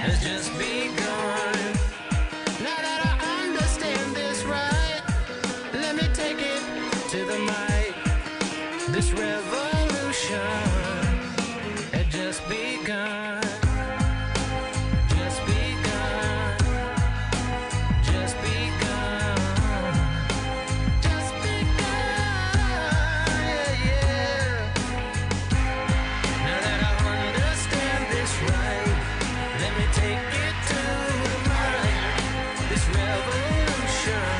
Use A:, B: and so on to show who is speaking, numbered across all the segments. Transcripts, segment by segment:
A: has just begun. Now that I understand this right, let me take it to the mic. This revolution had just begun. Just begun. Just begun. Just begun. Yeah, yeah. Now that I understand this right, let me take it to the mind. This revolution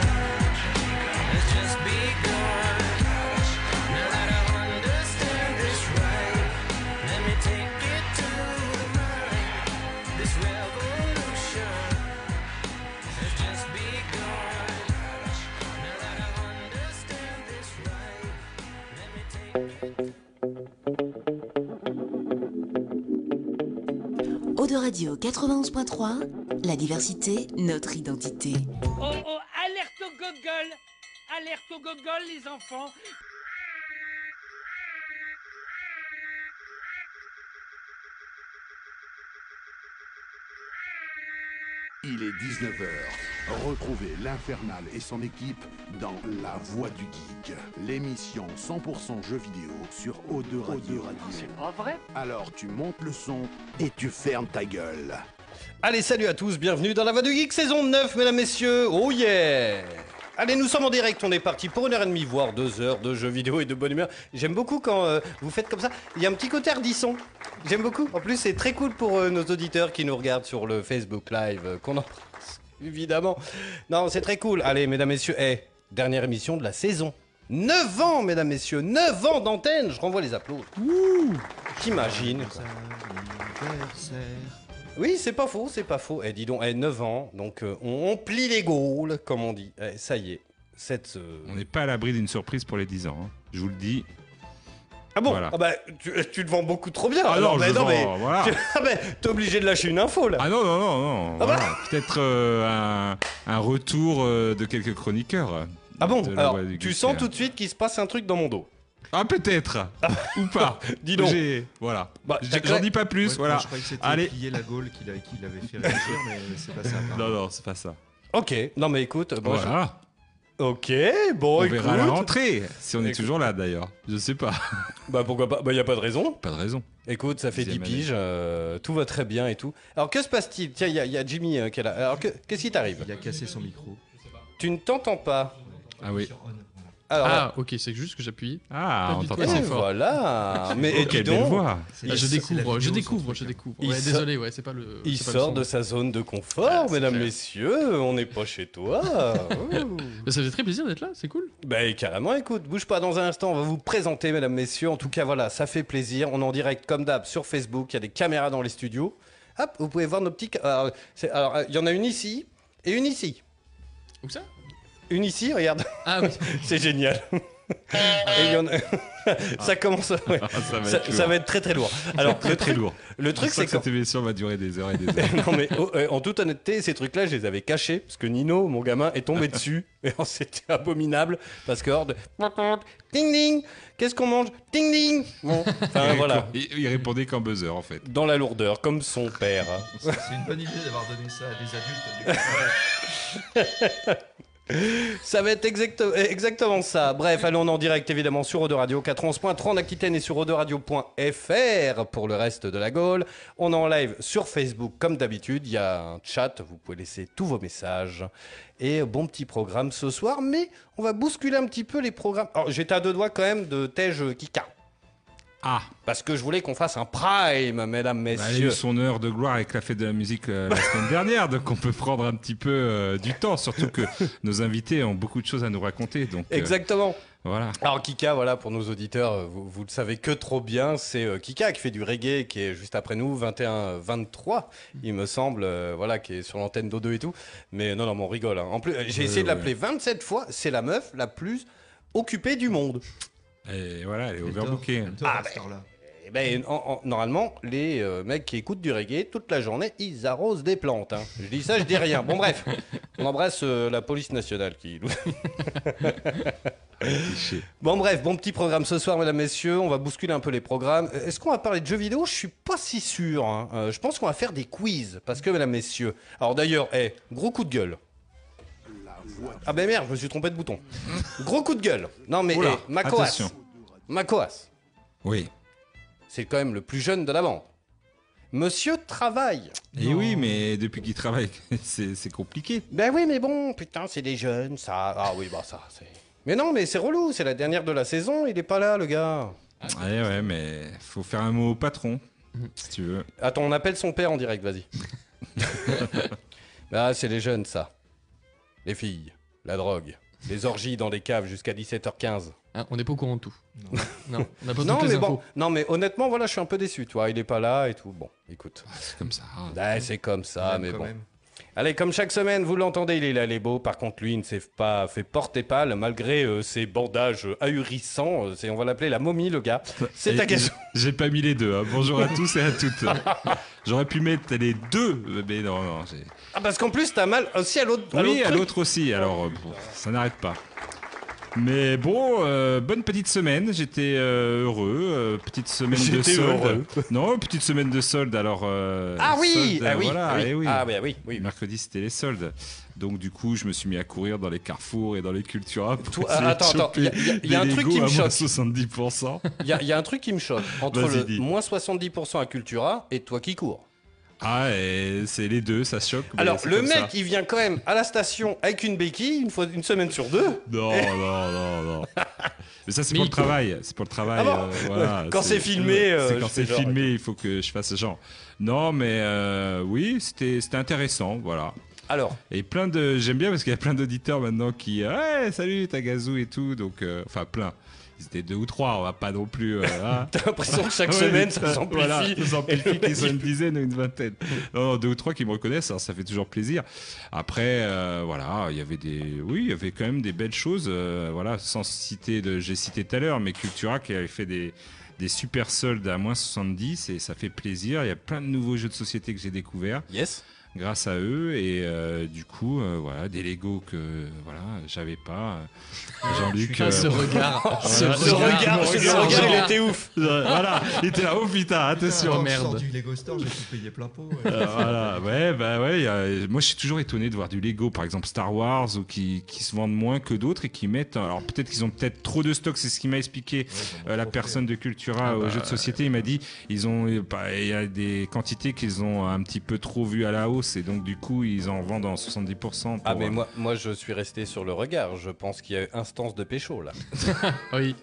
A: has just begun. Now that I understand this right, let me take it to the mind. This revolution has just begun. Now that I understand this right, let me take it.
B: Eau de Radio 91.3, la diversité, notre identité.
C: Oh, oh, alerte au gogol Alerte au gogol, les enfants
D: Il est 19h. Retrouvez l'Infernal et son équipe dans La Voix du Geek, l'émission 100% jeux vidéo sur O2 Radio. C'est pas vrai Alors tu montes le son et tu fermes ta gueule.
E: Allez, salut à tous, bienvenue dans la Voix du Geek saison 9, mesdames, messieurs. Oh yeah Allez, nous sommes en direct, on est parti pour une heure et demie, voire deux heures de jeux vidéo et de bonne humeur. J'aime beaucoup quand euh, vous faites comme ça. Il y a un petit côté ardisson. J'aime beaucoup. En plus, c'est très cool pour euh, nos auditeurs qui nous regardent sur le Facebook Live, euh, qu'on embrasse, évidemment. Non, c'est très cool. Allez, mesdames, messieurs, eh, dernière émission de la saison. 9 ans, mesdames, messieurs, 9 ans d'antenne. Je renvoie les applaudissements. J'imagine. quoi. Oui, c'est pas faux, c'est pas faux. Eh, dis donc, eh, 9 ans, donc euh, on, on plie les gaules, comme on dit. Eh, ça y est, cette... euh,
F: On n'est pas à l'abri d'une surprise pour les 10 ans. hein. Je vous le dis.
E: Ah bon
F: voilà.
E: Ah bah, tu, tu te vends beaucoup trop bien.
F: Ah
E: alors,
F: non, je
E: mais
F: vous en-
E: mais...
F: voilà.
E: Ah bah, t'es obligé de lâcher une info, là.
F: Ah non, non, non, non.
E: Ah bah.
F: voilà. Peut-être euh, un, un retour euh, de quelques chroniqueurs. euh,
E: Ah bon
F: de la
E: Alors,
F: Voix du
E: tu
F: Geek,
E: sens
F: hein.
E: tout de suite qu'il se passe un truc dans mon dos.
F: Ah, peut-être Ou pas
E: Dis donc.
F: J'ai- Voilà.
E: Bah,
F: J'ai-
E: t'as-
F: J'en dis pas plus,
G: Ouais,
F: voilà.
G: moi, Je croyais que c'était
F: Allez.
G: plier la Gaule qu'il a- qu'il avait fait réagir, mais euh, c'est pas ça.
F: Non, non, c'est pas ça.
E: Ok, non mais écoute, moi, Ah bah, je-
F: voilà.
E: ok, bon,
F: On
E: écoute,
F: verra à la rentrée, si on est
E: Écoute.
F: toujours là d'ailleurs. Je sais pas.
E: bah pourquoi pas, bah y a pas de raison.
F: Pas de raison.
E: Écoute, ça fait 10
F: Dixième année.
E: piges, euh, tout va très bien et tout. Alors que se passe-t-il Tiens, il y, a- y a Jimmy euh, qui est là. Alors que- qu'est-ce qui t'arrive
G: Il a cassé son micro.
E: Tu ne t'entends pas.
F: Ah oui.
E: Alors,
H: Ah, ok, c'est juste que j'appuie.
F: Ah,
H: Ah,
F: on
H: du coup,
E: eh,
F: t'entend.
H: c'est fort.
E: voilà. mais et
F: Oh,
E: dis
F: quelle belle
E: donc,
F: voix.
G: C'est
H: Ah,
G: la-
H: je
G: c'est la
H: découvre, je
G: vidéo,
H: découvre,
G: son
H: je
G: truc.
H: découvre.
E: Il
H: Ouais,
E: sort-
H: désolé, ouais, c'est pas le.
E: Il
H: c'est pas le
E: sort
H: son.
E: de sa zone de confort,
H: Ah, c'est
E: mesdames,
H: clair.
E: messieurs. On n'est pas chez toi. Ouh.
H: Mais ça faisait très plaisir d'être là, c'est cool.
E: ben, carrément, écoute, bouge pas dans un instant. On va vous présenter, mesdames, messieurs. En tout cas, voilà, ça fait plaisir. On est en direct, comme d'hab, sur Facebook. Il y a des caméras dans les studios. Hop, vous pouvez voir nos petits. ca- Alors, c'est- alors, euh, il y en a une ici et une ici.
H: Où ça
E: Une ici, regarde,
H: Ah oui.
E: c'est génial. Et il y en a- ça commence. à- ouais.
F: Ah, ça va
E: Ça,
F: être lourd.
E: ça va être très très lourd. Alors,
F: très
E: le
F: très
E: truc,
F: lourd.
E: le truc,
F: Je sens
E: c'est
F: que
E: quand-
F: cette émission va durer des heures et des heures.
E: non mais oh, euh, en toute honnêteté, ces trucs-là, je les avais cachés parce que Nino, mon gamin, est tombé dessus et alors, c'était abominable parce que hors de ding ding, qu'est-ce qu'on mange Ding ding. Bon,
F: Il
E: enfin
F: répond-
E: Ah, voilà,
F: Il, il répondait qu'en buzzer en fait.
E: dans la lourdeur comme son père.
G: C'est c'est une bonne idée d'avoir donné ça à des adultes. du coup.
E: Ça va être exact- euh, exactement ça. Bref, allons en direct évidemment sur Ode Radio 411.3 en Aquitaine et sur oderadio.fr pour le reste de la Gaule. On est en live sur Facebook comme d'habitude. Il y a un chat, vous pouvez laisser tous vos messages. Et bon petit programme ce soir, mais on va bousculer un petit peu les programmes. Alors j'étais à deux doigts quand même de Tej Kika.
F: Ah,
E: Parce que je voulais qu'on fasse un prime, mesdames,
F: bah, elle a eu
E: messieurs.
F: son heure de gloire avec la fête de la musique euh, la semaine dernière, donc on peut prendre un petit peu euh, du temps, surtout que nos invités ont beaucoup de choses à nous raconter. Donc euh,
E: Exactement.
F: voilà.
E: Alors Kika, voilà, pour nos auditeurs, euh, vous, vous le savez que trop bien, c'est euh, Kika qui fait du reggae, qui est juste après nous, 21-23, il me semble, euh, voilà, qui est sur l'antenne d'O2 et tout. Mais non, non, mais on rigole. hein. En plus, euh, j'ai
F: Ouais,
E: essayé de
F: ouais.
E: l'appeler 27 fois, c'est la meuf la plus occupée du monde.
F: Et voilà, elle est
G: Elle
F: overbookée. hein,
G: dort, elle dort
E: Ah,
G: à cette heure-là.
E: Eh ben, en- en- normalement, les euh, mecs qui écoutent du reggae toute la journée, ils arrosent des plantes. hein. Je dis ça, je dis rien. Bon, bref, on embrasse euh, la police nationale qui. nous- Bon bref, bon petit programme ce soir, mesdames, messieurs. On va bousculer un peu les programmes. Euh, Est-ce qu'on va parler de jeux vidéo Je suis pas si sûr. hein. Euh, je pense qu'on va faire des quiz, parce que, mesdames, messieurs. Alors d'ailleurs, eh, gros coup de gueule. Ah ben merde, je me suis trompé de bouton. gros coup de gueule. Non mais
F: Oula,
E: eh, Macoas.
F: attention.
E: Macoas,
F: Oui.
E: c'est quand même le plus jeune de la bande. Monsieur travaille.
F: Et oui, mais depuis qu'il travaille, c'est c'est compliqué.
E: Ben oui, mais bon, putain, c'est des jeunes, ça. Ah oui, bah ça, c'est. Mais non, mais c'est relou, c'est la dernière de la saison, il est pas là, le gars.
F: ouais, ouais, mais faut faire un mot au patron,
E: Mm.
F: si tu veux.
E: Attends, on appelle son père en direct, vas-y. ah, c'est les jeunes, ça. Les filles, la drogue, les orgies dans les caves jusqu'à 17h15.
H: Ah, on n'est pas au courant de tout. Non, on n'a pas
E: Non,
H: toutes les
E: mais
H: infos.
E: bon, non, mais honnêtement, voilà, je suis un peu déçu, tu vois, il est pas là et tout. Bon, écoute.
F: C'est comme ça.
H: Ah,
E: Ouais, c'est comme ça, Ah, mais
G: quand
E: bon.
F: Oh,
G: même.
E: Allez, comme chaque semaine, vous l'entendez, il est là, les beaux. Par contre, lui, il ne s'est pas fait porter pâle, malgré euh, ses bandages euh, ahurissants. Euh, c'est- on va l'appeler la momie, le gars. C'est ta
F: Et
E: question.
F: J'ai j'ai pas mis les deux. hein. Bonjour à tous et à toutes. J'aurais pu mettre les deux, mais non, non. j'ai-
E: Ah, parce qu'en plus, t'as mal aussi à l'autre. à
F: Oui, à
E: truc.
F: l'autre aussi. Alors, euh, bon, ça n'arrête pas. Mais bon, euh, bonne petite semaine. J'étais euh, heureux. euh, petite semaine de
E: J'étais
F: solde.
E: heureux.
F: Non, petite semaine de solde. Alors. euh,
E: Ah oui,
F: solde,
E: ah oui,
F: voilà,
E: ah oui.
F: eh
E: Ah oui, ah oui, oui.
F: Mercredi, c'était les soldes. Donc, du coup, je me suis mis à courir dans les carrefours et dans les Cultura. pour
E: Toi,
F: essayer de
E: attends, attends,
F: choper
E: y a- y a- y a un
F: des
E: truc
F: Lego
E: qui me
F: à moins
E: choque.
F: 70%.
E: Il y, a- il y a un truc qui me choque. Entre
F: Vas-y,
E: le
F: dis.
E: moins 70% à Cultura et toi qui cours.
F: Ah, et c'est les deux, ça choque. mais
E: Alors,
F: Ben, c'est
E: le
F: comme
E: mec,
F: ça.
E: il vient quand même à la station avec une béquille une, fois, une semaine sur deux.
F: Non, non, non, non. Mais ça, c'est
H: Mais
F: pour
H: il
F: le travail. C'est pour le travail.
E: Ah bon
F: euh, voilà,
E: Quand c'est filmé, euh,
F: c'est
E: je
F: quand
E: fais
F: c'est
E: genre,
F: filmé, il faut que je fasse ce genre. Non, mais euh, oui, c'était c'était intéressant, voilà.
E: Alors,
F: Et plein de, j'aime bien parce qu'il y a plein d'auditeurs maintenant qui, ouais, salut, t'as Gazou et tout, donc, euh, enfin, plein. Ils étaient deux ou trois, on va pas non plus. euh, hein.
E: t'as l'impression que chaque
F: Ouais,
E: semaine,
F: les-
E: ça s'amplifie.
F: euh, voilà, ça
E: Et le
F: s'amplifie,
E: mec,
F: qu'ils soient une dizaine ou une vingtaine. Non, non, deux ou trois qui me reconnaissent, alors ça fait toujours plaisir. Après, euh, voilà, il y avait des, oui, il y avait quand même des belles choses. euh, voilà, sans citer, de, j'ai cité tout à l'heure, mais Cultura qui avait fait des des super soldes à moins 70 et ça fait plaisir. Il y a plein de nouveaux jeux de société que j'ai découverts
E: Yes.
F: grâce à eux et euh, du coup euh, voilà des Lego que euh, voilà j'avais pas Euh, Jean-Luc
H: Ah,
F: euh,
H: ce regard. ce
F: Ah,
E: Le regard,
H: ce
E: le
H: regard.
E: regard, il était ouf.
F: voilà il était là oh putain
G: Putain,
F: attention
H: Oh,
G: je
H: merde.
G: sors du Lego Store, j'ai tout payé plein pot. ouais.
F: Euh, voilà, ouais, bah ouais. il y a- moi, je suis toujours étonné de voir du Lego, par exemple Star Wars, ou qui, qui se vendent moins que d'autres et qui mettent. Alors peut-être qu'ils ont peut-être trop de stock. C'est ce qui m'a expliqué euh, la personne de Cultura aux jeux de société. Il m'a dit ils ont, euh, bah, il y a des quantités qu'ils ont un petit peu trop vues à la hausse et donc du coup ils en vendent en 70%. Pour,
E: Ah, mais
F: euh,
E: moi, moi, je suis resté sur le regard. Je pense qu'il y a instance de pécho, là.
H: Oui.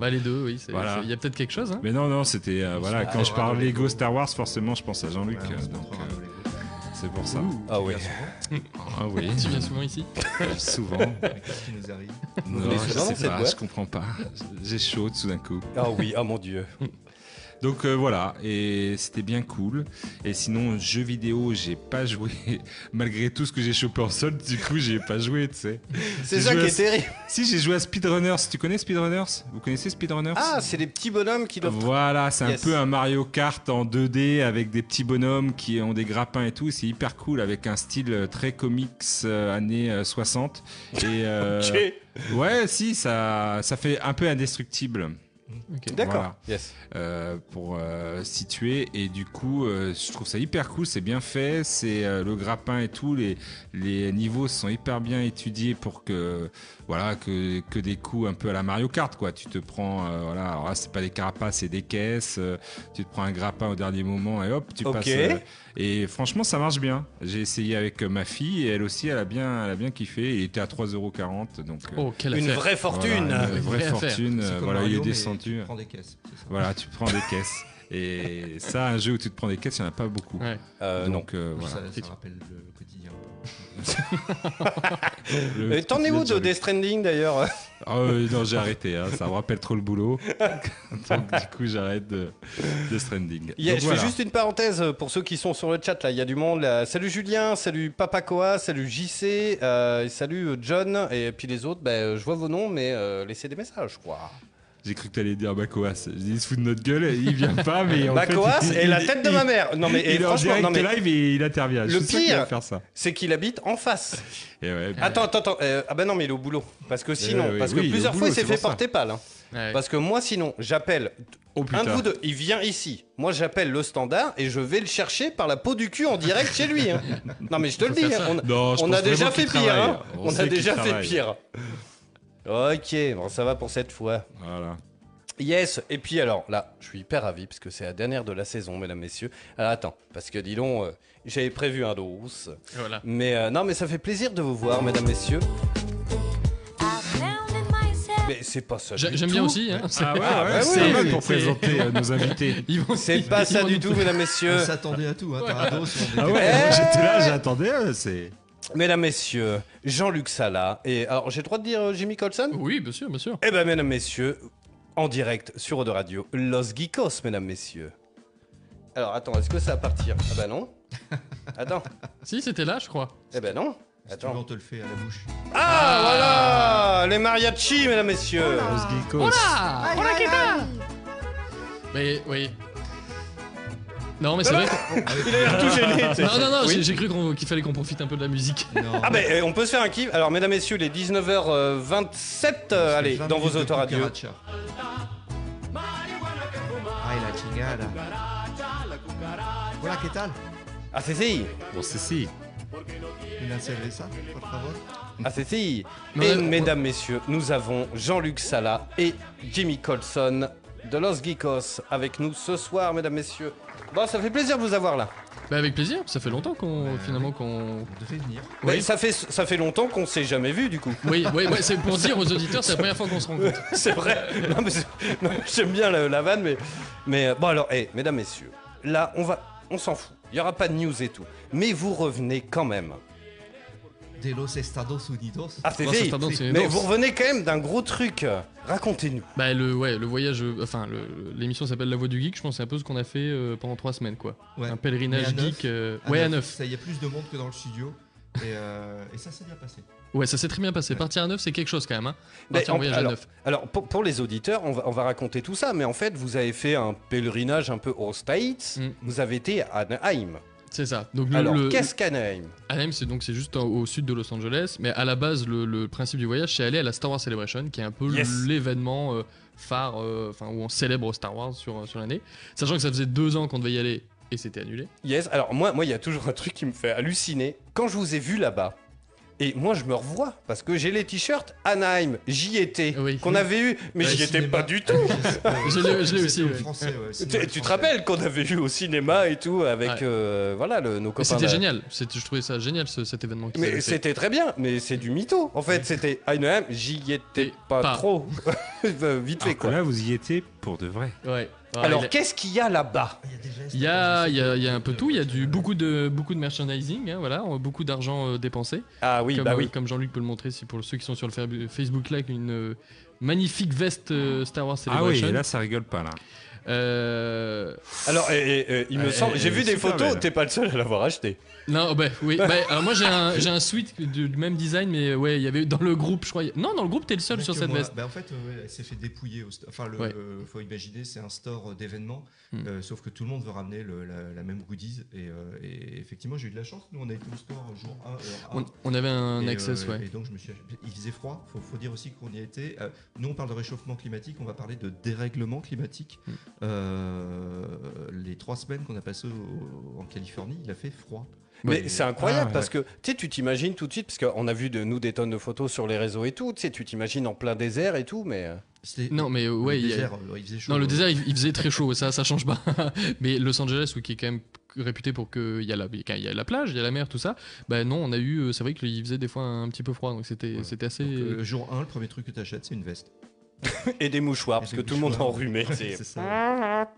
H: Bah, les deux, oui. c'est- c'est- Il
F: Voilà.
H: y a peut-être quelque chose. Hein.
F: Mais non, non, c'était. euh, voilà, quand je
G: Star
F: parle
G: Wars,
F: Lego
G: Lego.
F: Star Wars, forcément, je pense à Jean-Luc.
G: Ouais, on
F: euh,
G: se
F: donc,
G: montrera
F: euh,
G: nos Lego.
F: c'est pour ça.
E: Ah oui.
F: Ah oui,
H: Tu viens souvent ici
F: souvent.
G: Qu'est-ce qui nous arrive
F: Non,
E: les
F: je
E: souvent dans
F: sais
E: cette
F: pas,
E: boîte
F: je comprends pas. J'ai chaud tout d'un coup.
E: Ah oui, ah mon dieu.
F: Donc euh, voilà, et c'était bien cool. Et sinon, jeux vidéo, j'ai pas joué. Malgré tout ce que j'ai chopé en solde, du coup, j'ai pas joué, tu sais.
E: C'est
F: J'ai
E: ça qui
F: joué à-
E: est terrible.
F: Si, j'ai joué à Speedrunners. Tu connais Speedrunners Vous connaissez Speedrunners
E: Ah, c'est les petits bonhommes qui doivent.
F: Voilà, c'est
E: Yes.
F: un peu un Mario Kart en 2D avec des petits bonhommes qui ont des grappins et tout. C'est hyper cool avec un style euh, très comics euh, années euh, 60. Et euh,
E: Ok.
F: ouais, si, ça, ça fait un peu indestructible.
E: D'accord.
F: Voilà.
E: Yes.
F: euh, pour euh, situer et du coup euh, je trouve ça hyper cool c'est bien fait c'est euh, le grappin et tout les, les niveaux sont hyper bien étudiés pour que voilà que, que des coups un peu à la Mario Kart quoi tu te prends euh, voilà alors là c'est pas des carapaces c'est des caisses euh, tu te prends un grappin au dernier moment et hop tu
E: Ok.
F: passes euh, et franchement ça marche bien j'ai essayé avec euh, ma fille et elle aussi elle a bien elle a bien kiffé il était à 3,40€ donc euh,
H: Oh, quelle
E: Une
H: affaire.
E: vraie fortune.
F: voilà, une vraie
H: Une vraie affaire.
F: fortune
G: C'est
F: euh,
G: comme
F: voilà il
G: Mario,
F: est
G: mais
F: descendu
G: Tu prends des caisses. c'est ça.
F: voilà, tu prends des caisses. Et ça, un jeu où tu te prends des caisses, il n'y en a pas beaucoup.
H: Ouais.
E: Euh, non.
F: Donc euh, voilà.
G: Ça, ça rappelle le quotidien.
F: Le-
E: Euh, T'en es où de
F: le-
E: Death Stranding d'ailleurs
F: Ah, euh, Non, j'ai arrêté. hein, ça me rappelle trop le boulot. Donc du coup, j'arrête de, de Stranding.
E: Il y a-
F: Donc,
E: Je
F: voilà.
E: fais juste une parenthèse euh, pour ceux qui sont sur le chat là. Il y a du monde là. Salut Julien, salut Papa Koa, salut JC, euh, et salut euh, John et puis les autres. ben, euh, je vois vos noms, mais euh, laissez des messages quoi.
F: J'ai cru que t'allais dire bah, Bacoas. J'ai dit, il se fout de notre gueule, il vient pas, mais en fait,
E: Bacoas
F: il-
E: et
F: il-
E: Bah, la tête de
F: il-
E: ma mère. Non mais et
F: il est en
E: franchement,
F: direct
E: non, mais
F: live et il intervient. Je
E: Le
F: suis sûr qu'il
E: pire-
F: va faire ça.
E: c'est qu'il habite en face.
F: Et ouais, Euh,
E: Attends, attends, attends. euh, ah bah non, mais il est au boulot. Parce que sinon,
F: oui,
E: parce
F: oui, il
E: que
F: est au
E: plusieurs
F: boulot,
E: fois, il s'est
F: c'est pour
E: fait
F: ça.
E: porter pâle. hein.
H: Ouais.
E: Parce que moi, sinon, j'appelle
F: oh putain.
E: un de vous deux. Il vient ici. Moi, j'appelle le standard et je vais le chercher par la peau du cul en direct chez lui. hein. Non, mais je te le dis. hein, On,
F: Non, je
E: on
F: pense
E: a déjà
F: vraiment
E: fait
F: qu'il
E: pire.
F: travaille.
E: hein.
F: On
E: On
F: sait
E: a
F: qu'il
E: déjà fait
F: travaille.
E: pire. Ok, bon, ça va pour cette fois.
F: Voilà.
E: Yes, et puis alors là, je suis hyper ravi parce que c'est la dernière de la saison, mesdames, messieurs. Alors attends, parce que dis donc, euh, j'avais prévu un dos.
H: Voilà.
E: Mais euh, non, mais ça fait plaisir de vous voir, mesdames, messieurs. Mais c'est pas ça.
H: J'a-
E: du
H: J'aime bien
E: tout.
H: aussi. hein.
F: Ah ouais,
E: Ah
F: ouais,
E: bah
F: c'est
E: oui,
F: mal pour
H: c'est-
F: présenter euh, nos invités.
H: Ils vont-
E: C'est pas ça
H: ils vont
E: du
H: nous-
E: tout, mesdames, messieurs.
F: Euh.
G: On s'attendait à tout, hein. Tarados, on est-
F: Ah ouais,
E: Eh Ouais.
F: j'étais là, j'attendais, euh, c'est.
E: Mesdames, messieurs, Jean-Luc Salah. Et alors, j'ai le droit de dire euh, Jimmy Colson
H: Oui, bien sûr, bien sûr.
E: Eh ben, mesdames, messieurs, en direct sur Eau de Radio, Los Geekos, mesdames, messieurs. Alors, attends, est-ce que ça va partir Ah bah non. Attends.
H: Si, c'était là, je crois.
E: Eh ben non.
G: Si tu veux,
E: Attends.
G: on te le fait à la bouche.
E: Ah, voilà Les mariachis, mesdames, messieurs
F: Los Geekos.
H: Ah Mais oui. Non, mais c'est vrai. que-
E: Il a l'air tout gêné, tu sais.
H: Non, non, non,
E: Oui.
H: j'ai- j'ai cru qu'on- qu'il fallait qu'on profite un peu de la musique.
G: Non.
E: Ah ben, euh, on peut se faire un kiff. Alors, mesdames, messieurs, les 19h27, euh, allez, dans vos autoradios.
G: Ah, la chingada. Hola, ¿qué tal?
E: Ah, c'est si
F: Bon, c'est si.
G: Una cerveza, por favor.
E: Ah, c'est si
H: Non,
E: Et
H: mais-
E: mesdames, messieurs, nous avons Jean-Luc Sala et Jimmy Colson de Los Geekos avec nous ce soir, mesdames, messieurs. Bon, ça fait plaisir de vous avoir là.
H: Bah, avec plaisir, ça fait longtemps qu'on. Finalement, qu'on.
G: On devait venir.
E: Mais
H: Oui.
E: ça, fait, ça fait longtemps qu'on s'est jamais vu, du coup.
H: Oui, oui, oui, c'est pour dire aux auditeurs, c'est la première fois qu'on se rencontre.
E: C'est vrai. Non, mais c'est- non, j'aime bien la, la vanne, mais, mais euh, bon alors, eh, mesdames, messieurs, là, on va, on s'en fout. Il y aura pas de news et tout. Mais vous revenez quand même.
G: De los Estados Unidos.
E: Ah, c'est
H: Non,
E: vieille.
H: Oh, c'est- pardon, c'est-
E: Mais
H: non,
E: vous
H: c'est-
E: revenez quand même d'un gros truc. Racontez-nous.
H: Bah, le, ouais, le voyage. euh, Enfin, le- l'émission s'appelle La Voix du Geek. Je pense que c'est un peu ce qu'on a fait euh, pendant trois semaines, quoi.
G: Ouais.
H: Un pèlerinage
G: Mais à neuf.
H: geek. euh,
G: À
H: ouais, à
G: neuf.
H: 9.
G: Ah, Ça y a plus de monde que dans le studio. Et, euh, et ça s'est bien passé.
H: Ouais, ça s'est très bien passé. Partir à 9, c'est quelque chose quand même. Hein.
E: Mais
H: Partir en
E: en-
H: voyage à 9.
E: Alors, pour, pour les auditeurs, on va, on va raconter tout ça. Mais en fait, vous avez fait un pèlerinage un peu aux States.
H: Mm.
E: Vous avez été à Anaheim.
H: C'est ça. Donc, le-
E: alors,
H: le-
E: qu'est-ce qu'Anaheim
H: Anaheim, c'est donc c'est juste en- au sud de Los Angeles, mais à la base, le, le principe du voyage, c'est aller à la Star Wars Celebration, qui est un peu
E: Yes.
H: l'événement euh, phare, euh, enfin où on célèbre Star Wars sur, sur l'année, sachant que ça faisait deux ans qu'on devait y aller et c'était annulé.
E: Yes, alors moi, moi, il y a toujours un truc qui me fait halluciner. Quand je vous ai vu là-bas, et moi, je me revois, parce que j'ai les t-shirts Anaheim, j'y étais,
H: Oui.
E: qu'on avait eu, mais j'y étais pas du tout.
H: Je l'ai- je l'ai aussi, ouais.
G: Français, ouais,
E: Tu,
G: cinéma
E: tu te
G: français.
E: rappelles qu'on avait eu au cinéma et tout, avec
H: Ouais.
E: euh, voilà, le- nos
H: Mais
E: copains.
H: c'était
E: de-
H: génial, C'était- je trouvais ça génial ce- cet événement. qui
E: Mais
H: s'est fait.
E: c'était très bien, mais c'est du mytho. En fait, c'était Anaheim, j'y étais
H: Et
E: pas,
H: pas.
E: trop. Euh, Vite fait,
F: Alors que
E: quoi.
F: là, vous y étiez pour de vrai.
H: Ouais.
E: Alors,
H: il-
E: qu'est-ce qu'il y a là-bas
G: Il y a des gestes,
H: il y a,
G: des
H: il y a- il y a un
G: gestes,
H: peu
G: euh,
H: tout, il y a du,
G: euh,
H: beaucoup, de, beaucoup de merchandising, hein, voilà, beaucoup d'argent euh, dépensé.
E: Ah oui,
H: comme,
E: bah
H: euh,
E: oui.
H: comme Jean-Luc peut le montrer, si pour ceux qui sont sur le fa- Facebook Live, une euh, magnifique veste euh, Star Wars
F: Ah
H: Celebration.
F: oui, là, ça rigole pas, là.
H: Euh,
E: Alors, et- et- et il me
H: Ouais,
E: semble,
H: elle-
E: j'ai
H: elle
E: vu
H: est
E: des
F: super
E: photos,
F: belle.
E: t'es pas le seul à l'avoir acheté.
H: Non, bah oui. Bah, alors moi j'ai un, j'ai un suite du du même design, mais ouais, il y avait dans le groupe, je crois. Non, dans le groupe, t'es le seul
G: Rien
H: sur
G: que
H: cette
G: moi.
H: veste.
G: Bah, en fait, euh, ouais, elle s'est fait dépouiller. Au st- Enfin, le,
H: Ouais.
G: euh, faut imaginer, c'est un store euh, d'événements.
H: Hmm.
G: euh, sauf que tout le monde veut ramener le- la, la même goodies. Et, euh, et effectivement, j'ai eu de la chance. Nous, on a été au store jour 1, heure 1.
H: On, on avait un
G: et,
H: access,
G: euh,
H: ouais.
G: et donc, je me suis. Il faisait froid. Faut, faut dire aussi qu'on y était. Euh, nous, on parle de réchauffement climatique. On va parler de dérèglement climatique.
H: Hmm.
G: Euh, les trois semaines qu'on a passées au- en Californie, il a fait froid.
E: Mais
G: Ouais.
E: c'est incroyable
F: Ah,
E: parce que tu sais, tu t'imagines tout de suite, parce qu'on a vu de nous des tonnes de photos sur les réseaux et tout, tu sais, tu t'imagines en plein désert et tout, mais. euh,
G: C'était-
H: Non, mais ouais,
G: le
H: il y a-
G: désert, euh, il faisait chaud.
H: Non, le
G: Euh,
H: désert, il, il faisait très chaud, ça, ça change pas. Mais Los Angeles, oui, qui est quand même réputé pour que il y a la, il y a la plage, il y a la mer, tout ça. Bah non, on a eu, euh, c'est vrai qu'il faisait des fois un petit peu froid, donc c'était, c'était assez.
G: Donc, euh,
H: euh,
G: jour 1, le premier truc que tu achètes, c'est une veste.
E: Et des mouchoirs,
G: Et
E: Ah, parce
G: des
E: que tout le monde est
G: mouchoirs.
H: Ah.
E: enrhumé. tu sais.
G: C'est ça.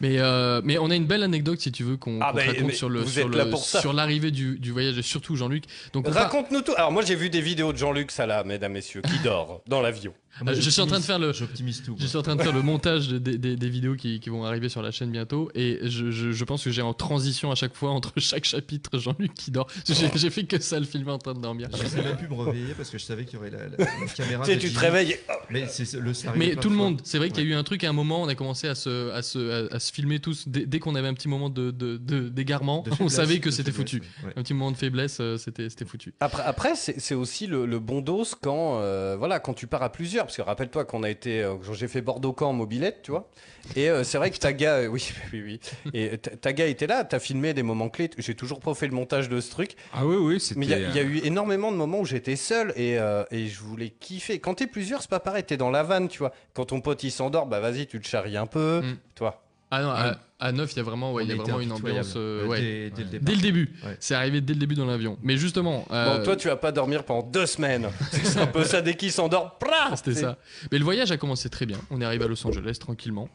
H: Mais, euh, mais on a une belle anecdote, si tu veux, qu'on
E: Ah
H: qu'on
E: bah,
H: te raconte
E: mais
H: sur le-
E: vous
H: sur
E: êtes là
H: le-
E: pour ça.
H: sur l'arrivée du, du voyage, et surtout Jean-Luc. Donc, on part-
E: Raconte-nous tout. Alors moi j'ai vu des vidéos de Jean-Luc Salah, mesdames, messieurs, qui dort dans l'avion.
H: Euh, je suis en train de faire le-
G: J'optimise tout.
H: Je suis en train de faire le montage de- des- des des vidéos qui, qui vont arriver sur la chaîne bientôt et je, je- je pense que j'ai en transition à chaque fois entre chaque chapitre Jean-Luc qui dort. Parce que
G: Oh.
H: J'ai j'ai fait que ça le film en train de dormir.
G: Je sais même plus me réveiller parce que je savais qu'il y aurait la, la- la caméra.
E: Tu sais,
G: de
E: tu te
G: Jimmy.
E: réveilles. et-
G: Mais c'est le ça arrive
H: Mais
G: plein
H: tout
G: de
H: le
G: fois.
H: monde, c'est vrai qu'il y a eu un truc à un moment, on a commencé à se, à se, à, à se filmer tous dès, dès qu'on avait un petit moment de- de- de- d'égarement,
G: De
H: on
G: faiblesse,
H: savait que
G: de
H: c'était
G: faiblesse,
H: foutu.
G: ouais.
H: Un petit moment de faiblesse, euh, c'était c'était foutu.
E: Après, après c'est c'est aussi le, le bon dos quand, euh, voilà, quand tu pars à plusieurs. Parce que rappelle-toi qu'on a été, euh, j'ai fait Bordeaux-Camp en mobilette, tu vois. Et euh, c'est vrai que Taga, euh, oui, oui, oui. Et Ta- Taga était là, t'as filmé des moments clés. J'ai toujours pas fait le montage de ce truc.
F: Ah oui, oui, c'était.
E: Mais il y, a- il y a
H: euh,
E: eu énormément de moments où j'étais seul et, euh, et je voulais kiffer. Quand t'es plusieurs, c'est pas pareil, t'es dans la vanne, tu vois. Quand ton pote il s'endort, bah vas-y, tu le charries un peu,
H: Mm.
E: toi.
H: Ah non, à, à 9, il y a vraiment, ouais,
G: On
H: il y a
G: était
H: vraiment une
G: impitoyables,
H: ambiance. euh,
G: euh,
H: ouais.
G: dès, dès le départ.
H: Dès le début,
G: Ouais.
H: c'est arrivé dès le début dans l'avion. Mais justement,
E: Bon,
H: euh,
E: toi, tu vas pas dormir pendant deux semaines. c'est un peu ça, dès qu'il s'endort, prah,
H: C'était
E: c'est-
H: ça. Mais le voyage a commencé très bien. On est arrivé à Los Angeles tranquillement.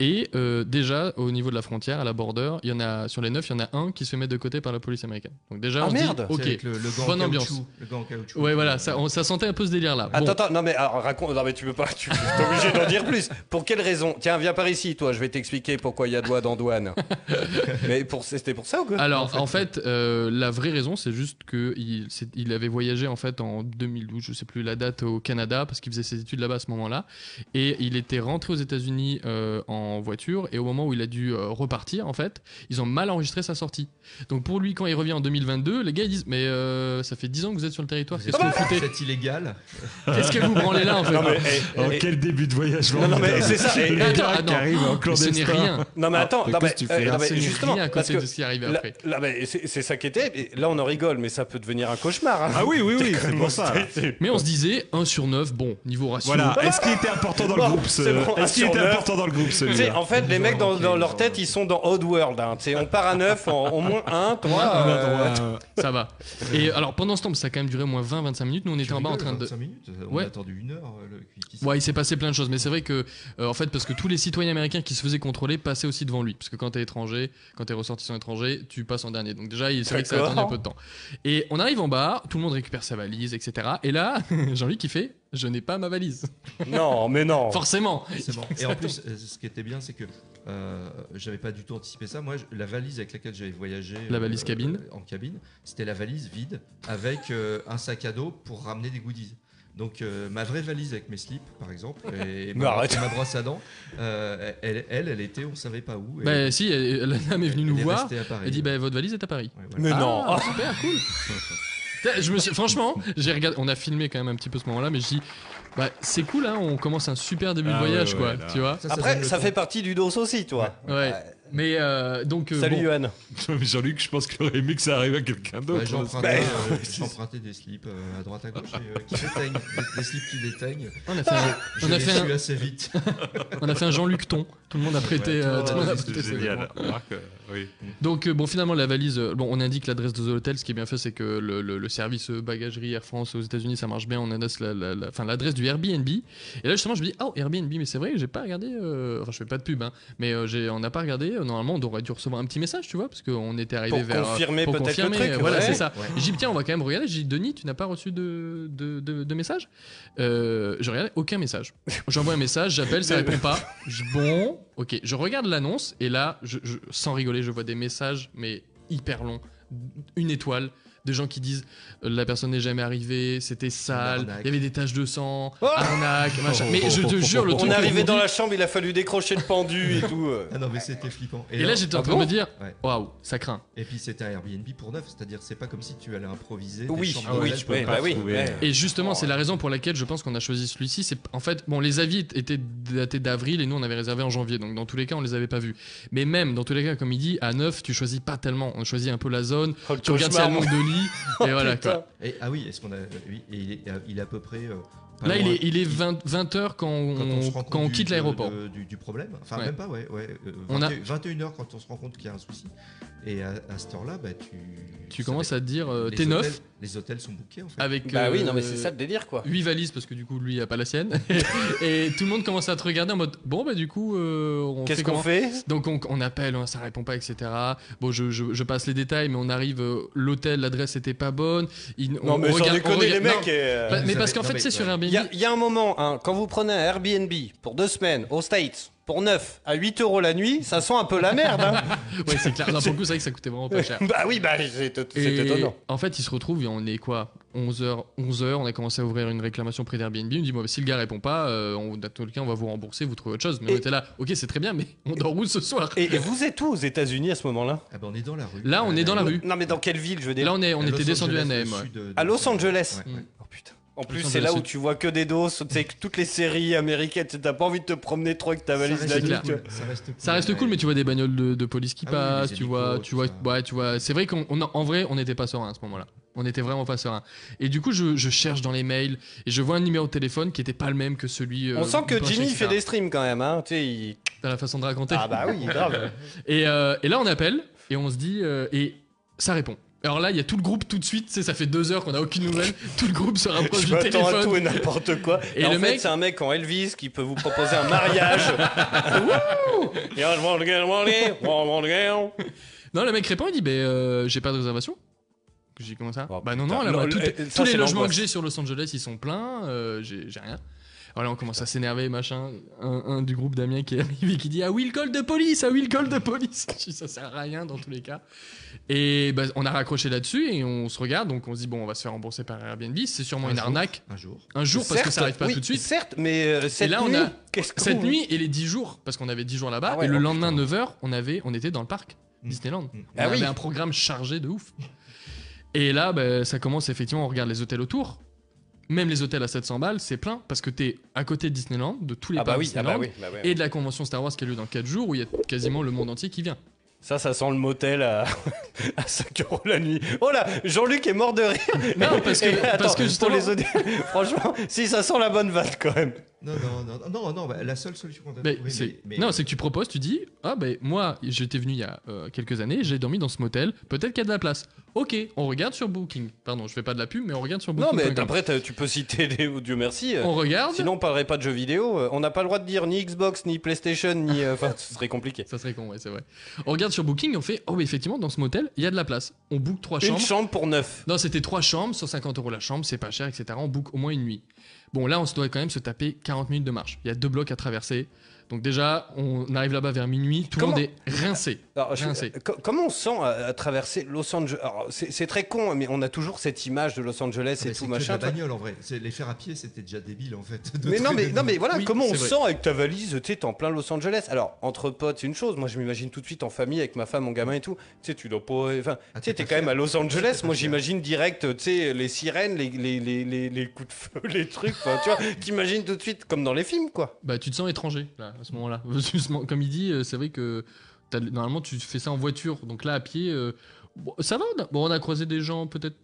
H: Et euh, déjà, au niveau de la frontière, à la border, il y en a, sur les neuf, il y en a un qui se fait mettre de côté par la police américaine. Donc déjà,
E: Ah,
H: on se dit,
E: merde
G: C'est avec
H: ok,
G: le, le gant en
H: bonne ambiance.
G: caoutchouc, Le gant en caoutchouc.
H: Ouais, voilà, ça, on- ça sentait un peu ce délire-là. Bon.
E: Attends, attends, non mais alors, raconte, non mais tu peux pas, tu t'es obligé d'en dire plus. Pour quelle raison Tiens, viens par ici, toi, je vais t'expliquer pourquoi il y a doigt dans douane. mais pour, c'était pour ça ou quoi
H: Alors, en fait, euh, la vraie raison, c'est juste qu'il il avait voyagé en fait en 2012, je sais plus la date, au Canada, parce qu'il faisait ses études là-bas à ce moment-là. Et il était rentré aux États-Unis euh, en voiture, et au moment où il a dû euh, repartir, en fait, ils ont mal enregistré sa sortie. Donc, pour lui, quand il revient en 2022, les gars, ils disent Mais euh, ça fait 10 ans que vous êtes sur le territoire, qu'est-ce que vous foutez
G: C'est illégal.
H: Qu'est-ce que vous branlez là, en fait
E: Non mais, eh,
F: Oh,
E: eh,
F: quel début de voyage
E: non, non, mais
F: formidable.
E: c'est ça. eh,
F: Le
H: Mais Ah, attends,
F: gars qui
H: ah, non.
F: arrive en
H: Mais ce n'est
F: clandestin.
H: rien.
E: non, mais attends,
F: mais
E: non,
F: qu'est-ce
E: mais,
F: que tu
E: euh,
F: fais là
E: non, mais
H: Ce n'est
E: justement,
H: rien à
E: parce
H: côté
E: que
H: de ce qui arrive
E: là,
H: après.
E: là, mais c'est c'est ça qui était. mais Là, on en rigole, mais ça peut devenir un cauchemar. hein.
F: Ah oui, oui, oui, c'est pour ça.
H: Mais on se disait 1 sur 9, bon, niveau ratio.
F: Voilà. Est-ce qu'il était important dans
E: Bon,
F: le groupe ce-
E: c'est bon, un
F: Est-ce qu'il
E: sur
F: était
E: neuf.
F: important dans le groupe
E: Tu sais,
F: celui-là
E: en fait, les mecs dans, dans leur tête, ils sont dans Oddworld. Hein. Tu sais, On part à 9, au moins euh, 1, 3.
F: Ah,
H: Ça va. Et alors pendant ce temps, ça a quand même duré au moins 20-25 minutes. Nous, on était en bas en train de.
G: 25 minutes. On
H: Ouais.
G: a attendu une heure. euh, Le, qui- qui-
H: Ouais, il s'est passé plein de choses, mais c'est vrai que, euh, en fait, parce que tous les citoyens américains qui se faisaient contrôler passaient aussi devant lui. Parce que quand t'es étranger, quand t'es ressortissant étranger, tu passes en dernier. Donc déjà, il- c'est vrai que ça a
E: D'accord.
H: attendu un peu de temps. Et on arrive en bas, tout le monde récupère sa valise, etc. Et là, Jean-Luc, il fait Je n'ai pas ma valise.
E: Non, mais non.
H: Forcément.
G: C'est bon. Et en plus, euh, ce qui était bien, c'est que euh, j'avais pas du tout anticipé ça. Moi, je- la valise avec laquelle j'avais voyagé. euh,
H: La valise cabine.
G: En cabine, c'était la valise vide avec euh, un sac à dos pour ramener des goodies. Donc, euh, ma vraie valise avec mes slips, par exemple,
E: Mais
G: et, ma,
E: arrête.
G: et ma brosse à dents, euh, elle, elle, elle était, on savait pas où. et-
H: Ben si, elle- la dame est venue
G: elle
H: nous
G: est
H: voir.
G: restée à Paris.
H: Elle dit Ben votre valise est à Paris.
G: Ouais, voilà.
E: Mais non.
H: Ah, super cool. Tiens, je me suis- franchement, j'ai regardé, on a filmé quand même un petit peu ce moment-là, mais je dis, bah c'est cool, hein, on commence un super début
F: Ah
H: de voyage,
F: ouais,
H: quoi,
F: ouais, là.
H: tu vois.
G: Ça, ça donne
E: Après,
G: le
E: ça
G: ton.
E: fait partie du dos aussi, toi.
H: Ouais. Mais euh, donc, euh,
E: Salut,
H: bon,
E: Johan.
F: Mais Jean-Luc, je pense qu'il aurait aimé que ça arrive à quelqu'un
G: Ouais,
F: d'autre. hein.
G: j'ai emprunté,
E: Bah,
G: euh, j'ai emprunté des slips euh, à droite à gauche et, euh, qui déteignent, des, des slips qui déteignent.
H: on a fait un,
G: euh, Je
H: On a
G: les
H: fait un-
G: suis assez vite.
H: on a fait un Jean-Luc Ton. Tout le monde a prêté.
G: Ouais,
H: euh,
G: tout
F: Ah,
H: tout
G: le
H: le monde a
G: monde,
H: prêté ses vêtements.
F: Marc, euh, oui.
H: Donc euh, bon, finalement la valise. euh, Bon, on indique l'adresse de l'hôtel. Ce qui est bien fait, c'est que le, le- le service euh, bagagerie Air France aux États-Unis, ça marche bien. On indique la- la- la- enfin, l'adresse du Airbnb. Et là justement, je me dis, oh Airbnb, mais c'est vrai, j'ai pas regardé. euh, Enfin, je fais pas de pub, hein, mais euh, j'ai- on n'a pas regardé. Euh, Normalement, on aurait dû recevoir un petit message, tu vois, parce qu'on était arrivé
E: Pour
H: vers
E: confirmer
H: pour
E: peut-être le
H: confirmer.
E: truc,
H: euh, Voilà,
E: ouais.
H: c'est ça. J'ai dit tiens, on va quand même regarder. J'ai dit Denis, tu n'as pas reçu de de, de- de message. Euh, je regarde aucun message. J'envoie un message, j'appelle, ça répond pas. Je, bon, ok, je regarde l'annonce et là, je, je- sans rigoler, je vois des messages, mais hyper longs. Une étoile, des gens qui disent euh, la personne n'est jamais arrivée, c'était sale,
G: Arnaque.
H: il y avait des taches de sang,
E: Oh
H: arnaque, machin. Mais je te jure, le
E: On
H: truc.
E: est
H: que
E: arrivé
H: je
E: dans
H: dis-
E: la chambre, il a fallu décrocher le pendu et tout. euh.
G: Ah non, mais c'était flippant.
H: Et là, j'étais en
E: Ah
H: train
E: bon
H: de me dire
G: Ouais.
H: waouh, ça craint.
G: Et puis c'était un Airbnb pour neuf, c'est-à-dire c'est pas comme si tu allais improviser. des
E: Oui,
G: chambres
E: oui,
G: d'hôtel pour
E: oui,
G: neuf.
E: bah oui.
F: trouver.
E: ouais.
H: Et justement, c'est la raison pour laquelle je pense qu'on a choisi celui-ci. C'est en fait, bon, les avis étaient datés d'avril et nous on avait réservé en janvier, donc dans tous les cas on les avait pas vus. Mais même dans tous les cas, comme il dit, à 9 tu choisis pas tellement, on choisit un peu la zone,
E: Oh, le
H: tu regardes si elle
E: cauchemar, Oh,
H: manque de lit et voilà
E: putain.
H: quoi.
G: Et, ah oui, est-ce qu'on a oui, et il est, il est à peu près euh, Pas
H: Là, il
G: loin.
H: est, il est 20, 20 heures quand on,
G: Quand on, se rend
H: quand
G: compte
H: on
G: du- euh,
H: quitte
G: de-
H: l'aéroport.
G: de- Du, du problème. Enfin,
H: Ouais.
G: même pas, ouais. ouais. Euh,
H: On a-
G: 21 21h quand on se rend compte qu'il y a un souci. Et à, à cette heure-là, bah, tu.
H: Tu
G: ça
H: commences
G: va-
H: à te dire, euh,
G: les
H: t'es
G: hôtels-
H: neuf
G: Les hôtels sont bouqués, en fait.
H: avec.
E: Bah oui,
H: euh,
E: non, mais c'est ça le délire, quoi.
H: 8 valises parce que du coup lui il a pas la sienne et tout le monde commence à te regarder en mode bon bah du coup euh, on
E: Qu'est-ce
H: fait
E: qu'on
H: comment
E: fait
H: donc on, on appelle hein, ça répond pas etc bon je, je- je passe les détails mais on arrive euh, l'hôtel l'adresse était pas bonne Il- on,
E: Non, mais
H: on
E: sans
H: regarde- on
E: déconner, les
H: regarde-
E: mecs. et,
H: non,
E: euh,
H: pas-
G: Vous
H: mais
G: avez-
H: parce qu'en
G: non,
H: fait
G: mais-
H: c'est sur
G: ouais.
H: Airbnb
E: Il y, a- il y a un moment, hein, quand vous prenez un Airbnb pour deux semaines aux States pour 9 à 8 euros la nuit, ça sent un peu la merde. hein.
H: ouais c'est clair non, pour le coup c'est vrai que ça coûtait vraiment pas cher
E: bah oui, bah c'est c'est
H: Et
E: étonnant.
H: En fait, il se retrouve, et on est quoi 11h, 11h, on a commencé à ouvrir une réclamation près d'Airbnb. On dit, bon, bah, si le gars répond pas, euh, on, dans tout le cas, on va vous rembourser, vous trouvez autre chose. Mais
E: Et-
H: on était là, ok, c'est très bien, mais on dort où ce soir
E: Et, et vous êtes où aux États-Unis à ce moment-là
G: Ah bah, on est dans la rue.
H: Là, on est dans la rue.
E: Non, mais dans quelle ville, je veux dire
H: Là, on, est, on
G: À
H: était
G: Los
H: descendu à
G: Angeles,
H: Nîmes.
G: le
H: ouais.
G: sud de-
E: À
G: de-
E: Los Angeles.
G: Ouais, ouais.
E: Oh, putain. En plus,
H: Los
E: c'est là où
H: Angeles.
E: tu vois que des dos, tu sais, que toutes les séries américaines, tu sais, t'as pas envie de te promener trop avec ta valise
G: Ça
E: la
G: reste
E: nuit.
H: clair.
E: tu vois.
G: cool, Ça reste cool.
H: Ça reste cool, mais tu vois des bagnoles de, de police qui
G: Ah oui,
H: passent,
G: les
H: tu vois,
G: hélicos,
H: tu vois,
G: tout ça.
H: ouais, tu vois. C'est vrai qu'on, on a- en vrai, on n'était pas serein à ce moment-là. On n'était vraiment pas serein. Et du coup, je, je cherche dans les mails et je vois un numéro de téléphone qui était pas le même que celui. euh,
E: On sent que
H: du plancher,
E: Jimmy fait
H: etc.
E: des streams quand même, hein. Tu sais, il-
H: Dans la façon de raconter.
E: Ah bah oui, grave.
H: Et, euh, et là, on appelle et on se dit. euh, et ça répond. Alors là, il y a tout le groupe tout de suite. tu sais, Ça fait deux heures qu'on a aucune nouvelle. Tout le groupe se rapproche
E: Je
H: du
E: m'attends à tout
H: téléphone.
E: et n'importe quoi. Et,
H: Et
E: en
H: le
E: fait,
H: mec-
E: c'est un mec en Elvis qui peut vous proposer un mariage. Wouh Yeah, I want to get money, I want to get-
H: Non, le mec répond. Il dit, ben, euh, j'ai pas de réservation. J'ai dit, comment ça
E: Oh,
H: Bah non,
E: putain.
H: non. là,
E: Non,
H: moi,
E: le-
H: tout-
E: euh, ça,
H: tous les
E: c'est
H: logements que
E: l'angoisse.
H: j'ai sur Los Angeles, ils sont pleins. euh, j'ai j'ai rien. Voilà, on commence à s'énerver, machin. Un, un du groupe Damien qui est arrivé qui dit Ah oui, le call de police Ah oui, le call de police Je dis, Ça sert à rien dans tous les cas. Et bah, on a raccroché là-dessus et on se regarde. Donc on se dit Bon, on va se faire rembourser par Airbnb. C'est sûrement
G: Un
H: une
G: jour.
H: arnaque.
G: Un jour.
H: Un jour parce que ça
E: Certes,
H: arrive pas
E: oui,
H: tout de suite.
E: Certes, mais euh, cette
H: là, on
E: nuit,
H: a-
E: qu'est-ce qu'on-
H: Cette nuit et les 10 jours, parce qu'on avait 10 jours là-bas,
E: Ah ouais,
H: et le
E: oh,
H: lendemain 9h, on, avait, on était dans le parc
G: Mm.
H: Disneyland.
G: Mm.
H: On
E: Ah
H: avait
E: oui.
H: un programme chargé de ouf. Et là, bah, ça commence effectivement, on regarde les hôtels autour. Même les hôtels à 700 balles, c'est plein, parce que t'es à côté de Disneyland, de tous les
E: Ah bah
H: parcs
E: oui, ah
H: Disneyland,
E: bah oui, bah oui.
H: et de la convention Star Wars qui a lieu dans 4 jours, où il y a quasiment le monde entier qui vient.
E: Ça, ça sent le motel à, à 5 euros la nuit. Oh là, Jean-Luc est mort de rire.
H: Non, parce que-
E: Et attends,
H: parce que justement-
E: Pour les auditeurs, franchement, si ça sent la bonne vanne quand même.
G: Non, non, non, non, non, bah, la seule solution qu'on a
H: Mais
G: trouvée.
H: c'est-
G: mais-
H: Non, c'est que tu proposes, tu dis Ah, ben moi, j'étais venu il y a euh, quelques années, j'ai dormi dans ce motel, peut-être qu'il y a de la place. Ok, on regarde sur Booking. Pardon, je fais pas de la pub, mais on regarde sur Booking.
E: Non, mais après, t'as- tu peux citer des. oh, Dieu merci. euh,
H: On regarde.
E: Sinon, on parlerait pas de jeux vidéo. euh, On n'a pas le droit de dire ni Xbox, ni PlayStation, ni. euh, Enfin, ce serait compliqué.
H: Ça serait con, ouais, c'est vrai. On regarde sur Booking, on fait Oh, mais effectivement, dans ce motel, il y a de la place. On book trois
E: Une
H: chambres.
E: chambre pour neuf.
H: non, c'était trois chambres, 150 euros la chambre, c'est pas cher, etc. On book au moins une nuit. Bon, là, on se doit quand même se taper 40 minutes de marche. Il y a deux blocs à traverser. Donc, déjà, on arrive là-bas vers minuit, tout le
E: Comment-
H: monde est rincé.
E: Alors, je-
G: Ah,
E: euh,
H: Rien, c'est-
E: co- comment on se sent euh, à, à traverser Los Angeles Alors, c'est c'est très con, mais on a toujours cette image de Los Angeles
G: Ah, mais
E: et tout
G: que de
E: machin.
G: la bagnole en vrai. C'est- Les faire à pied, c'était déjà débile en fait. de
E: Mais non, mais,
G: traîner
E: non, mais voilà,
H: Oui,
E: comment on
H: c'est
E: se
H: vrai.
E: sent avec ta valise, tu sais, t'es en plein Los Angeles. Alors, entre potes, c'est une chose. Moi, je m'imagine tout de suite en famille avec ma femme, mon gamin et tout. Tu sais, tu dois pas. Enfin,
G: Ah,
E: tu sais,
G: t'es
E: t'es
G: pas
E: quand même
G: fier.
E: à Los Angeles.
G: pas
E: Moi,
G: fier.
E: j'imagine direct, tu sais, les sirènes, les, les, les, les, les coups de feu, les trucs. Enfin, tu vois, t'imagines tout de suite comme dans les films, quoi.
H: Bah, tu te sens étranger, là, à ce moment-là. Justement, Comme il dit, euh, c'est vrai que t'as- normalement, tu fais ça en voiture. Donc, là, à pied, euh, bon, ça va. on a- Bon, on a croisé des gens, peut-être.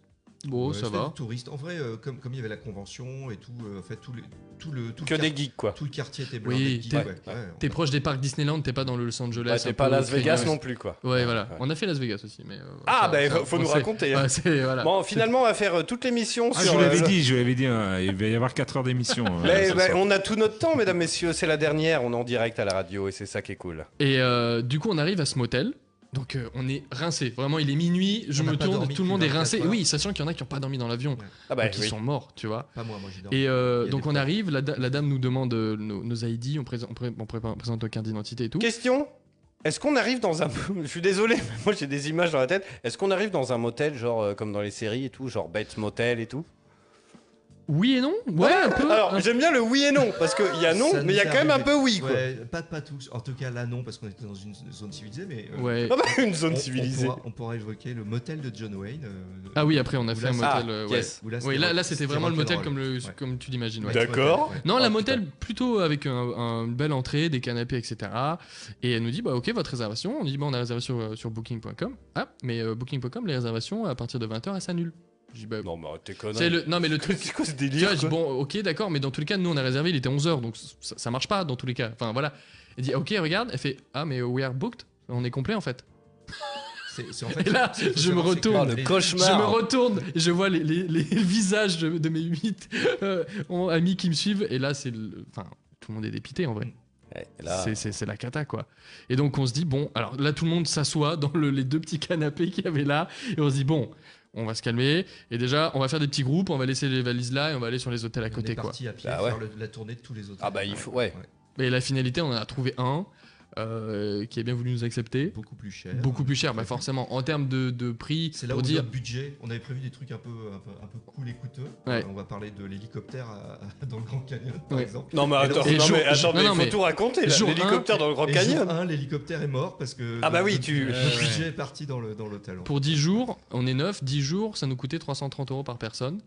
H: Bon,
G: Ouais,
H: ça
G: c'était
H: va.
G: des touristes. En vrai, euh, comme, comme il y avait la convention et tout, euh, en fait, tout le, tout le, tout le
E: Que
G: quart-
E: des geeks, quoi.
G: tout le quartier était blindé.
H: Oui,
G: de geeks,
H: t'es-
G: ouais, ouais,
H: T'es
G: on-
H: proche des parcs Disneyland, t'es pas dans le Los Angeles.
E: Ouais,
H: un
E: t'es pas à
H: peu
E: Las Vegas
H: craignos.
E: non plus, quoi.
H: Ouais, voilà.
E: ouais.
H: On a fait Las Vegas aussi, mais. euh,
E: Ah,
H: ça-
E: bah,
H: ça,
E: faut
H: on
E: nous
H: sait.
E: raconter, hein.
H: Ouais, c'est- voilà.
E: Bon, finalement, on va faire euh, toute l'émission
F: Ah, je
E: sur.
F: vous l'avais
E: euh,
F: dit, je vous l'avais dit, hein, il va y avoir 4 heures d'émission. euh,
E: Mais,
F: ce
E: bah,
F: soir.
E: on a tout notre temps, mesdames, messieurs. C'est la dernière. On est en direct à la radio et c'est ça qui est cool.
H: Et euh, du coup, on arrive à ce motel. Donc, euh, on est rincé. Vraiment, il est minuit. Je
G: On n'a
H: me
G: pas
H: tourne,
G: dormi
H: tout le monde est
G: depuis 24
H: rincé.
G: heures.
H: Oui, sachant qu'il y en a qui n'ont pas dormi dans l'avion.
E: Ah, bah
H: donc, ils
E: oui.
H: sont morts, tu vois.
G: Pas moi, moi j'ai dormi.
H: Et euh,
G: Il y a
H: donc,
G: des
H: on
G: preuves.
H: arrive. La, da- la dame nous demande euh, nos, nos ID. On, présente- on pré- on pré- on présente nos cartes d'identité et tout.
E: Question est-ce qu'on arrive dans un. Je suis désolé, mais moi j'ai des images dans la tête. Est-ce qu'on arrive dans un motel, genre euh, comme dans les séries et tout, genre Bête Motel et tout
H: Oui et non Ouais, un peu.
E: Alors
H: Un-
E: j'aime bien le oui et non, parce qu'il y a non,
G: Ça
E: mais il y a
G: nous
E: quand même un
G: arrivait.
E: peu oui quoi.
G: Ouais, pas, pas tous. En tout cas, là, non, parce qu'on était dans une zone civilisée, mais. euh,
H: Ouais.
E: Ah bah, une
G: on-
E: zone
G: on
E: civilisée.
G: pourra- On, pourra évoquer le motel de John Wayne. euh,
H: Ah oui, après, on a
G: où
H: fait
G: là,
H: un
G: c'est-
H: motel. euh, ouais.
E: Ah, yes.
G: où là,
H: Ouais,
G: c'était
H: là,
G: rock-
H: là, c'était
G: c'était
H: vraiment le motel
G: rock'n'roll.
H: comme, le,
G: Ouais.
H: comme tu l'imagines. ouais.
G: bah, Ouais,
E: D'accord.
G: ouais.
H: Non,
E: Oh,
H: la
E: putain.
H: motel, plutôt avec un- un- une belle entrée, des canapés, etc. Et elle nous dit, bah ok, votre réservation. On dit, bah on a réservé sur, euh, sur booking.com. Ah, mais euh, booking.com, les réservations à partir de 20h, elles s'annulent. Je dis, bah,
E: Non, mais t'es
H: c'est
E: connerie.
H: le... Non, mais le truc.
E: C'est ah, quoi ce
H: Tu vois,
E: délire
H: je dis, bon, ok, d'accord, mais dans tous les cas, nous on a réservé, il était 11h, donc ça, ça marche pas dans tous les cas. Enfin voilà. Elle dit, ok, regarde, elle fait, ah, mais we are booked, on est complet en fait.
G: C'est- c'est en fait-
H: Et là,
G: c'est-
H: je me
G: c'est-
H: retourne.
E: Oh,
G: c'est que
E: le
G: les-
E: cauchemar
H: Je me retourne et je vois les, les- les visages de, de mes huit euh, amis qui me suivent, et là, c'est. le- Enfin, tout le monde est dépité en vrai.
E: Ouais, et là,
H: C'est- C'est c'est la cata, quoi. Et donc, on se dit, bon, alors là, tout le monde s'assoit dans le- les deux petits canapés qu'il y avait là, et on se dit, bon, on va se calmer, et déjà, on va faire des petits groupes, on va laisser les valises là, et on va aller sur les hôtels à
G: On
H: côté,
G: est
H: quoi.
G: parti à pied
E: Bah
G: faire
E: ouais.
G: le- la tournée de tous les autres.
E: Ah bah, il faut- ouais.
H: Et la finalité, on en a trouvé un euh, qui a bien voulu nous accepter.
G: Beaucoup plus cher.
H: Beaucoup plus cher, bah forcément, en termes de, de prix,
G: C'est là
H: pour
G: où
H: dire.
G: notre budget, on avait prévu des trucs un peu, un peu, un peu cool et coûteux.
H: Ouais.
G: Euh, On va parler de l'hélicoptère à- à- dans le Grand Canyon, par
H: Ouais.
G: exemple.
E: Non, mais
G: Et donc,
E: attends,
H: et
E: non,
H: jour-
E: mais attends,
H: jour-
E: mais
H: non,
E: il faut
H: mais-
E: tout raconter. là.
H: jour un-
E: L'hélicoptère dans le Grand
G: et
E: Canyon.
G: jour un, l'hélicoptère est mort parce que
E: Ah bah
G: le-
E: oui,
G: le-
E: tu-
G: le
E: euh,
G: budget est parti dans le dans l'hôtel. en fait.
H: Pour 10 jours, on est 9, 10 jours, ça nous coûtait 330 euros par personne.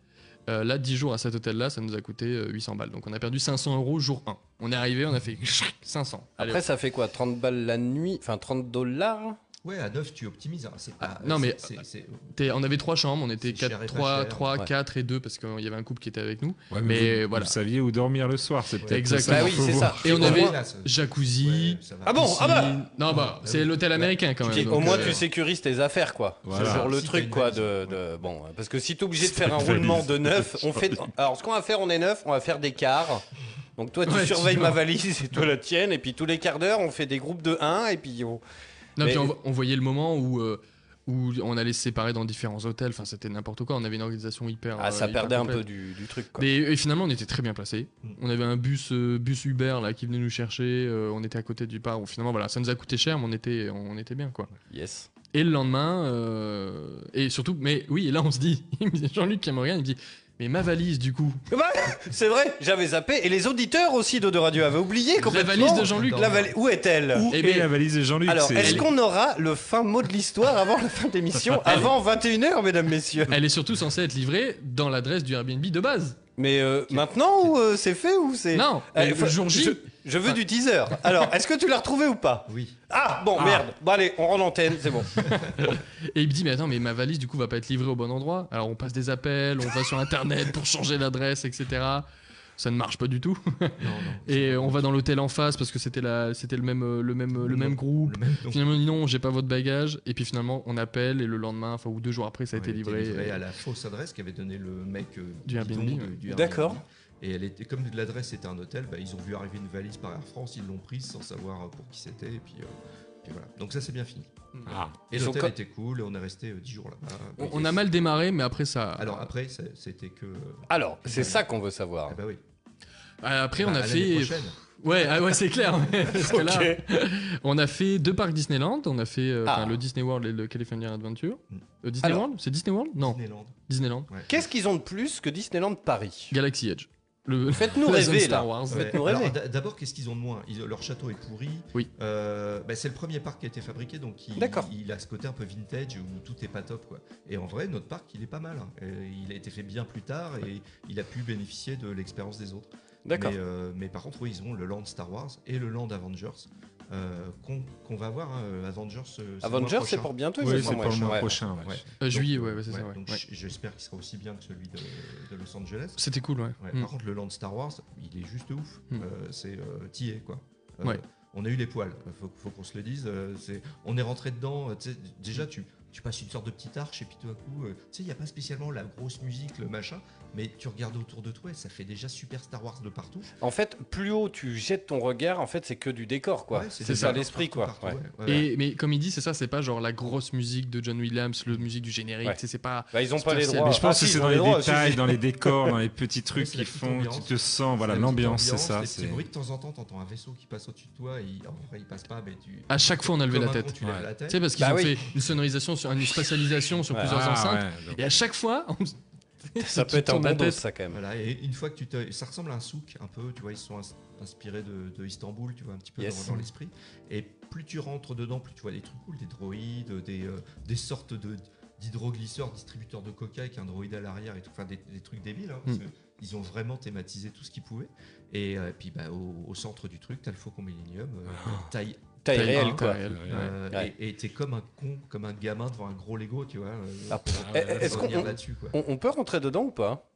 H: Euh, là, 10 jours à cet hôtel-là, ça nous a coûté euh, 800 balles. Donc on a perdu 500 euros jour 1. On est arrivé, on a fait 500. Allez,
E: Après, ça fait quoi 30 balles la nuit Enfin, 30 dollars
G: Ouais, à 9, tu optimises. hein, C'est pas.
H: Ah, non, mais-
G: c'est- c'est-
H: T'es- on avait trois chambres, on était
G: C'est cher et pas
H: 3,
G: cher.
H: 3
E: Ouais.
H: 4 et 2 parce qu'il y avait un couple qui était avec nous.
F: Ouais,
H: Mais
F: vous- vous,
H: voilà.
F: saviez où dormir le soir, c'est peut-être
H: Exactement.
E: Bah oui, c'est ça.
H: Et on
E: Au
H: avait
E: moins-
G: Là, ça- ouais,
H: jacuzzi.
G: ça va.
E: Ah bon Ah bah
H: piscine. Non, bah,
G: Ouais,
H: c'est
G: ouais.
H: l'hôtel américain quand
E: Ok,
H: même.
E: Au
H: donc,
E: moins,
H: euh,
E: tu sécurises tes affaires, quoi.
F: Voilà.
E: C'est genre le
G: Si t'as
E: truc,
G: une
E: quoi.
G: valise,
E: De,
G: ouais.
E: de- Bon, parce que si t'es obligé de faire un
F: une valise.
E: roulement de neuf, on fait. Alors, ce qu'on va faire, on est neuf, on va faire des quarts. Donc, toi, tu
H: Ouais,
E: surveilles
H: tu-
E: ma valise et toi la tienne. Et puis, tous les quarts d'heure, on fait des groupes de 1. Et puis, oh. on-
H: Non,
E: Mais-
H: puis on, vo- on voyait le moment où, euh, où on allait se séparer dans différents hôtels. Enfin, c'était n'importe quoi. On avait une organisation hyper.
E: ah, ça
H: euh, hyper
E: perdait un
H: complète.
E: peu du, du truc, quoi.
H: Mais- et finalement, on était très bien placés.
G: Mm.
H: On avait un bus, euh, bus Uber là, qui venait nous chercher. euh, on était à côté du parc. Bon, Finalement, voilà, ça nous a coûté cher, mais on était, on était bien. quoi.
E: Yes.
H: Et le lendemain, euh, et surtout, mais oui, et là, on se dit, il me dit- Jean-Luc qui me regarde, il me dit, mais ma valise du coup.
E: Bah, C'est vrai, j'avais zappé. Et les auditeurs aussi d'Ode Radio avaient oublié
H: La
E: complètement.
H: valise de Jean-Luc.
E: La vali- Où est-elle
F: Où
H: Eh
F: est
H: ben-
F: la valise de Jean-Luc
E: Alors,
F: c'est-
E: est-ce qu'on aura le fin mot de l'histoire avant la fin de l'émission Avant 21h, mesdames, messieurs.
H: Elle est surtout censée être livrée dans l'adresse du Airbnb de base.
E: Mais euh, maintenant, ou euh, c'est fait ou c'est.
H: non,
E: Eh,
H: mais le
E: faut-
H: jour J.
E: Je, je veux du teaser. Alors, est-ce que tu l'as retrouvé ou pas
G: Oui.
E: Ah, bon,
H: Ah.
E: merde. Bon, allez, on rend l'antenne, c'est bon.
H: Et il me dit, mais attends, mais ma valise, du coup, va pas être livrée au bon endroit. Alors, on passe des appels, on va sur Internet pour changer l'adresse, etc. Ça ne marche pas du tout.
G: Non, non.
H: Et on va dans l'hôtel en face parce que c'était la- c'était le même, euh, le même, le
G: Le
H: même
G: même-
H: groupe.
G: Le même nom.
H: Finalement, on dit, non, j'ai pas votre bagage. Et puis finalement, on appelle et le lendemain, enfin, ou deux jours après, ça a
G: Ouais,
H: été
G: elle
H: livré.
G: à la fausse adresse qu'avait donné le mec euh,
H: Du
G: bidon
H: Airbnb,
G: de-
H: ouais.
G: du Airbnb.
E: D'accord.
G: Et elle était, comme l'adresse était un hôtel, bah, ils ont vu arriver une valise par Air France, ils l'ont prise sans savoir euh, pour qui c'était. Et puis, euh, puis voilà. Donc ça, c'est bien fini.
F: Ah.
G: Et
E: Ils sont
G: l'hôtel
E: co-
G: était cool, et on est resté euh, 10 jours là-bas.
H: On, on a mal démarré, mais après, ça.
G: Alors après, ça- c'était que. euh,
E: Alors, c'est ça qu'on veut savoir.
G: ah bah oui.
H: Ah, Après,
G: Bah,
H: on a
G: à l'année
H: fait.
G: prochaine.
H: Ouais, ah ouais, c'est clair. Parce que là,
E: Ok.
H: on a fait deux parcs Disneyland. On a fait euh,
E: Ah.
H: enfin, le Disney World et le California Adventure.
G: Mm.
H: Euh, Disney
E: Alors.
H: World C'est Disney World Non,
G: Disneyland.
H: Disneyland.
G: Ouais.
E: Qu'est-ce qu'ils ont de plus que Disneyland Paris
H: Galaxy Edge. Le...
E: Faites-nous
H: la zone
E: rêver,
H: Star
E: là.
H: Wars.
E: Ouais. faites-nous
G: Alors,
E: rêver.
G: d- D'abord, qu'est-ce qu'ils ont de moins Ils- Leur château est pourri.
H: Oui.
G: Euh, bah, c'est le premier parc qui a été fabriqué, donc il,
E: D'accord.
G: il a ce côté un peu vintage où tout est pas top. Quoi. Et en vrai, notre parc, il est pas mal. hein. Euh, il a été fait bien plus tard et il a pu bénéficier de l'expérience des autres.
E: D'accord.
G: Mais, euh, mais par contre, oui, ils ont le land Star Wars et le land Avengers euh, qu'on qu'on va voir. hein, Avengers, euh, c'est le mois
E: Avengers, c'est
G: prochain.
E: pour bientôt. ils ont
F: Oui, c'est
E: dit,
F: pas
E: ouais,
F: le mois
E: ouais.
F: prochain. ouais.
G: Ouais.
H: Euh,
G: Donc,
H: juillet,
G: euh,
H: ouais, ouais, c'est ça. ouais.
G: donc
H: Ouais.
G: j- J'espère qu'il sera aussi bien que celui de, de Los Angeles.
H: C'était cool, ouais.
G: Ouais,
H: Mm.
G: Par contre, le land Star Wars, il est juste ouf.
H: Mm.
G: Euh, c'est euh, tillé, quoi. Euh,
H: Ouais.
G: On a eu les poils, faut, faut qu'on se le dise. euh, c'est- on est rentré dedans. euh, tu sais, déjà, tu, tu passes une sorte de petite arche et puis tout à coup, euh, tu sais, il n'y a pas spécialement la grosse musique, le machin, mais tu regardes autour de toi et ça fait déjà super Star Wars de partout.
E: En fait, plus haut tu jettes ton regard, en fait, c'est que du décor, quoi.
G: Ouais,
E: c'est
G: des
E: ça
G: Star Wars
E: l'esprit, quoi.
G: partout, partout,
E: Ouais.
G: ouais, ouais, ouais.
H: Et, mais comme il dit, c'est ça, c'est pas genre la grosse musique de John Williams, le musique du générique,
E: Ouais.
H: tu sais, c'est pas.
E: Bah, ils ont pas
H: Mais
E: les
H: je
E: droits.
F: Mais je pense
E: Ah,
F: que
E: si,
F: c'est
E: ils ont
F: dans
E: les
F: les
E: droits,
F: détails,
E: si,
F: dans les décors, dans les petits trucs
G: c'est la
F: qui
G: petite
F: font. Tu
G: ambiance.
F: te sens, voilà,
G: C'est la petite
F: l'ambiance, c'est
G: ambiance,
F: ça.
G: Les
F: c'est-
G: petits bruits de temps en temps, t'entends un vaisseau qui passe au-dessus de toi. Et, il- en vrai, il passe pas, mais tu.
H: À chaque fois, on a levé
G: comme
H: la
G: un con,
H: tête.
G: tu lèves
F: Ouais.
G: la
H: Tu
G: tête.
H: sais, parce qu'ils
E: Bah
H: ont
E: oui.
H: fait une sonorisation, sur, une spatialisation sur
E: Ouais.
H: plusieurs
F: Ah,
H: enceintes.
F: ouais, donc-
H: Et à chaque fois, on...
E: Ça peut être un
H: tournes la
E: bon dos,
H: tête.
E: ça, quand même.
G: Voilà, et une fois que tu te... Ça ressemble à un souk un peu, tu vois, ils sont ins- inspirés de, de Istanbul, tu vois, un petit peu
E: Yes.
G: dans, dans l'esprit. Et plus tu rentres dedans, plus tu vois des trucs cool, des droïdes, des, euh, des sortes de d'hydroglisseurs, distributeurs de coca avec un droïde à l'arrière et tout, enfin des, des trucs débiles. hein, parce
H: Mm.
G: que Ils ont vraiment thématisé tout ce qu'ils pouvaient. Et euh, puis bah, au, au centre du truc, t'as le Faucon Millennium, euh, taille
E: taille
H: Taille
E: réelle,
H: un,
E: quoi.
H: taille réelle.
G: Euh,
E: Ah. Ouais.
G: Et et t'es comme un con, comme un gamin devant un gros Lego, tu vois. euh,
E: Ah,
G: faut-
E: pff, est-ce
G: faut
E: qu'on-
G: revenir
E: on-
G: là-dessus, quoi.
E: On, on peut rentrer dedans ou pas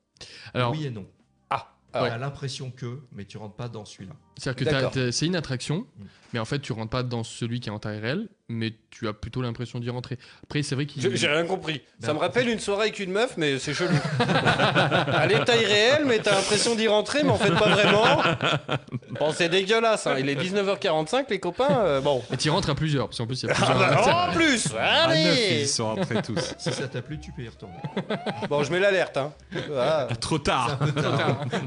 H: Alors,
G: oui et non.
E: Ah,
G: T'as
E: ah ouais.
G: l'impression que, mais tu rentres pas dans celui-là.
H: c'est-à-dire que t'as-
E: D'accord.
H: t'as- c'est une attraction,
G: Mm.
H: mais en fait, tu rentres pas dans celui qui est en taille réelle, mais tu as plutôt l'impression d'y rentrer. Après, c'est vrai qu'il.
E: Je- J'ai rien compris.
G: Bah,
E: Ça me rappelle une soirée avec une meuf, mais c'est chelou. Elle est taille réelle, mais t'as l'impression d'y rentrer, mais en fait pas vraiment. Bon, c'est dégueulasse. hein. Il est 19h45, les copains. euh, bon.
H: Et tu rentres à plusieurs, parce qu'en plus, il y a
E: Ah
H: plusieurs.
E: bah, en plus
F: À Ah, neuf, ils
E: Allez
F: y sont rentrés tous.
G: Si ça t'a plu, tu peux y retourner.
E: Bon, je mets l'alerte. Hein. Ah,
F: Trop tard.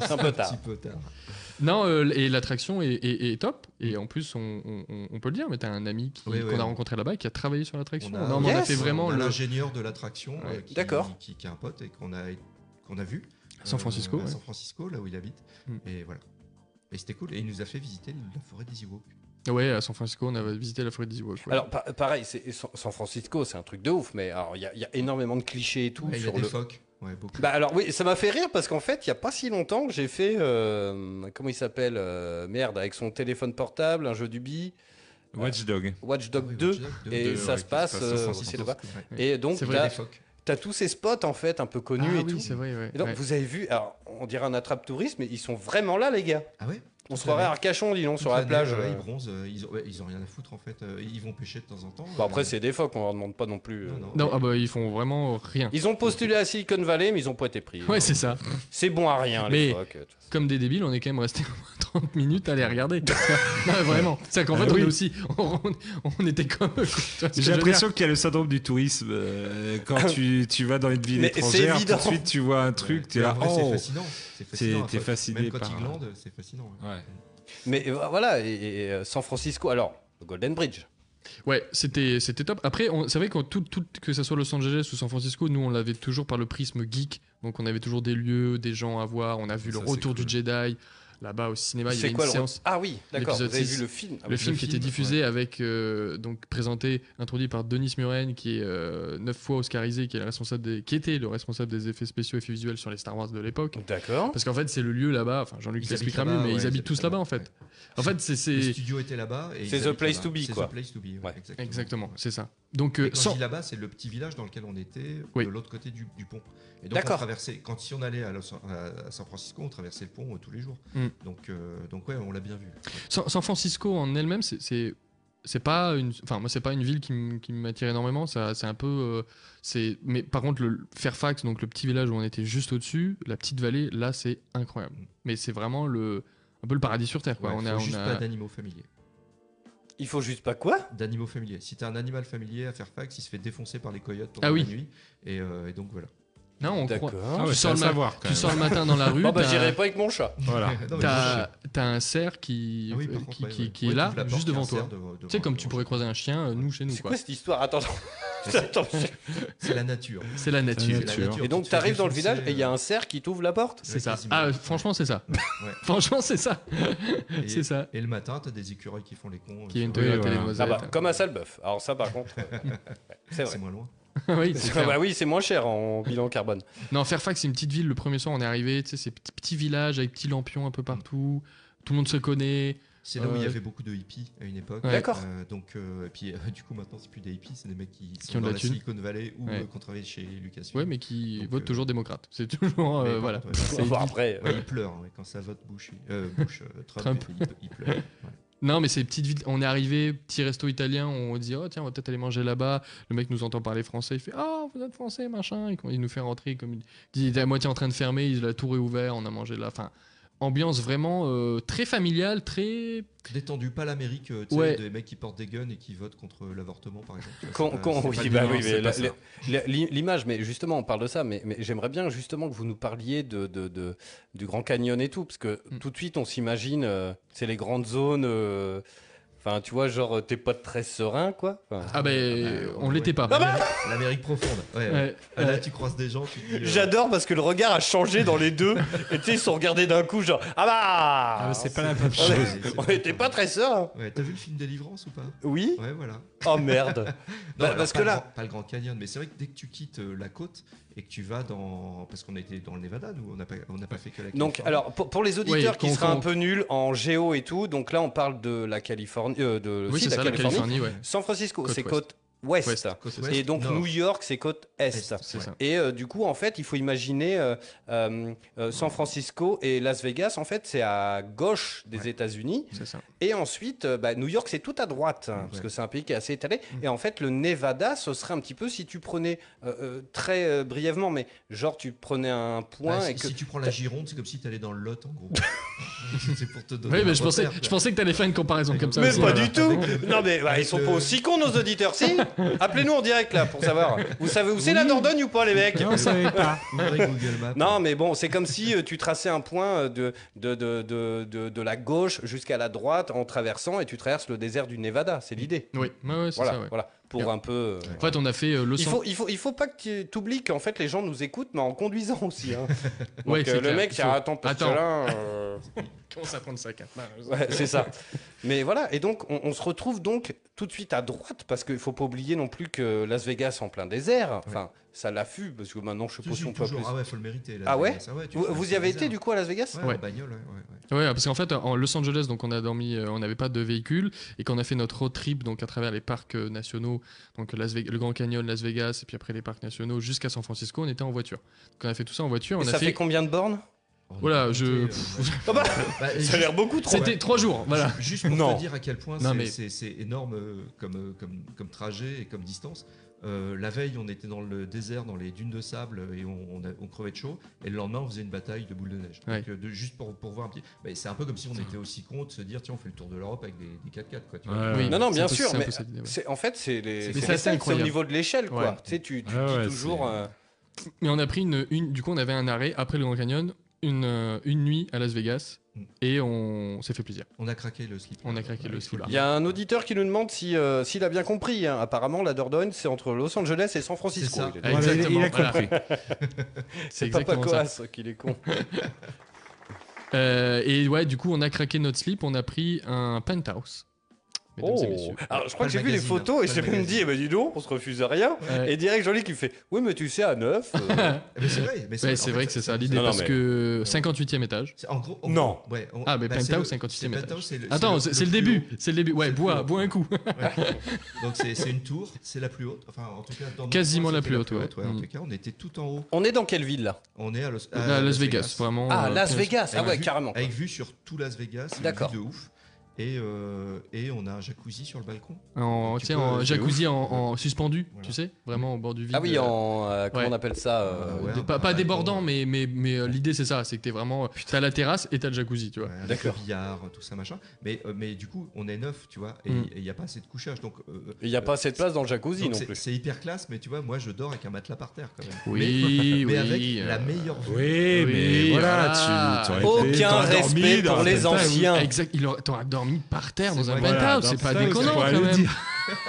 E: c'est un peu
G: Un
E: tard.
G: petit peu tard.
H: Non, euh, et l'attraction est, est- est top. Et en plus, on, on- on peut le dire, mais t'as un ami qui- qu'on
G: Oui, oui,
H: a
G: oui.
H: rencontré là-bas et qui a travaillé sur l'attraction.
G: On
H: Non,
G: a-
H: mais On, a
E: Yes.
H: fait vraiment
G: On a
H: le
G: l'ingénieur de l'attraction
H: Ouais.
G: euh, qui,
E: D'accord.
G: qui, qui est un pote et qu'on a, qu'on a vu.
H: San
G: euh,
H: Francisco,
G: à
H: ouais.
G: San Francisco, là où il habite.
H: Mm.
G: Et voilà. Et c'était cool. Et il nous a fait visiter la forêt des Ewoks.
H: Ouais, à San Francisco, on avait visité la forêt des Ewoks. ouais.
E: Alors, pa- pareil, c'est San San Francisco, c'est un truc de ouf, mais alors, il y, a- il y a énormément de clichés et tout.
G: Et il y a
E: sur
G: des
E: le...
G: phoques. Ouais, beaucoup.
E: Bah alors oui, ça m'a fait rire parce qu'en fait, il y a pas si longtemps, j'ai fait euh, comment il s'appelle euh, merde avec son téléphone portable, un jeu du bi,
F: Watchdog.
E: Watch
G: Ah
E: Dogs
G: oui,
E: 2
G: Watch Dogs 2,
E: et
G: ouais,
E: ça
F: ouais,
E: se
F: qui se
E: passe
F: passe à
E: euh,
F: San
E: aussi
G: Francisco.
E: là-bas.
G: Ouais.
E: Et donc
H: C'est vrai,
E: t'as
G: Des phoques.
E: t'as tous ces spots en fait un peu connus
H: ah,
E: et
H: oui,
E: tout.
H: c'est vrai. ouais,
E: Et donc
H: ouais.
E: vous avez vu, alors on dirait un attrape touriste, mais ils sont vraiment là les gars.
G: Ah ouais
E: On se
G: à
E: croirait à
G: fait.
E: Arcachon, dis donc, sur
G: Toute
E: la
G: l'année,
E: plage.
G: ouais,
E: euh.
G: ils bronzent. euh, Ils ont, ouais, ils ont rien à foutre en fait. euh, Ils vont pêcher de temps en temps.
E: Bon Bah, après
G: euh,
E: c'est des phoques, on leur demande pas non plus. euh.
G: Non, non.
H: Non, ah bah, ils font vraiment rien.
E: Ils ont postulé à Silicon Valley, mais ils ont pas été pris.
H: Ouais, c'est ça.
E: C'est bon à rien les
H: Mais-
E: phoques. euh,
H: Comme des débiles, on est quand même resté 30 minutes à les regarder. non, mais vraiment. C'est
E: Ah
H: qu'en fait, on est aussi. On, on était comme eux. quoi. Tu vois ce que je
F: J'ai
H: veux
F: l'impression qu'il y a le syndrome du tourisme. euh, quand tu, tu vas dans une ville
E: Ah, Mais
F: étrangère,
E: c'est
F: tout de
E: évident.
F: suite tu vois un truc,
G: Ouais.
F: tu es
G: Mais
F: là,
G: en vrai,
F: oh.
G: c'est fascinant. C'est fascinant.
F: t'es
G: un phoque.
F: fasciné
G: Même quand
F: par-
G: ils glandent, c'est fascinant. ouais.
F: Ouais.
E: Mais euh, voilà, et, et, euh, San Francisco, alors le Golden Bridge.
H: Ouais, c'était c'était top. Après, on- c'est vrai que tout, tout que ça soit Los Angeles ou San Francisco, nous on l'avait toujours par le prisme geek. Donc on avait toujours des lieux, des gens à voir. On a vu
F: Ça,
H: le
F: c'est
H: retour
F: cool.
H: du Jedi là-bas au cinéma. Bah, Il y a
E: C'est
H: une
E: quoi le
H: séance.
E: Ah oui, d'accord. Vous
H: l'épisode
E: avez
H: 6.
E: vu le film Ah
H: Le
E: oui.
H: film
G: le
H: qui était
G: film,
H: diffusé avec euh, donc présenté introduit par Denis Muren qui est euh, neuf fois Oscarisé qui est le responsable des, qui était le responsable des effets spéciaux effets visuels sur les Star Wars de l'époque
E: D'accord.
H: parce qu'en fait c'est le lieu là-bas enfin Jean-Luc
G: Ils
H: t'expliquera
G: habitent
H: mieux
G: là-bas,
H: mais
G: ouais,
H: ils
G: ils
H: habitent
G: habitent
H: tous là-bas
G: là-bas,
H: en fait
G: ouais.
H: en fait c'est
G: Le
H: c'est
G: studio était là-bas. et ils
E: C'est The
G: habitent
E: place
G: là-bas.
E: to be,
G: C'est
E: quoi.
G: The Place to Be. ouais,
E: Ouais.
G: Exactement.
H: exactement c'est ça donc
G: Et
H: euh,
G: quand
H: sans-
G: je dis là-bas, c'est le petit village dans lequel on était,
H: Oui.
G: de l'autre côté du, du pont. Et donc,
E: D'accord.
G: on traversait, quand si on allait à, Los- à- à San Francisco, on traversait le pont euh, tous les jours.
H: Mm.
G: Donc, euh, donc, ouais, on l'a bien vu.
H: San, San Francisco en elle-même, c'est- c'est c'est pas une enfin moi c'est pas une ville qui m- qui m'attire énormément ça c'est un peu euh, c'est mais par contre le Fairfax donc le petit village où on était juste au-dessus la petite vallée là c'est incroyable mais c'est vraiment le un peu le paradis sur terre quoi
G: Ouais,
H: on
G: faut
H: a, on
G: juste
H: a-
G: pas d'animaux familiers.
E: Il faut juste pas quoi
G: D'animaux familiers. Si t'as un animal familier à Fairfax, il se fait défoncer par les coyotes pendant
H: Ah oui.
G: la nuit. Et, euh, et donc voilà.
H: non on croit
E: D'accord.
F: Ah ouais,
H: Tu
F: c'est
H: sors
F: à
H: le ma-
F: savoir quand
H: tu
F: même.
H: sors le matin dans la rue
E: Oh bah
H: t'as-
E: j'irai pas avec mon chat.
F: Voilà.
G: Non, mais
H: Ah, t'as t'as un cerf qui
G: Ah oui, par contre,
H: qui,
G: ouais,
H: qui-
G: ouais.
H: qui
G: Ouais,
H: est
G: tu
H: là
G: ouvres la porte,
H: juste
G: il y a un
H: devant toi
G: cerf devant-
H: tu sais
G: devant-
H: comme tu
G: devant-
H: pourrais croiser un chien euh, nous chez nous
E: C'est
H: quoi
E: quoi cette histoire Attends, attends. Attends, je-
G: C'est la nature.
H: c'est la nature
G: C'est la
F: nature.
G: nature.
E: Et
G: Tu
E: donc
G: te fais
E: t'arrives dans le
G: défoncer,
E: village et il y a
G: euh,
E: un cerf qui t'ouvre la porte.
H: c'est
G: Ouais,
H: ça
G: quasiment.
H: ah franchement c'est ça
G: Ouais.
H: franchement c'est ça
G: Et-
H: c'est ça
G: euh, Et le matin, t'as des écureuils qui font les cons. euh,
H: qui viennent
G: sur-
H: te
F: Oui,
H: gratter
F: voilà.
H: les
E: Ah
H: noisettes.
E: bah, comme à Salbeuf. Alors ça par contre, euh, ouais, c'est
G: C'est
E: vrai.
G: moins loin.
H: oui, c'est
E: Ah
H: clair.
E: bah oui, c'est moins cher en bilan carbone.
H: Non, Fairfax, c'est une petite ville. Le premier soir, on est arrivé, tu sais, c'est petit, petit village avec petits lampions un peu partout. Tout le monde se connaît.
G: C'est là où il y
H: Euh,
G: avait beaucoup de hippies à une époque.
H: Ouais.
E: D'accord.
G: Euh, donc, euh, et puis euh, du coup, maintenant, c'est plus des hippies, c'est des mecs qui sont
H: ont de
G: dans
H: la
G: la
H: thune.
G: Silicon Valley ou
H: Ouais.
G: euh, qui ont travaillé chez Lucasfilm.
H: Ouais, mais qui
G: Donc,
H: vote
G: euh,
H: toujours démocrate. C'est toujours. euh,
G: Mais par
H: voilà.
G: contre, ouais,
E: Bon, après,
G: ouais, il pleure ouais, quand ça vote Bush, euh, Bush, euh, Trump,
H: Trump.
G: Il, il pleure. Ouais.
H: Non, mais c'est petite ville. On est arrivé, petit resto italien. On dit, oh tiens, on va peut-être aller manger là-bas. Le mec nous entend parler français. Il fait, ah, vous êtes français, machin. Et quand il nous fait rentrer. Comme il il était à moitié en train de fermer. Il a tout réouvert. On a mangé là. Enfin, ambiance vraiment euh, très familiale, très.
G: Détendu, pas l'Amérique, euh, tu sais,
H: Ouais.
G: des mecs qui portent des guns et qui votent contre euh, l'avortement, par exemple. tu vois,
E: Con-
G: c'est pas-
E: con-
G: c'est pas
E: oui,
G: le
E: bah
G: même,
E: oui,
G: c'est
E: mais
G: pas
E: la-
G: ça.
F: Ah,
E: la- la- li- l'image, mais justement, on parle de ça, mais, mais j'aimerais bien justement que vous nous parliez de, de- de- du Grand Canyon et tout, parce que
H: Mm.
E: tout de suite, on s'imagine, euh, c'est les grandes zones, euh, enfin, tu vois, genre, euh, t'es pas très serein, quoi. Enfin,
H: Ah, ben,
G: bah,
H: on
G: ouais.
H: l'était pas.
G: L'Amérique- L'Amérique profonde. Ouais, ouais.
H: Ouais,
G: Ah, Là,
H: ouais.
G: tu croises des gens, tu te dis, euh,
E: J'adore parce que le regard a changé dans les deux, et tu sais, ils se sont regardés d'un coup, genre, ah bah
F: Ah, c'est pas la même
E: on
F: chose.
E: est- On était pas très serein.
G: Ouais, t'as vu le film Délivrance ou pas
E: Oui
G: Ouais, voilà.
E: Oh merde.
G: Non,
E: Bah,
G: alors,
E: parce
G: pas
E: que
G: le
E: là-
G: Grand- pas le Grand Canyon, mais c'est vrai que dès que tu quittes euh, la côte et et que tu vas dans. Parce qu'on a été dans le Nevada, nous, on n'a pas, on n'a pas fait que la
E: Donc,
G: Californie.
E: alors, pour, pour les auditeurs
H: Ouais,
E: qui
H: qu'on-
E: seraient un
H: qu'on-
E: peu nuls en géo et tout, donc là, on parle de la Californie. euh, de,
H: Oui,
E: si,
H: c'est
E: de
H: ça, la Californie, ouais.
E: San Francisco,
H: Côte
E: c'est
H: ouest.
E: côte ouest.
H: Ouest.
G: Côte
H: Et
E: Et
G: ouest,
E: donc,
G: nord.
E: New York, c'est côte est.
G: Est,
H: C'est
G: ouais.
H: ça.
E: Et euh, du coup, en fait, il faut imaginer euh, euh, euh, San Francisco et Las Vegas, en fait, c'est à gauche des
G: Ouais.
E: États-Unis.
H: C'est ça.
E: Et ensuite, euh, bah, New York, c'est tout à droite, hein, parce
G: Ouais. Mmh.
E: que c'est un pays qui est assez étalé. Et en fait, le Nevada, ce serait un petit peu si tu prenais, euh, euh, très euh, brièvement, mais genre tu prenais un point
G: Bah,
E: et
G: si,
E: que...
G: si tu prends la Gironde, c'est comme si tu allais dans le Lot, en gros. c'est pour te donner.
H: Oui,
G: un
H: mais je pensais,
G: repère,
H: je
G: quoi.
H: pensais que t'allais faire une comparaison comme ça.
E: Mais
H: aussi.
E: pas
H: Voilà.
E: du tout Non mais bah, ils
G: Avec
E: sont
G: le-
E: pas aussi cons nos auditeurs, si Appelez-nous en direct là pour savoir. Vous savez où c'est la
F: Oui.
E: Dordogne ou pas les mecs
F: Non, ça n'est pas.
G: Ouvrez Google Maps.
E: Ah. Non, mais bon, c'est comme si euh, tu traçais un point euh, de, de, de, de, de- de la gauche jusqu'à la droite en traversant et tu traverses le désert du Nevada, c'est l'idée.
H: Oui, ouais, ouais, c'est
E: Voilà,
H: ça. ouais.
E: voilà, pour
H: Bien.
E: un peu... euh,
H: En fait, on a fait euh, le
E: Il
H: centre.
E: faut, il, faut, il faut pas que tu oublies qu'en fait les gens nous écoutent, mais en conduisant aussi. hein. Donc,
H: Ouais, c'est
E: euh, le
H: clair,
E: mec,
H: il
E: c'est
H: faut-
E: un temps
H: Attends.
E: postulat, euh,
H: commence à prendre sa carte.
E: ouais, c'est ça. Mais voilà, et donc on, on se retrouve donc tout de suite à droite, parce qu'il faut pas oublier non plus que Las Vegas en plein désert, enfin, ça l'affûe, parce que maintenant je sais pas
G: Si,
E: si
G: si,
E: on peut
G: toujours.
E: appeler ça-
G: Ah ouais, faut le mériter. là,
E: Ah ouais
G: Vegas. tu
E: vous,
G: fais un
E: vous
G: petit
E: y avez été
G: hasard.
E: du coup à Las Vegas
G: Ouais,
H: Ouais.
G: en bagnole, ouais, ouais, ouais.
H: Ouais, parce qu'en fait, en Los Angeles, donc on a dormi, euh, on n'avait pas de véhicule, et qu'on a fait notre road trip donc à travers les parcs euh, nationaux, donc Las Ve- le Grand Canyon, Las Vegas, et puis après les parcs nationaux jusqu'à San Francisco, on était en voiture. Donc on a fait tout ça en voiture.
E: Et
H: on a
E: ça fait combien de bornes
G: On
H: Voilà,
G: a
H: je-
G: monté, euh,
E: Ah bah,
G: bah, et
E: Ça a l'air
G: juste-
E: beaucoup trop.
H: C'était trois jours, voilà.
G: ju- Juste pour
E: Non.
G: te dire à quel point
H: Non,
G: c'est
H: mais-
G: c'est- c'est énorme euh, comme, euh, comme, comme trajet et comme distance. Euh, la veille, on était dans le désert, dans les dunes de sable, et on, on a- on crevait de chaud. Et le lendemain, on faisait une bataille de boules de neige.
H: Ouais.
G: Donc, euh, de- juste pour, pour voir un petit. bah, c'est un peu comme si on était aussi con de se dire tiens, on fait le tour de l'Europe avec des, des 4x4. Quoi, tu vois.
F: Ouais.
H: Oui,
E: Euh, Non, non,
H: c'est
E: bien
H: un peu-
E: sûr,
H: c'est un
E: mais-
H: peu cette idée, ouais.
E: C'est- En fait, c'est les- c'est
H: Mais c'est
E: les
H: assez
E: scènes, c'est au
H: incroyable.
E: niveau de l'échelle, quoi.
H: Ouais.
E: Tu sais, tu, tu
F: Ouais,
E: dis
F: ouais,
E: toujours.
F: c'est-
E: euh,
H: Mais on a pris une, une- du coup, on avait un arrêt après le Grand Canyon, une, euh, une nuit à Las Vegas,
G: Mm.
H: et on s'est fait plaisir.
G: On a craqué le slip.
H: On a craqué le slip.
E: Il y a un auditeur qui nous demande si, euh, s'il a bien compris. hein. Apparemment, la Dordogne, c'est entre Los Angeles et San Francisco.
G: C'est ça.
E: Il est-
H: Ah,
F: Voilà, il-
H: exactement,
F: il a
H: voilà.
F: compris.
H: C'est
E: C'est Papa
H: exactement ça.
E: Coas qu'il est con.
H: Euh, et ouais, du coup, on a craqué notre slip, on a pris un penthouse. Mesdames et
E: Oh.
H: messieurs.
E: Alors, je crois que
G: Pas le
E: j'ai vu les
G: magazine,
E: photos
G: hein.
E: et
G: Pas
E: j'ai
G: le
E: même
G: magazine.
E: dit, eh ben dis donc, on se refuse à rien.
H: Ouais.
E: Et direct, Jolie qui fait, oui, mais tu sais, à euh, 9.
G: Mais c'est vrai, mais
H: Euh, Ouais,
G: en
H: c'est
G: fait,
H: vrai que c'est ça l'idée
E: Non, non,
H: parce
E: mais-
H: que 58e étage.
G: C'est- En gros, en
E: Non.
G: gros, ouais, on-
H: Ah mais
G: bah, c'est
H: penthouse
G: le-
H: 58e
G: c'est
H: étage.
G: penthouse, c'est le-
H: Attends, c'est c'est le,
G: plus
H: début,
G: haut.
H: c'est le début. Ouais,
G: C'est le plus
H: bois,
G: haut.
H: bois un coup.
G: Donc c'est c'est une tour, c'est la plus haute. Enfin, en tout cas, dans notre
H: Quasiment
G: coin,
H: la
G: c'était
H: plus haute, ouais.
G: En
H: Mm.
G: tout cas, on était tout en haut.
E: On est dans quelle ville là
G: On est à Los, à
H: À Las Vegas, vraiment.
E: Ah,
H: euh,
E: Las
H: pire.
E: Vegas. Ah
G: Avec
E: ouais,
G: vue-
E: carrément.
G: Avec vue sur tout Las Vegas, une
E: D'accord.
G: vue de ouf. Et, euh, et on a un jacuzzi sur le balcon.
H: En,
G: Tu
H: tu sais,
G: peux-
H: en
G: c'est
H: jacuzzi en, en suspendu,
G: Voilà.
H: tu sais, vraiment au bord du vide.
E: Ah oui, en. euh, Comment
H: Ouais.
E: on appelle ça euh,
G: Ah Ouais,
H: Des- pas,
G: un
H: pas
G: balcon,
H: débordant,
G: ouais.
H: mais, mais, mais euh, l'idée c'est ça, c'est que t'es vraiment. euh, T'as la terrasse et t'as le jacuzzi, tu vois.
G: Ouais, avec
E: D'accord.
G: le billard, tout ça, machin. Mais, euh, mais du coup, on est neuf, tu vois, et
H: Mm.
G: il n'y a pas assez de couchage. Donc, euh,
E: Il n'y a pas assez de place dans le jacuzzi
G: donc
E: non
G: c'est-
E: plus.
G: c'est hyper classe, mais tu vois, moi, je dors avec un matelas par terre quand même. mais
H: Oui, oui.
G: avec la
H: euh,
G: meilleure vue.
F: Oui, mais
H: Oui, voilà.
F: voilà, tu- tu aurais été-
E: Aucun
F: t'aurais dormi
E: respect
F: dans
E: pour
F: un
E: les
F: penthouse.
E: ans. anciens.
H: Exact, il aurait- t'aurais dormi par terre dans
G: C'est
H: un
G: vrai.
F: Voilà,
H: penthouse, c'est
F: dans
H: pas
F: ça,
H: déconnant
F: faut
H: quand
F: aller le
H: même.
F: dire.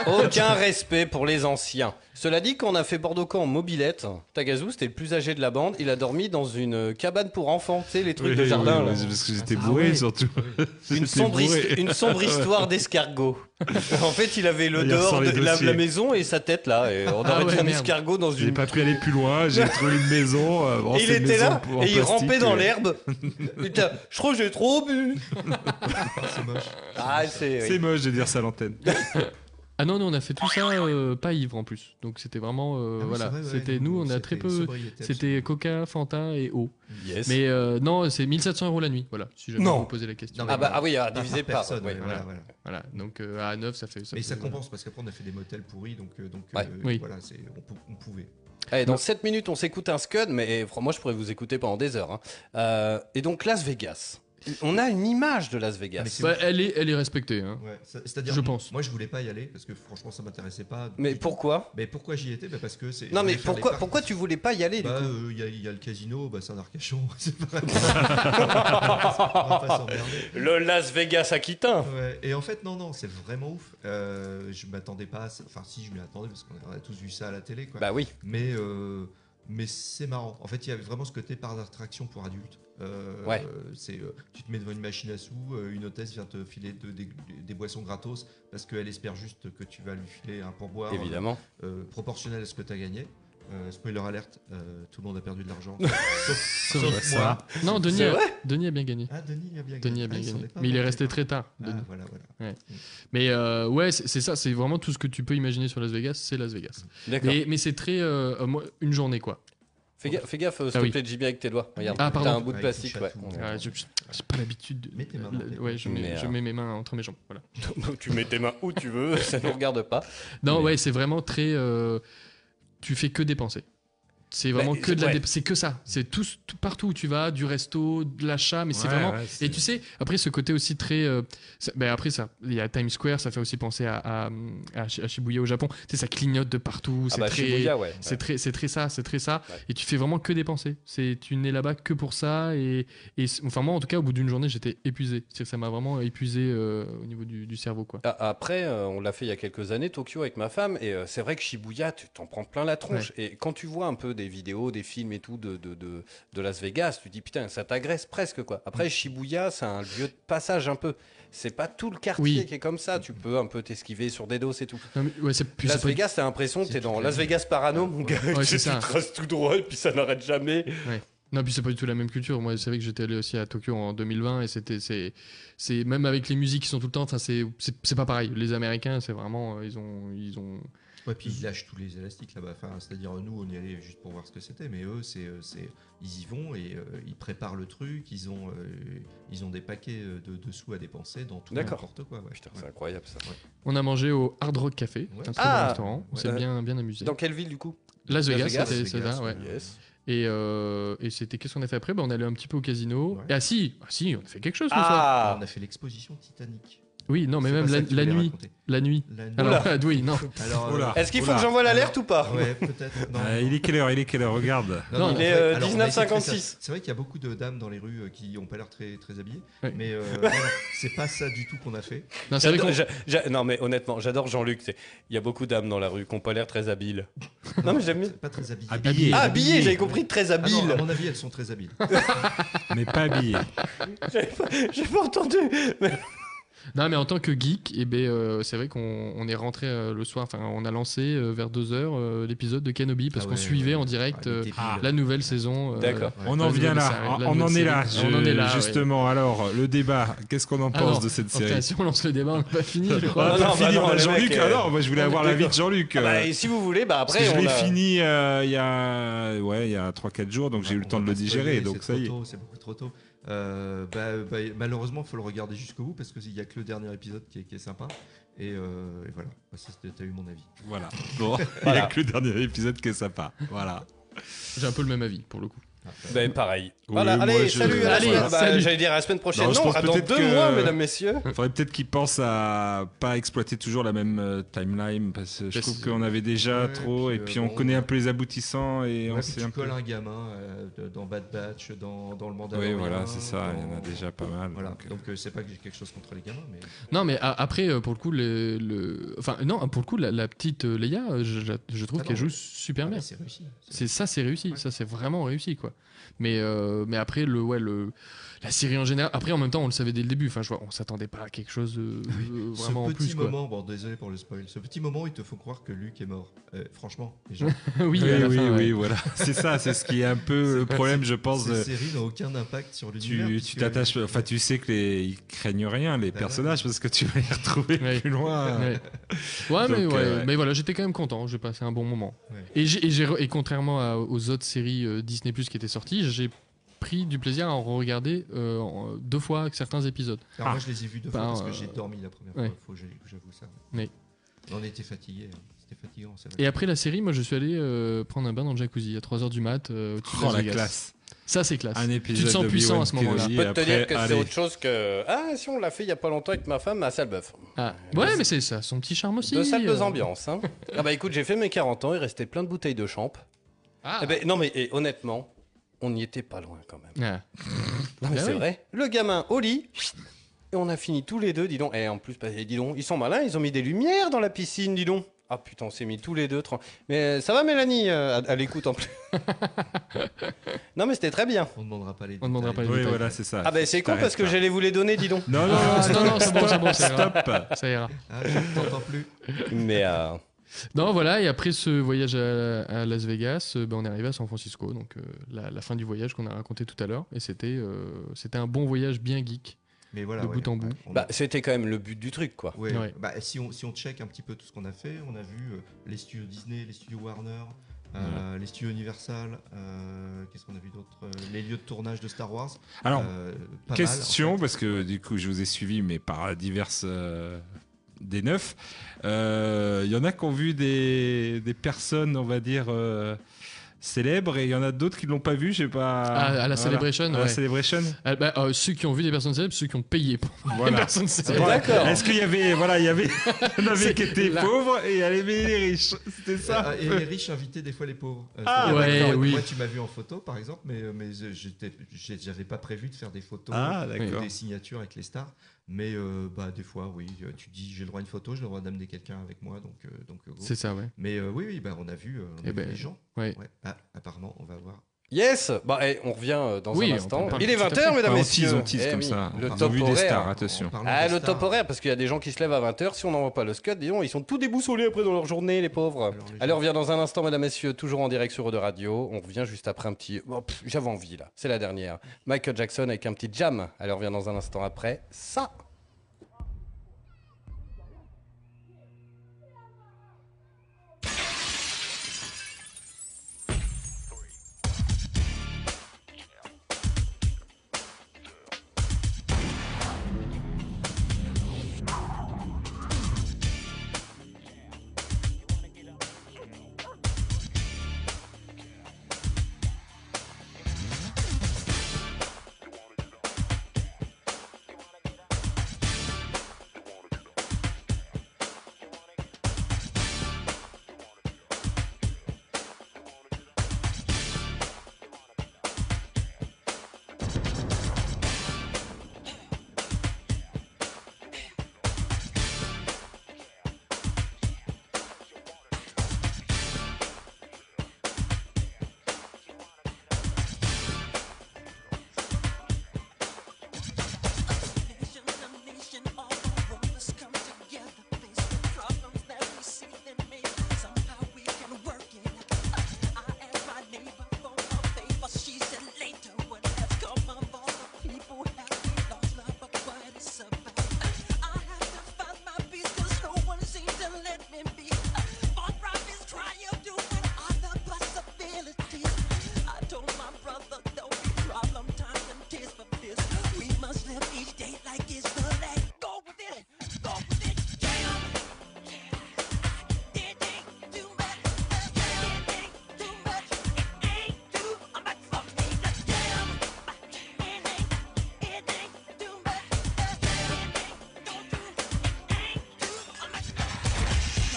E: Aucun respect pour les anciens. Cela dit, quand on a fait Bordeaux-Camp en mobilette, Tagazu, c'était le plus âgé de la bande, il a dormi dans une cabane pour enfants, tu sais, les trucs
F: Oui,
E: de jardin.
F: oui,
E: là.
F: oui, Parce que j'étais
H: Ah
F: bourré
H: ouais.
F: surtout.
E: Une
F: J'étais
E: sombre,
F: bourré.
E: his- une sombre histoire d'escargot. en fait, il avait le
F: Il
E: dehors
F: ressort
E: de
F: les
E: la,
F: dossiers.
E: la maison et sa tête là. Et on
H: Ah
E: aurait dit
H: ouais,
E: un
H: merde.
E: escargot dans
F: J'ai
E: une.
F: pas pu aller plus loin, j'ai trouvé une maison. euh, bon,
E: Et il
F: c'est une
E: était
F: maison
E: là
F: en
E: et il
F: plastique,
E: rampait dans
F: euh,
E: l'herbe. Putain, je trouve que j'ai trop bu.
G: C'est moche.
H: Euh,
E: Ah, c'est.
F: C'est moche de dire ça à l'antenne.
H: Ah non, non, on a fait tout ça euh, pas ivre en plus. Donc c'était vraiment. euh,
G: Ah oui,
H: voilà,
G: c'est vrai, ouais,
H: c'était nous, on a
G: c'était
H: très
G: une
H: peu.
G: sobriété
H: C'était Coca, Fanta et eau.
E: Yes.
H: Mais euh, non, c'est 1700 euros la nuit, voilà, si jamais
E: Non.
H: vous posez la question.
G: Non, mais
E: Ah, bah, ah oui, ah,
G: absolue.
E: divisé par.
G: personne.
E: ouais.
G: ouais, voilà, voilà.
H: Voilà, donc euh, à 9, ça fait. Ça
G: Mais
H: fait-
G: ça compense parce qu'après on a fait des motels pourris, donc euh, donc
E: Ouais.
G: euh,
H: Oui.
G: voilà, c'est on, pou- on pouvait.
E: Allez, dans
H: Non.
E: 7 minutes, on s'écoute un Scud, mais fr- moi, je pourrais vous écouter pendant des heures. hein. Euh, et donc, Las Vegas. On a une image de Las Vegas.
G: Mais
E: Mais,
G: c'est-
H: Ouais, elle, est, elle est respectée. Hein.
G: Ouais, ça- c'est-à-dire
H: Je
G: m-
H: pense.
G: Moi je voulais pas y aller parce que franchement ça m'intéressait pas. Du tout.
E: pourquoi
G: Mais pourquoi j'y étais Bah, parce que c'est.
E: Non,
G: je
E: mais
G: voulais faire
E: pourquoi,
G: les parcs.
E: pourquoi tu voulais pas y aller du
G: Bah,
E: coup
G: euh, il y, a- il y a le casino, bah c'est un Arcachon, c'est pas. on va pas s'emmerder.
E: Le Las Vegas aquitain.
G: Ouais, Et en fait, non, non, c'est vraiment ouf. Euh, je m'attendais pas à ça. Enfin, si, je m'y attendais parce qu'on a tous vu ça à la télé. Quoi.
E: Bah oui.
G: Mais, euh, mais c'est marrant. En fait, il y avait vraiment ce côté par d'attraction pour adultes. Euh,
E: Ouais.
G: euh, c'est, euh, tu te mets devant une machine à sous, euh, une hôtesse vient te filer de- des, des boissons gratos parce qu'elle espère juste que tu vas lui filer un pourboire
E: Évidemment.
G: euh, proportionnel à ce que tu as gagné. Euh, spoiler alerte, euh, tout le monde a perdu de l'argent.
H: C'est
G: Sauf
H: vrai.
G: moi.
F: ça.
H: Non, Denis
E: C'est
H: a,
E: vrai
H: Denis a bien gagné.
G: Ah, Denis il a bien gagné.
H: Denis a
G: Ah,
H: bien
G: il s'en
H: gagné.
G: est pas
H: Mais il est
G: mal,
H: resté
G: hein.
H: très tard.
G: Ah,
H: Denis.
G: voilà, voilà.
H: Mais euh, ouais, c'est c'est ça, c'est vraiment tout ce que tu peux imaginer sur Las Vegas, c'est Las Vegas.
E: D'accord.
H: Mais, mais c'est très. euh, euh, moi, une journée, quoi.
E: Fais, ga- fais gaffe, euh, s'il
H: Ah
E: te
H: oui.
E: plaît, JB, avec tes doigts. Regarde,
H: Ah, pardon.
E: t'as un bout de
G: Ouais,
E: plastique.
G: il
E: Ouais.
G: touche à tout.
H: Ah, je- J'ai pas l'habitude de.
G: Mets tes mains
H: euh,
G: dans
H: la-
G: tes
H: ouais, je mets,
E: Mais,
H: je
E: euh,
H: mets mes mains entre mes jambes. Voilà.
E: tu mets tes mains où tu veux, ça ne regarde pas.
H: Non,
E: Mais-
H: ouais, c'est vraiment très. euh, tu fais que dépenser. C'est vraiment
E: Mais-
H: que de la
E: Bah, ouais.
H: dép- C'est que ça. C'est tout, tout- partout où tu vas, du resto, de l'achat, mais c'est
F: Ouais,
H: vraiment.
F: ouais,
H: Et
F: c'est-
H: tu sais, après ce côté aussi très. euh, ça- ben après ça, il y a Times Square, ça fait aussi penser à, à, à Shi- à Shibuya au Japon. Tu sais, ça clignote de partout.
E: Ah
H: C'est
E: bah,
H: très.
E: Shibuya, ouais.
H: C'est très, c'est très ça, c'est très ça.
E: Ouais.
H: Et tu fais vraiment que dépenser. C'est, tu n'es là-bas que pour ça. Et, et c'est- enfin moi, en tout cas, au bout d'une journée, j'étais épuisé. C'est, ça m'a vraiment épuisé euh, au niveau du, du cerveau, quoi.
E: A- Après, euh, on l'a fait il y a quelques années, Tokyo, avec ma femme, et euh, c'est vrai que Shibuya, tu t'en prends plein la tronche. Et quand tu vois un peu des vidéos, des films et tout de, de, de, de Las Vegas, tu dis putain, ça t'agresse presque quoi. Après, Shibuya, c'est un lieu de passage un peu. C'est pas tout le quartier
H: Oui.
E: qui est comme ça. Tu peux un peu t'esquiver sur des dos et tout.
H: Non, mais- ouais, c'est puis c'est
E: Las
H: pas-
E: Vegas, t'as l'impression que
H: c'est
E: t'es dans
H: toute la
E: Las
H: vie.
E: Vegas parano, mon gars.
H: Ouais, c'est
E: tu
H: ça.
E: traces tout droit et puis ça n'arrête jamais.
H: Non, puis c'est pas du tout la même culture. Moi, c'est vrai que j'étais allé aussi à Tokyo en 2020 et c'était, c'est, c'est même avec les musiques qui sont tout le temps, enfin, c'est, c'est, c'est pas pareil. Les Américains, c'est vraiment, euh, ils ont, ils ont.
G: Ouais, puis ils lâchent tous les élastiques là-bas. Enfin, c'est-à-dire, nous, on y allait juste pour voir ce que c'était, mais eux, c'est, euh, c'est, ils y vont et euh, ils préparent le truc. Ils ont, euh, ils ont des paquets euh, de, de sous à dépenser dans tout et
E: D'accord.
G: n'importe quoi. ouais.
E: Putain,
G: Ouais.
E: c'est incroyable ça.
H: On a mangé au Hard Rock Café,
G: Ouais.
H: un très
E: Ah
H: bon restaurant. On
G: Ouais.
H: s'est
E: Euh,
H: bien, bien amusé.
E: Dans quelle ville du coup
H: Las Vegas,
E: Vegas,
H: c'était
G: Las
H: c'est
G: Vegas,
H: là, ouais.
G: ouais.
E: Yes.
H: Et, euh, et c'était qu'est-ce qu'on a fait après ben, On est allé un petit peu au casino.
G: Ouais.
H: Et ah si, ah si, on a fait quelque chose ce soir.
E: Ah
G: On a fait l'exposition Titanic.
H: Oui, non, mais
G: C'est
H: même
G: pas ça
H: la,
G: que tu
H: la
G: voulais
H: nuit,
G: raconter.
H: la nuit.
G: La nuit.
H: Alors, oui, non.
G: Alors, euh,
F: Oula.
E: Est-ce qu'il faut
F: Oula.
E: que j'envoie l'alerte ou pas
G: Ouais, peut-être. Non,
F: Euh,
G: non.
F: il est quelle heure Il est quelle heure Regarde.
H: Non,
G: en
H: il
G: fait,
E: Ah. est, euh,
G: alors, on a essayé de faire ça.
E: 19,56.
G: C'est vrai qu'il y a beaucoup de dames dans les rues euh, qui ont pas l'air très, très habillées,
H: Ouais.
G: mais euh, non, non, c'est pas ça du tout qu'on a fait.
H: Non, c'est vrai
E: J'adore-
H: qu'on-
E: j'a- j'a- non mais honnêtement, j'adore Jean-Luc. c'est- Il y a beaucoup d'âmes dans la rue qui n'ont pas l'air très habiles. Non mais j'aime bien.
G: Pas très habillées.
F: Habillé.
E: Ah, habillé, j'avais compris très
G: Ah non,
E: habile.
G: à mon avis, elles sont très habiles.
F: Mais pas habillé.
E: J'ai pas entendu. Mais-
H: Non, mais en tant que geek, eh ben, euh, c'est vrai qu'on on est rentré euh, le soir, enfin, on a lancé euh, vers 2h l'épisode de Kenobi parce
G: Ah
H: qu'on
G: ouais,
H: suivait
G: ouais.
H: en
G: Ah,
H: direct
G: il
H: euh,
G: était pile.
F: ah,
H: la nouvelle saison. euh,
E: D'accord.
G: Ouais.
F: On en
H: Ouais,
F: vient
H: nouvelle
F: là. Ah,
H: série,
F: On-
H: la
F: On
H: nouvelle
F: en est
H: série.
F: là.
H: On en est
F: Je-
H: là, ouais.
F: Justement, alors, le débat. Qu'est-ce qu'on en
H: Ah
F: pense
H: non,
F: de cette
H: enfin,
F: série
H: si on lance le débat, on n'a pas fini, je
F: On
H: crois.
E: Ah,
F: va
E: non,
F: pas
E: bah
F: finir
E: non,
F: on a
E: les
F: Jean-Luc.
E: mecs,
F: ah
E: euh,
F: non, moi je voulais avoir l'avis de Jean-Luc.
E: Ah bah,
F: euh,
E: et si vous voulez, bah
F: Parce
E: après
F: que je
E: on
F: l'ai
E: a-
F: fini euh, il y a, ouais, il y a 3-4 jours, donc j'ai eu le
G: On
F: temps de
G: va
F: le
G: pas
F: digérer,
G: spoiler,
F: donc
G: c'est
F: ça y est.
G: trop tôt, C'est beaucoup trop tôt. Euh, bah, bah, malheureusement, il faut le regarder jusqu'au bout parce qu'il n'y a que le dernier épisode qui est, qui est sympa. Et, euh, et voilà, Bah, ça, c'était- t'as eu mon avis.
F: Voilà. Bon, il n'y a que le dernier épisode qui est sympa. Voilà.
H: J'ai un peu le même avis pour le coup.
F: Bah,
E: Ben, pareil.
F: Oui,
E: voilà,
F: moi,
E: allez,
F: je-
E: salut. à la
H: Allez,
E: semaine. Bah,
H: salut.
E: J'allais dire à la semaine prochaine.
F: Non, je
E: Non,
F: pense
E: attends deux
F: peut-être que-
E: mois, mesdames, messieurs.
F: Faudrait peut-être qu'ils pensent à pas exploiter toujours la même euh, timeline parce que je
H: Parce-
F: trouve qu'on avait déjà
G: Ouais,
F: trop
G: puis,
F: et
G: euh,
F: puis on
G: bon,
F: connaît
G: ouais.
F: un peu les aboutissants et
G: Ouais,
F: on
G: puis
F: sait
G: tu
F: un peu.
G: colles un gamin euh, de- dans Bad Batch, dans, dans le Mandalorian.
F: Oui, voilà, c'est ça. Il y en a
G: dans-
F: déjà pas mal.
G: Voilà,
F: donc, euh,
G: donc euh, c'est pas que j'ai quelque chose contre les gamins, mais
H: Non, mais a- après, euh, pour le coup, le, le- enfin, non, pour le coup, la, la petite euh, Leia, euh, je, je- je trouve
G: Ah non,
H: qu'elle joue
G: mais-
H: super
G: Ah,
H: bien.
G: mais c'est réussi.
H: C'est ça, c'est réussi.
G: Ouais.
H: Ça, c'est vraiment réussi, quoi. Mais, euh, mais après, le, ouais, le, la série en général. Après, en même temps, on le savait dès le début. Enfin, je vois, on s'attendait pas à quelque chose de, euh,
G: Ce
H: vraiment en
G: petit
H: plus, quoi.
G: moment, bon désolé pour le spoil, ce petit moment il te faut croire que Luke est mort. Euh, franchement, les gens,
H: oui,
F: Oui,
H: à la
F: oui,
H: fin, ouais.
F: oui, voilà. C'est ça, c'est ce qui est un peu le problème, je pense. de-
G: ces séries n'ont aucun impact sur l'univers.
F: Tu tu
G: puisque-
F: t'attaches, enfin tu sais que les ils craignent rien les
G: Bah,
F: personnages parce que tu vas les retrouver
H: Ouais.
F: plus loin.
H: Ouais, Ouais, mais,
F: Donc,
H: ouais,
F: euh, ouais.
H: mais voilà, j'étais quand même content, hein, j'ai passé un bon moment.
G: Ouais.
H: Et, j'ai- et j'ai re- et contrairement à- aux autres séries euh, Disney Plus qui étaient sorties, j'ai pris du plaisir à en regarder euh, en- deux fois certains épisodes.
G: Alors
F: Ah.
G: moi je les ai vus deux fois
H: Ben,
G: parce que
H: euh,
G: j'ai dormi la première
H: ouais.
G: fois, faut que j'ai- j'avoue ça.
H: Mais-
G: On était fatigués, hein. c'était fatigant, c'est vrai.
H: Et après la série, moi je suis allé euh, prendre un bain dans le jacuzzi à 3h du mat. euh, au-dessus de
F: Oh
H: Las
F: la
H: Vegas.
F: classe.
H: Ça Ah, c'est classe.
F: Un épisode.
H: te sens
F: de Obi-Wan
H: puissant à ce moment-là.
F: Kenobi,
H: Je
E: Je peux te
F: après,
E: dire que c'est
F: allez.
E: autre chose que. Ah, si on l'a fait il y a pas longtemps avec ma femme à Salbeuf.
H: Ah. Ouais, mais c'est ça, son petit charme aussi.
E: Deux salles, deux
H: euh.
E: ambiances. hein. Ah bah écoute, j'ai fait mes 40 ans, il restait plein de bouteilles de champ.
H: Ah.
E: Eh ben, non mais et honnêtement, on n'y était pas loin quand même.
H: Ah.
E: Non, mais
H: Ah
E: c'est
H: oui.
E: vrai. Le gamin au lit. Et on a fini tous les deux, dis donc. Et en plus, bah, dis donc, ils sont malins, ils ont mis des lumières dans la piscine, dis donc. Ah putain, on s'est mis tous les deux. tran- Mais euh, ça va, Mélanie, euh, à, à l'écoute en plus. non, mais c'était très bien.
G: On ne demandera pas les
H: On demandera pas les
G: détails.
F: Oui,
H: détails.
F: voilà, c'est ça.
E: Ah ben c'est con
F: T'arrêtes
E: parce que
F: pas.
E: j'allais vous les donner, dis donc.
F: Non, non,
H: Ah,
F: non,
H: non, non, c'est bon, c'est bon, c'est
F: stop.
H: Ça Ah, ira.
G: Ah, je t'entends plus.
E: Mais euh,
H: Non, voilà, et après ce voyage à, à Las Vegas, euh, ben, on est arrivé à San Francisco, donc euh, la, la fin du voyage qu'on a raconté tout à l'heure, et c'était euh, c'était un bon voyage bien geek.
G: Mais voilà,
H: De
G: ouais,
H: bout en
G: ouais,
H: bout.
G: on-
E: Bah, c'était quand même le but du truc, quoi.
G: Ouais.
H: Ouais.
G: Bah, si, on, si on check un petit peu tout ce qu'on a fait, on a vu euh, les studios Disney, les studios Warner, euh, les studios Universal, euh, qu'est-ce qu'on a vu d'autre Euh, Les lieux de tournage de Star Wars.
F: Alors,
G: euh, pas
F: question,
G: mal, en fait.
F: parce que du coup, je vous ai suivi, mais par diverses. euh, des neuf. Euh, Il y en a qui ont vu des, des personnes, on va dire. euh, célèbres et il y en a d'autres qui l'ont pas vu j'ai pas
H: Ah, à, à la
F: Ah, Voilà.
H: Celebration,
F: à la
H: ouais.
F: Celebration
H: Ah, bah, euh, ceux qui ont vu des personnes célèbres, ceux qui ont payé pour voir
F: Voilà.
H: les personnes célèbres.
F: Voilà.
E: D'accord.
F: Est-ce qu'il y avait, voilà, il y avait, il y en avait
H: C'est
F: qui étaient
H: là.
F: pauvres et il y avait les riches. C'était ça.
G: Euh, et les riches invitaient des fois les pauvres. Euh,
F: Ah,
G: c'est-à-dire,
H: ouais,
G: d'accord,
H: oui.
G: Moi, tu m'as vu en photo, par exemple, mais, mais j'étais- j'ai- j'avais pas prévu de faire des photos.
F: Ah,
G: ou
F: d'accord.
G: des signatures avec les stars. Mais euh, bah, des fois, oui, euh, tu te dis j'ai le droit à une photo, j'ai le droit d'amener quelqu'un avec moi, donc, euh, donc euh, go.
H: C'est ça, ouais.
G: Mais euh, oui, oui, bah, on a vu, euh, on a
H: Eh
G: vu
H: ben,
G: les gens.
H: ouais.
G: Ah, apparemment, on va voir.
E: Yes Bah, eh, on revient euh, dans
H: Oui,
E: un
H: on
E: instant.
H: parle
E: Il est
H: tout à
E: 20h,
H: fait.
E: mesdames,
F: Ah, on
E: messieurs.
F: tease, on tease
E: Eh
F: comme
E: oui,
F: ça.
E: Le
F: On a
E: top
F: vu des
E: horaire.
F: stars, attention.
G: En parlant
E: Ah,
G: des
E: le
G: stars,
E: top horaire, parce qu'il y a des gens qui se lèvent à 20h. Si on n'envoie pas le scud, disons, ils sont tous déboussolés après dans leur journée, les pauvres.
G: alors, les
E: Allez, on
G: gens-
E: revient dans un instant, mesdames, messieurs, toujours en direct sur Eau de Radio. On revient juste après un petit. oh, pff, J'avais envie, là. C'est la dernière. Michael Jackson avec un petit jam. Allez, on revient dans un instant après ça.
I: I told my brother, don't be problem, time and tears for this. We must live each day like it's the last. Go with it, go with it, jam. It ain't too much, it ain't too much, it ain't too much for me to jam. It ain't, it ain't too much, it ain't, don't do, it ain't too much.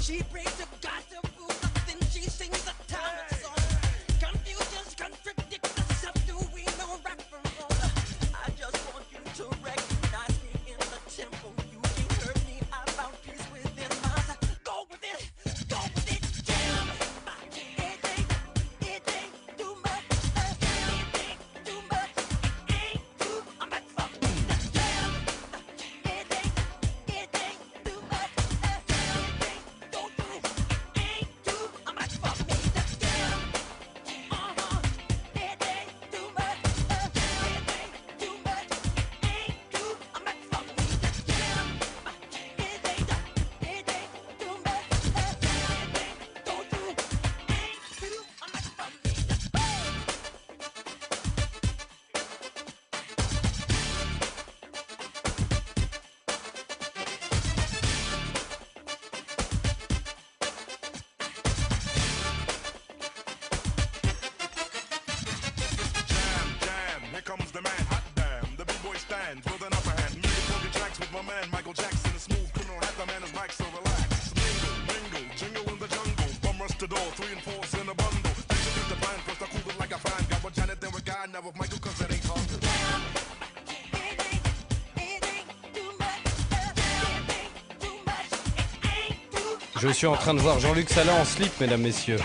I: She prays to God to rule us, then she sings a talent song. Confusions contradict herself, do we know right from wrong? I just want you to recognize me in the temple. You can hurt me. I found peace within my Go with it, go with it, jam. It ain't, it ain't too much. It ain't too much. It ain't too much for me to jam. It ain't, it ain't too much. It ain't, don't do. It ain't too much for me to jam. Uh-huh. It ain't too much. It ain't too much. It ain't too much for me to jam. It ain't, it ain't too much. It ain't, don't do. It ain't too much for me to jam.
J: Jam, jam, here comes the man, hot damn. The b-boy stands with an upper hand. Music over tracks with my man, Michael Jackson. A smooth criminal hat, the man is black, so relax. Mingle, mingle, jingle in the jungle. Bum rush the door, three and fours in a bundle. Execute the plan, first I cool it like a fan. Got with Janet, then with Guy, now with Michael, cause it ain't hard to
I: It ain't, it ain't too much. It ain't too much. It ain't too
E: Je suis en train de voir Jean-Luc Salah en slip, mesdames, messieurs.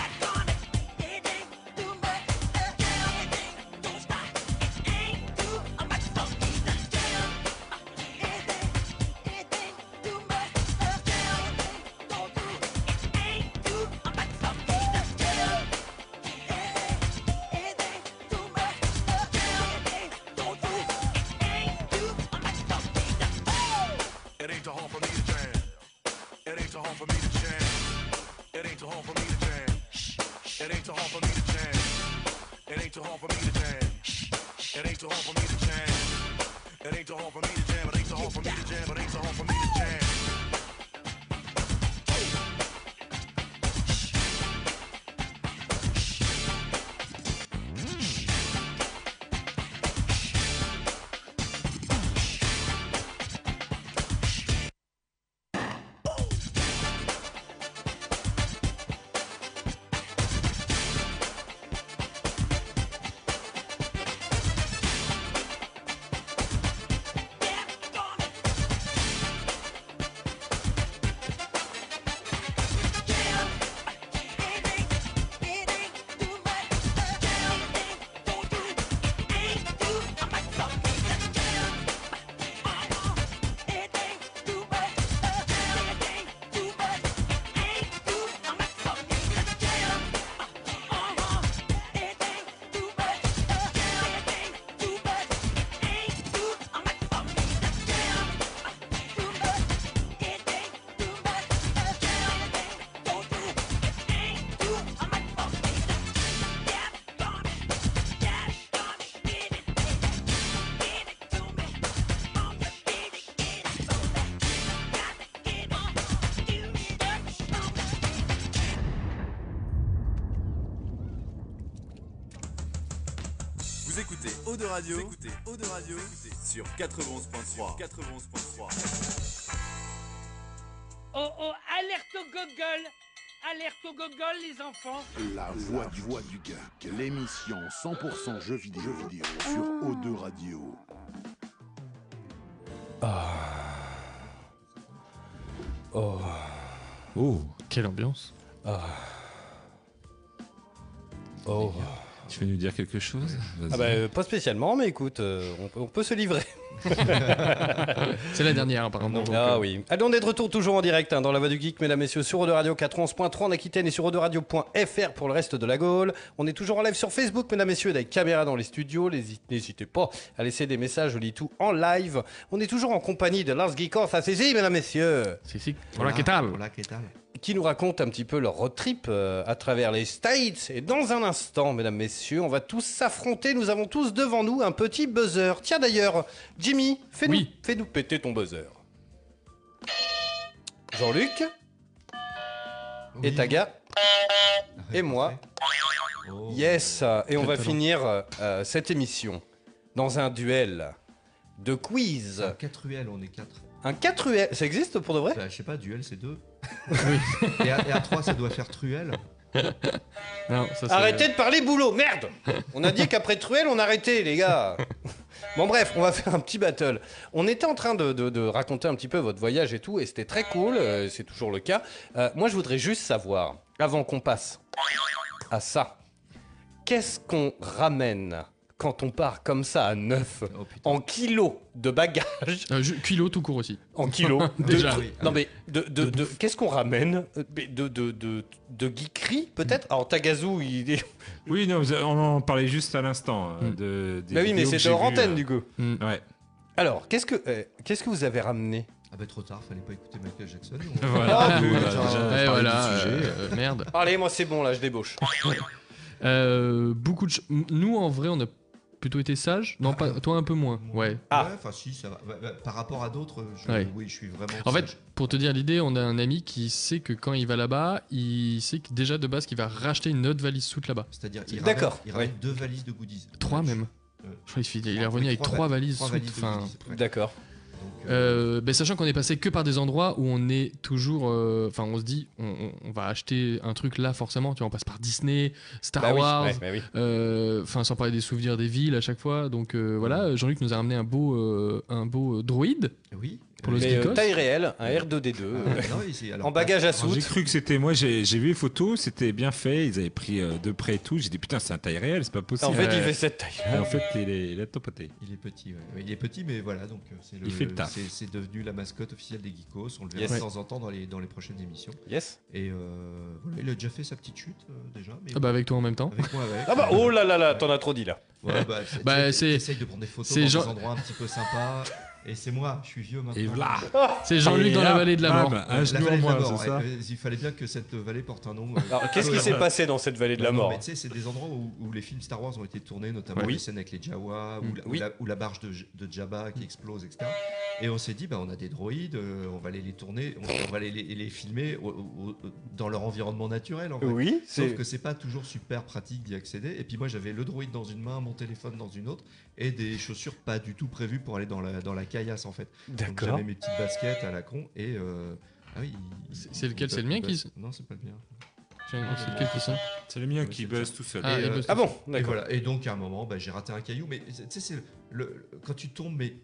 J: It ain't too hard for me to jam. It ain't too hard for me to jam. It ain't too hard for me to jam. It ain't too hard for me to jam. It ain't too hard for me to jam. It ain't too hard for me to jam. It ain't too hard for me to jam. It ain't too hard for me to jam. It ain't too hard for me to jam.
K: Vous écoutez Eau de Radio, Vous écoutez Eau de Radio sur 91.3. 91.3.
C: Oh oh, alerte au gogol Alerte au gogol, les enfants
D: La voix du, voix du geek. L'émission 100% jeux vidéo, jeux vidéo sur O2 Radio.
F: Oh,
H: Quelle ambiance.
E: Oh.
F: tu veux nous dire quelque chose Vas-y.
E: Ah bah, euh, pas spécialement, mais écoute, euh, on, peut- on peut se livrer.
H: C'est la dernière, apparemment. donc,
E: Ah
H: euh,
E: oui. Allez, on est de retour toujours en direct hein, dans la voix du geek, mesdames, messieurs, sur Eau de Radio 411.3 en Aquitaine et sur Radio.fr pour le reste de la Gaule. On est toujours en live sur Facebook, mesdames, messieurs, avec caméra dans les studios. N'hési- N'hésitez pas à laisser des messages, je lis tout en live. On est toujours en compagnie de Lars Geekor, ça saisit, mesdames, messieurs,
H: Si, si. Hola, ¿qué tal
G: Hola, ¿qué tal
E: qui nous racontent un petit peu leur road trip euh, à travers les States. Et dans un instant, mesdames, messieurs, on va tous s'affronter. Nous avons tous devant nous un petit buzzer. Tiens d'ailleurs, Jimmy, fais-nous
H: Oui.
E: fais-nous péter ton buzzer. Jean-Luc et
G: Oui.
E: Taga.
G: Ah,
E: et moi.
G: parfait. Oh.
E: Yes. Et on
H: Quel
E: va
H: talent.
E: finir euh, cette émission dans un duel de quiz.
G: Un Quatruel, on est quatre.
E: Un 4 ruelles. Ça existe pour de vrai
G: Bah, je sais pas, duel c'est deux.
H: Oui.
G: Et à, et à trois, ça doit faire truel.
H: Non, ça, c'est-
E: Ah. Arrêtez de parler boulot, merde On a dit qu'après Truel, on arrêtait, les gars Bon bref, on va faire un petit battle. On était en train de, de- de raconter un petit peu votre voyage et tout, et c'était très cool, euh, c'est toujours le cas. Euh, moi, je voudrais juste savoir, avant qu'on passe à ça, qu'est-ce qu'on ramène quand on part comme ça à neuf
G: Oh putain.
E: en kilos de bagages,
H: Euh, ju- Kilo tout court aussi.
E: en kilos de-
H: Déjà.
E: de- non mais de, de- de- qu'est-ce qu'on ramène Euh, mais de de de, de geekerie, peut-être alors Tagazu il est
F: Oui, non, vous- on en parlait juste à l'instant. euh,
H: Mm.
F: De, des
E: bah oui mais
F: vidéos que
E: c'était
F: j'ai
E: hors
F: vues,
E: antenne
F: euh.
E: du coup
F: Ouais,
E: Alors, qu'est-ce que, euh, qu'est-ce que vous avez ramené
G: Ah bah trop tard, fallait pas écouter Michael Jackson.
F: voilà.
E: Ah,
F: nous, on a
G: putain.
F: déjà parlé
H: Ouais, Eh voilà.
F: du sujet.
H: euh, euh, merde.
E: Allez, moi c'est bon, là, je débauche.
H: Euh, beaucoup de ch- Nous, en vrai, on a plutôt été sages. Non, pas toi un peu moins. Ouais.
E: Ah.
G: Ouais, enfin si, ça va. Bah, bah, par rapport à d'autres, je-
H: Ouais.
G: oui, je suis vraiment.
H: En fait,
G: sage.
H: pour te dire l'idée, on a un ami qui sait que quand il va là-bas, il sait que déjà de base qu'il va racheter une autre valise soute là-bas.
G: c'est-à-dire, il ramène,
E: D'accord,
G: il ramène deux valises de goodies.
H: Trois
G: Ouais,
H: même.
G: Ouais.
H: Je crois qu'il il est
G: Oui,
H: revenu avec
G: trois
H: trois
G: va-
H: valises
G: Trois
H: soute.
G: valises de
H: Enfin,
G: goodies. ouais.
E: D'accord.
G: Donc, euh,
H: Euh, ben, sachant qu'on est passé que par des endroits où on est toujours, euh, enfin on se dit, on, on- on va acheter un truc là forcément. Tu vois, on passe par Disney, Star Wars,
E: ouais, bah oui.
H: euh, enfin sans parler des souvenirs des villes à chaque fois. Donc euh, voilà, Jean-Luc nous a ramené un beau, euh, un beau euh, droïde.
G: Oui.
H: Pour le
E: Mais, euh,
H: Skikos
E: taille réelle, un R2D2, euh,
G: Ah, non, il s'est- alors,
E: en bagage à
F: Alors, J'ai
E: soute.
F: cru que c'était moi, j'ai j'ai vu les photos, c'était bien fait, ils avaient pris euh, de près et tout. J'ai dit putain, c'est un taille réelle, c'est pas possible.
E: En fait, il
F: Euh,
E: fait cette taille.
F: et En fait, il est, il a topoté.
G: Il est petit, ouais. Ouais, il est petit, mais voilà, donc euh, c'est le,
F: Il fait le taf.
G: c'est- C'est devenu la mascotte officielle des Geekos. On le verra
E: Yes.
G: de temps en temps dans les, dans les prochaines émissions.
E: Yes.
G: Et euh, voilà, il a déjà fait sa petite chute euh, déjà. Mais
H: Ah bah avec toi en même temps.
G: Avec moi, avec.
E: Ah bah, oh là là là, t'en as trop dit là.
G: Ouais, bah, c'est-
H: Bah,
G: tu-
H: c'est-
G: t'essayes de prendre des photos
H: c'est
G: dans
H: genre-
G: des endroits un petit peu sympas. Et c'est moi, je suis vieux maintenant.
F: Et voilà.
H: C'est Jean-Luc
F: Et
H: dans la
F: là,
H: vallée de la
F: bam,
H: mort.
F: Un
G: la
F: genou
G: vallée
F: en
G: de
F: moins,
G: la mort.
F: c'est ça
G: ouais. Il fallait bien que cette vallée porte un nom. euh,
E: Alors, qu'est-ce qui s'est passé dans cette vallée de la
G: Non, non,
E: mort hein.
G: mais tu sais, c'est des endroits où, où les films Star Wars ont été tournés, notamment
E: Oui. Mm.
G: les scènes avec les Jawa, ou, la, ou
E: Oui. Mm.
G: la- ou la barge de, J- de Jabba qui explose, etc. Et on s'est dit, bah, on a des droïdes, euh, on va aller les tourner, on, on va aller les, les filmer au- au- au- dans leur environnement naturel. En fait.
E: Oui,
G: Sauf
E: c'est.
G: que c'est pas toujours super pratique d'y accéder. Et puis moi, j'avais le droïde dans une main, mon téléphone dans une autre, et des chaussures pas du tout prévues pour aller dans la, dans la caillasse, en fait. Donc
E: D'accord.
G: j'avais mes petites baskets à la con, et... euh, ah oui, il-
H: C'est- c'est lequel, c'est le mien qui s-
G: Non, c'est pas le mien.
H: Tiens, C'est lequel qui sonne
F: C'est le mien
G: Ouais,
F: qui
G: c'est
F: buzz
G: ça.
F: tout seul.
H: Ah,
G: Et,
H: il
G: euh,
H: bosse
E: Ah bon,
G: Et,
E: d'accord.
G: voilà. et donc à un moment, bah, j'ai raté un caillou, mais tu sais, c'est le, le- quand tu tombes, mais,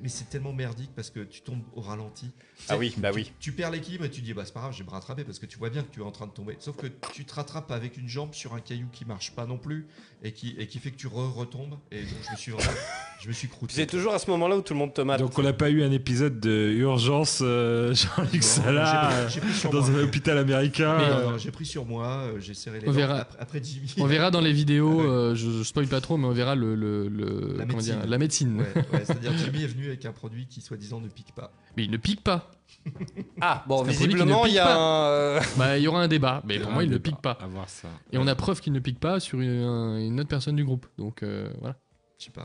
G: mais c'est tellement merdique parce que tu tombes au ralenti. Tu sais,
E: Ah oui, bah
G: tu-
E: oui.
G: Tu perds l'équilibre et tu dis, bah c'est pas grave, je vais me rattraper parce que tu vois bien que tu es en train de tomber. Sauf que tu te rattrapes avec une jambe sur un caillou qui marche pas non plus et qui, et qui fait que tu re- retombes. Et donc je me suis vraiment- je me suis
E: Puis
G: croûté.
E: C'est toujours à ce moment-là où tout le monde te mate.
F: Donc on n'a pas eu un épisode de urgence euh,
G: Non,
F: Jean-Luc
G: j'ai
F: Salah
G: pris- j'ai pris
F: euh,
G: sur
F: dans
G: moi.
F: un hôpital américain.
G: Non,
F: euh,
G: non, j'ai pris sur moi, euh, j'ai serré les
H: On
G: dents.
H: verra.
G: Après, après Jimmy.
H: On verra dans les vidéos,
G: Ouais.
H: euh, je, je spoil pas trop, mais on verra le, le- le-
G: La
H: comment
G: médecine.
H: dire, la médecine.
G: Ouais, ouais, c'est-à-dire Jimmy est venu avec un produit qui soi-disant ne pique pas.
H: Mais il ne pique pas.
E: Ah, bon,
H: C'est un produit qui ne
E: visiblement, il y
H: pique
E: a
H: pas.
E: un. euh,
H: Bah, il y aura un débat, mais pour
F: un
H: moi, il ne
F: débat.
H: pique pas.
F: À voir ça.
H: Et on a preuve qu'il ne pique pas sur une, un- une autre personne du groupe. Donc euh, voilà.
G: Je sais pas.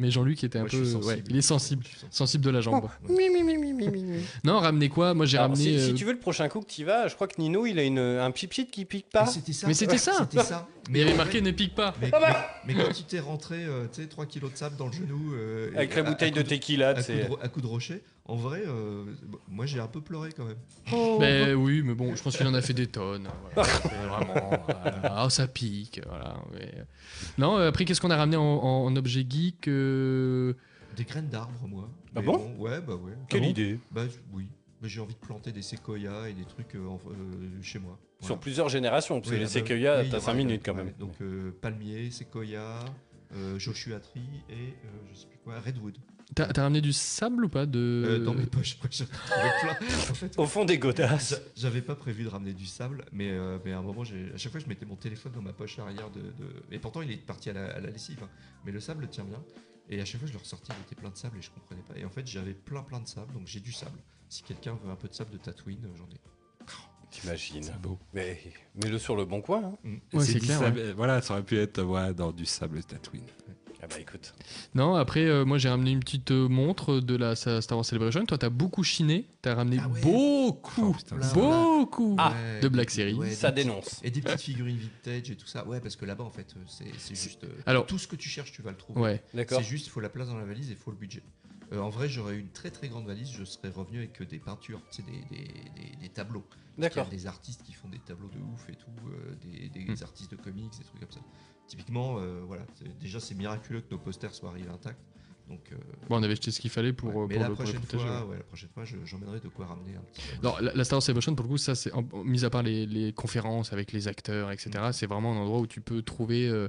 H: Mais Jean-Luc était un
G: Moi, je
H: peu.
G: suis sensible.
H: ouais, il est sensible.
G: Je suis sensible.
H: Sensible de la jambe.
E: Oui, oui, oui, oui, oui, oui, oui.
H: Non, ramenez quoi Moi, j'ai
E: Alors,
H: ramené.
E: si,
H: euh,
E: si tu veux le prochain coup que tu vas, je crois que Nino il a une, un pipit qui pique pas. Ah
G: Mais c'était ça.
H: Mais c'était ça.
G: C'était ça.
H: Il y avait
G: en
H: marqué
G: fait,
H: ne pique pas.
G: Mais,
E: bah.
G: mais- mais quand tu t'es rentré, euh, tu sais, 3 kilos de sable dans le genou. euh,
E: Avec
G: et
E: la
G: à- à
E: bouteille
G: coup
E: de tequila,
G: À
E: tu
G: coup de,
E: sais.
G: ro- à coup de rocher, en vrai, euh, bon, moi j'ai un peu pleuré quand même.
H: Ben oui, mais bon, je pense qu'il en a fait des tonnes. hein, voilà. C'est vraiment. voilà. Ah, ça pique. Voilà. mais, euh, Non, euh, après, qu'est-ce qu'on a ramené en, en- en objet geek euh,
G: Des graines d'arbres, moi.
E: Ah
G: Mais
E: bon
G: Ouais, bah ouais.
E: Quelle
G: Ah bon
E: idée
G: Bah j- oui. Bah, J'ai envie de planter des séquoias et des trucs euh, en- euh, chez moi. ah
E: Sur plusieurs générations, parce que les
G: bah
E: séquoias, t'as 5 minutes quand même.
G: Donc euh, palmier, séquoia, euh, Joshua Tree et euh, je sais plus quoi, Redwood.
H: T'as t'as ramené du sable ou pas de...
G: Euh, dans mes poches, moi j'en ai trouvé plein. En fait,
E: Au fond des
G: J'a-
E: godasses.
G: J'avais pas prévu de ramener du sable, mais, euh, mais à un moment, j'ai- à chaque fois, je mettais mon téléphone dans ma poche arrière de. de- Et pourtant, il est parti à la, à la lessive. hein. Mais le sable tient bien. Et à chaque fois, je le ressortais, il était plein de sable et je comprenais pas. Et en fait, j'avais plein plein de sable, donc j'ai du sable. Si quelqu'un veut un peu de sable de Tatooine, euh, j'en ai.
E: T'imagines.
F: C'est beau.
E: Mais mets-le sur le bon coin. hein.
H: Ouais,
F: C'est
H: c'est
F: du
H: clair,
F: sable- Voilà, ça aurait pu être euh, voilà, dans du sable Tatooine.
E: Ah bah écoute.
H: Non, après, euh, moi j'ai ramené une petite euh, montre de la Sa- Star Wars Celebration. Toi, t'as beaucoup chiné. T'as ramené
G: Ah ouais.
H: beaucoup,
F: Oh, putain,
G: Plein,
H: beaucoup.
E: Ah.
G: Ouais,
H: de Black
G: des-
H: Series.
G: ouais,
E: Ça
G: des petites-
E: dénonce.
G: Et des petites figurines vintage et tout ça. Ouais, parce que là-bas, en fait, euh, c'est c'est juste. euh,
H: Alors-
G: tout ce que tu cherches, tu vas le trouver.
H: Ouais.
E: D'accord.
G: C'est juste, il faut la place dans la valise et il faut le budget. Euh, en vrai, j'aurais eu une très très grande valise, je serais revenu avec euh, des peintures, tu sais, des, des- des- des tableaux. Parce qu'il y a
E: D'accord.
G: des artistes qui font des tableaux de ouf et tout, euh, des, des
H: Hmm.
G: artistes de comics, des trucs comme ça. Typiquement, euh, voilà, c'est- déjà c'est miraculeux que nos posters soient arrivés intacts. Donc, euh,
H: Bon, on avait acheté ce qu'il fallait pour,
G: ouais.
H: euh,
G: Mais
H: pour
G: la,
H: le, pour le
G: prochaine
H: protéger,
G: fois,
H: ouais.
G: ouais, la prochaine fois, je- j'emmènerai de quoi ramener un petit.
H: Non, la, la Star Wars Celebration, pour le coup, ça, c'est en- en- mis à part les, les conférences avec les acteurs, etc.
G: Mm.
H: C'est vraiment un endroit où tu peux trouver euh,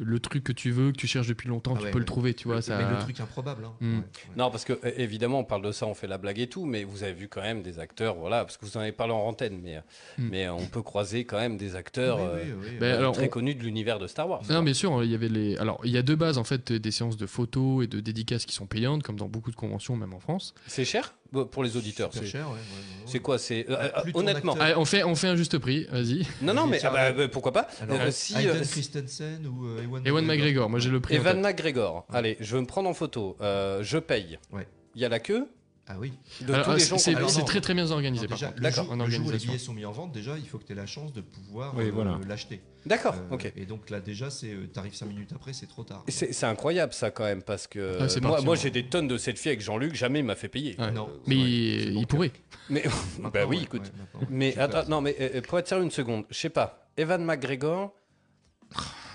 H: le truc que tu veux, que tu cherches depuis longtemps.
G: Ah
H: tu
G: ouais,
H: peux le
G: ouais.
H: trouver, tu vois.
G: Mais
H: ça...
G: le truc improbable. hein.
H: Hmm.
G: Ouais, ouais.
E: Non, parce que euh, évidemment, on parle de ça, on fait la blague et tout, mais vous avez vu quand même des acteurs, voilà, parce que vous en avez parlé en antenne, mais, euh,
H: Mm.
E: mais euh, on peut croiser quand même des acteurs
G: Hmm. Oui,
E: euh,
G: oui, oui, oui.
H: Ben,
E: euh,
H: alors,
E: très
H: on-
E: connus de l'univers de Star Wars.
H: Non, bien sûr, il y avait les. Alors, il y a deux bases en fait, des séances de photos et de dédicaces qui sont payantes, comme dans beaucoup de conventions, même en France.
E: C'est cher Bon, pour les auditeurs.
G: Super
E: C'est
G: cher, ouais, ouais, ouais, ouais.
E: c'est quoi C'est euh,
G: Bah,
E: euh,
G: plus ton
E: honnêtement.
G: acteur-
H: Allez, on fait, on fait un juste prix, vas-y.
E: Non, non, mais
G: Tiens,
E: ah bah,
G: euh,
E: bah, pourquoi pas
G: Alors,
E: Euh, si,
G: Hayden
E: euh,
G: Christensen ou euh, Ewan,
H: Ewan McGregor, moi j'ai le prix. en
E: Evan
H: tête.
E: McGregor. Allez, je veux me prendre en photo. Euh, je paye.
G: Ouais.
E: Il y a la queue
G: Ah oui.
E: de
H: Alors,
E: tous les
H: c'est-
E: gens.
H: c'est
E: qu'on-
G: alors,
H: c'est
G: non.
H: très très bien organisé
G: Non,
H: par
G: déjà,
H: contre.
G: le jour-
H: en
G: le jour où les
H: organisation.
G: billets sont mis en vente, déjà, il faut que tu aies la chance de pouvoir
F: Oui,
G: euh,
F: voilà.
G: l'acheter.
E: D'accord.
G: Euh,
E: Ah, Ok.
G: Et donc là, déjà, c'est, euh, t'arrives 5 minutes après, c'est trop tard.
E: Et C'est c'est incroyable ça quand même parce que
H: Ah, c'est
E: moi,
H: parti,
E: moi
H: hein.
E: j'ai des tonnes de selfies avec Jean-Luc, jamais il m'a fait payer.
H: Ouais.
G: Non.
H: Mais
G: Ouais,
H: il-
G: c'est
H: il
G: donc,
H: pourrait.
E: Mais
G: maintenant,
E: bah oui,
G: ouais,
E: écoute.
G: ouais, maintenant, ouais.
E: Mais
G: Super.
E: attends, non, mais euh, euh, pour être sérieux une seconde, je sais pas. Evan McGregor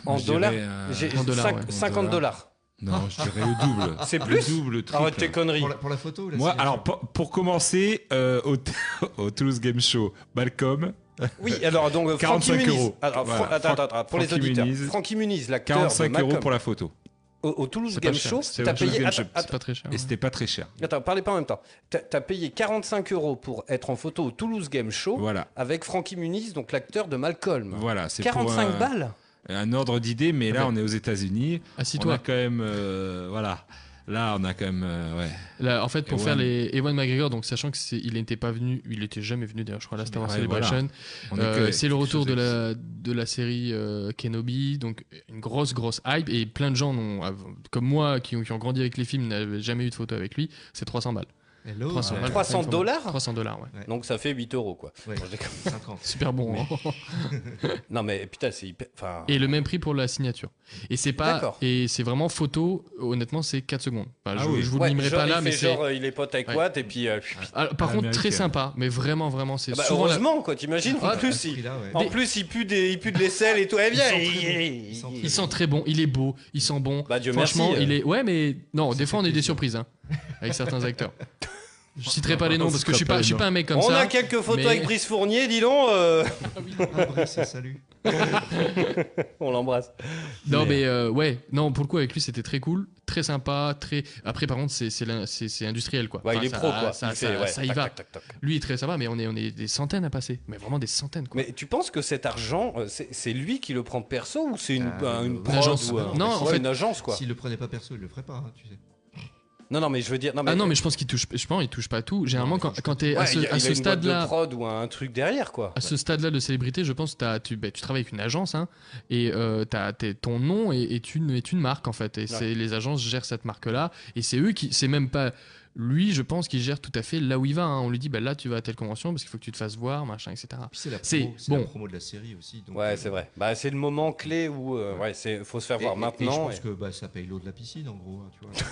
E: en
F: Je
E: dollars,
F: dirais, euh,
E: j'ai
H: en dollars,
E: cinq-
H: ouais, en
E: 50
F: dollars.
E: dollars.
F: Non, je dirais le double.
E: C'est
F: Le
E: plus
F: double, le triple.
E: Arrête tes conneries.
G: Pour la, pour la photo, là,
F: Moi,
G: c'est-
F: alors, pour, pour commencer, euh, au, au Toulouse Game Show, Malcolm.
E: Oui, alors donc euh,
F: 45
E: Francky Muniz.
F: euros.
E: Alors,
F: Voilà.
E: Fra- attends, attends, attends, pour les
F: Francky
E: auditeurs.
F: Muniz.
E: Francky Muniz, l'acteur.
F: 45
E: de
F: euros
E: Malcolm.
F: pour la photo.
E: Au, au Toulouse
H: C'est
E: Game
H: pas cher,
E: Show,
H: c'est
E: t'as
H: au Toulouse
E: payé.
H: Game
E: Attends,
H: Show, c'est
G: Ah,
E: attends,
H: pas très cher.
F: Et c'était pas très cher.
E: attends, parlez pas en même temps. T'as t'as payé 45 euros pour être en photo au Toulouse Game Show
F: Voilà.
E: avec Francky Muniz, donc l'acteur de Malcolm.
F: Voilà, c'est pour
E: 45
H: euh,
F: un-
E: balles
F: un ordre d'idée, mais là, on est aux États-Unis. on a
H: hein. Assis-toi.
F: quand même. euh, voilà. Là, on a quand même. euh, ouais.
H: Là, en fait, pour
F: Ewan.
H: faire les Ewan McGregor, donc sachant que c'est- il n'était pas venu, il n'était jamais venu d'ailleurs, je crois, à la Star Wars
F: Ouais,
H: Celebration.
F: On est
H: Euh,
F: que-
H: c'est le
F: quelque
H: retour
F: chose
H: de la, de la série euh, Kenobi, donc une grosse, grosse hype. Et plein de gens, n'ont- av- comme moi, qui, ont- qui ont grandi avec les films, n'avaient jamais eu de photo avec lui. C'est 300 balles.
F: Oh,
G: Hello,
H: 300,
G: ouais.
H: balles,
E: 300
H: 300
E: dollars
H: 300 dollars, ouais.
G: Ouais.
E: Donc ça fait 8 euros quoi.
G: Ouais.
E: Non, je déconne.
G: 50.
H: Super bon. hein.
E: non mais putain c'est hyper. Enfin,
H: Et le même prix pour la signature. Et c'est pas.
E: D'accord.
H: Et c'est vraiment photo, honnêtement, c'est 4 secondes. Enfin,
F: Ah
H: je,
F: oui.
H: je vous
E: ouais,
H: le mimerai
E: genre,
H: pas là,
E: il
H: mais
E: fait
H: c'est.
E: genre euh, il est pote avec
H: Ouais.
E: Watt et puis. euh,
F: À
H: Ah, par contre,
F: l'américaine.
H: très sympa, mais vraiment, vraiment, c'est
E: bah,
H: souvent la-
E: heureusement quoi, t'imagines
H: Ah,
E: En plus
G: ce
E: il.
G: prix-là, ouais.
E: En
H: Des-
E: plus, il pue, des, il pue de l'aisselle et tout. Eh bien,
G: Il sent très bon.
E: il-
G: Il sent très
H: Il sent très bon, il est beau, il sent bon.
E: Bah, Dieu
H: Franchement,
E: merci, euh.
H: il est. Ouais, mais non, des fois on a eu des
G: plaisir.
H: surprises hein, avec certains acteurs. Je citerai pas les noms
F: On
H: parce que je suis
F: citera pas
H: pas, je suis
F: les
H: pas un mec comme
E: On
H: ça.
E: a quelques photos
H: mais-
E: avec Brice Fournier, dis donc. euh,
G: Ah, Brice, et salut.
E: On l'embrasse.
H: Non, mais euh, ouais, non, pour le coup, avec lui, c'était très cool, très sympa, très. Après, par contre, c'est- c'est l'in- c'est c'est industriel, quoi.
E: Ouais,
H: Enfin,
E: Bah, il est
H: ça-
E: pro, quoi.
H: Ça,
E: Il
H: ça-
E: fait, ouais,
H: ça y
E: tac,
H: va.
E: tac, tac, tac.
H: Lui est très sympa, mais on est, on est des centaines à passer. Mais vraiment des centaines, quoi.
E: Mais tu penses que cet argent, euh, c'est c'est lui qui le prend perso ou c'est une,
G: Euh,
E: un- une
G: une
E: prod
H: agence.
E: ou un-
H: Non, en
E: ouais,
H: fait-
E: une agence, quoi.
G: S'il le prenait pas perso, il le ferait pas, hein, tu sais.
E: Non, non, mais je veux dire. Non, mais,
H: Ah non, mais je pense qu'il touche. Je pense qu'il touche pas tout. Généralement,
G: mais
H: quand,
G: touche
H: quand t'es à
E: Ouais,
H: ce,
E: il y a-
H: à
E: il
H: ce
E: a une boîte de
H: stade-là, Ah,
E: prod ou un truc derrière, quoi.
H: À ce stade-là de célébrité, je pense que t'as- tu, bah, tu travailles avec une agence hein, et euh, t'as- t'es- ton nom est, est une, est une marque en fait. Et c'est- les agences gèrent cette marque-là et c'est eux qui. C'est même pas lui, je pense, qui gère tout à fait là où il va. hein. On lui dit bah, là tu vas à telle convention parce qu'il faut que tu te fasses voir, machin, etc.
G: Puis c'est la,
H: C'est-
G: promo- c'est la
H: bon.
G: promo de la série aussi. donc, euh,
E: Ouais, c'est vrai. Bah, c'est le moment clé où euh, ouais, c'est faut se faire
G: Et-
E: voir
G: et- et
E: maintenant.
G: je pense
E: et-
G: que bah, ça paye l'eau de la piscine, en gros. hein, tu vois.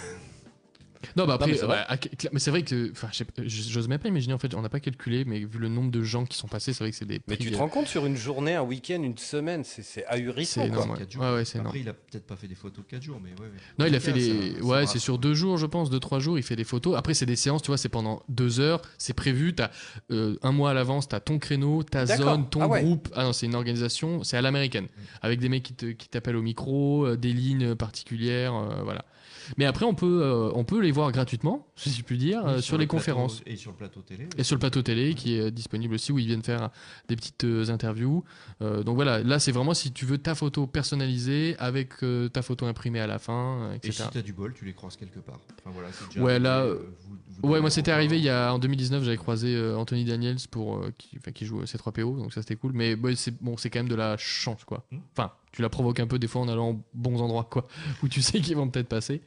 H: Non, bah
E: Non,
H: après,
E: mais c'est vrai.
H: ouais, à- cla- mais c'est vrai que. enfin, je sais pas, J'ose même pas imaginer en fait, on n'a pas calculé, mais vu le nombre de gens qui sont passés, c'est vrai que c'est des.
E: Mais
H: prix,
E: tu te
H: euh,
E: rends compte sur une journée, un week-end, une semaine, c'est- c'est
H: C'est
E: ahurissant. quoi.
H: énorme.
G: C'est
H: ouais.
G: quatre jours.
H: Ouais, ouais, c'est énorme.
G: Après, il a peut-être pas fait des photos 4 jours, mais ouais. ouais.
H: Non, il
G: En
H: a
G: tout
H: fait
G: cas,
H: des.
G: ça- ça
H: ouais,
G: brasse.
H: c'est sur deux jours, je pense, deux, trois jours, il fait des photos. Après, c'est des séances, tu vois, c'est pendant deux heures, c'est prévu, t'as euh, un mois à l'avance, t'as ton créneau, ta
E: D'accord.
H: zone, ton
E: Ah ouais.
H: groupe. Ah non, c'est une organisation, c'est à l'américaine,
G: Mm.
H: avec des mecs qui te- qui t'appellent au micro, euh, des lignes particulières, euh, voilà. Mais après, on peut, euh, on peut les voir gratuitement, si je puis dire, euh,
G: Oui,
H: sur, les
G: le plateau-
H: conférences.
G: Et sur le plateau télé.
H: Et sur le plateau télé qui est disponible aussi où ils viennent faire des petites euh, interviews. Euh, donc voilà, là c'est vraiment si tu veux ta photo personnalisée avec euh, ta photo imprimée à la fin, euh,
G: Et
H: etc.
G: si t'as du bol, tu les croises quelque part. Enfin, voilà, c'est déjà
H: Ouais,
G: arrivé,
H: là,
G: euh, vous- vous
H: Ouais,
G: donnez
H: moi c'était
G: encore-
H: arrivé il y a en 2019, j'avais croisé euh, Anthony Daniels pour euh, qui, enfin, qui joue euh, C3PO, donc ça c'était cool. Mais ouais, c'est bon, c'est quand même de la chance quoi.
G: Hmm.
H: Enfin, tu la provoques un peu des fois en allant aux bons endroits quoi, où tu sais qu'ils vont peut-être passer.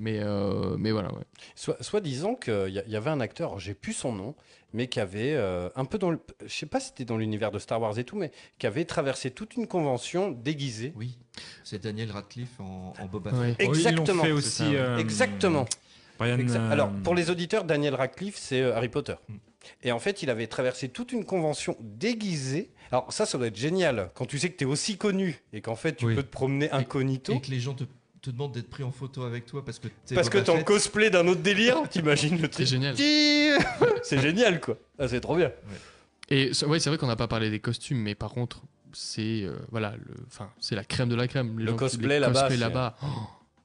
H: Mais euh, mais voilà. Ouais.
E: Soit, soit disant qu'il y, a- y avait un acteur, alors j'ai plus son nom, mais qui avait euh, un peu dans le. Je sais pas si c'était dans l'univers de Star Wars et tout, mais qui avait traversé toute une convention déguisée.
G: Oui, c'est Daniel Radcliffe en, en Boba
H: Ouais.
F: Oh, ils l'ont
E: Exactement.
F: fait aussi,
G: C'est ça.
F: euh,
E: Exactement.
F: Brian,
E: Exa-
F: euh,
E: Alors, pour les auditeurs, Daniel Radcliffe, c'est euh, Harry Potter.
G: Mm.
E: Et en fait, il avait traversé toute une convention déguisée. Alors, ça, ça doit être génial quand tu sais que tu es aussi connu et qu'en fait, tu
G: Oui.
E: peux te promener incognito.
G: Fett. Et que les gens te, te demandent d'être pris en photo avec toi parce que t'es
E: parce que
G: Boba
E: t'es en
G: Fett.
E: cosplay d'un autre délire, t'imagines le
H: C'est
E: truc.
H: génial.
E: C'est génial, quoi. Ah, c'est trop bien.
H: Et c'est- ouais, c'est vrai qu'on n'a pas parlé des costumes, mais par contre c'est euh, voilà, le- enfin c'est la crème de la crème. Les
E: Le
H: gens qui-
E: cosplay
H: les
E: là-bas,
H: cosplays
E: c'est-
H: là-bas. Oh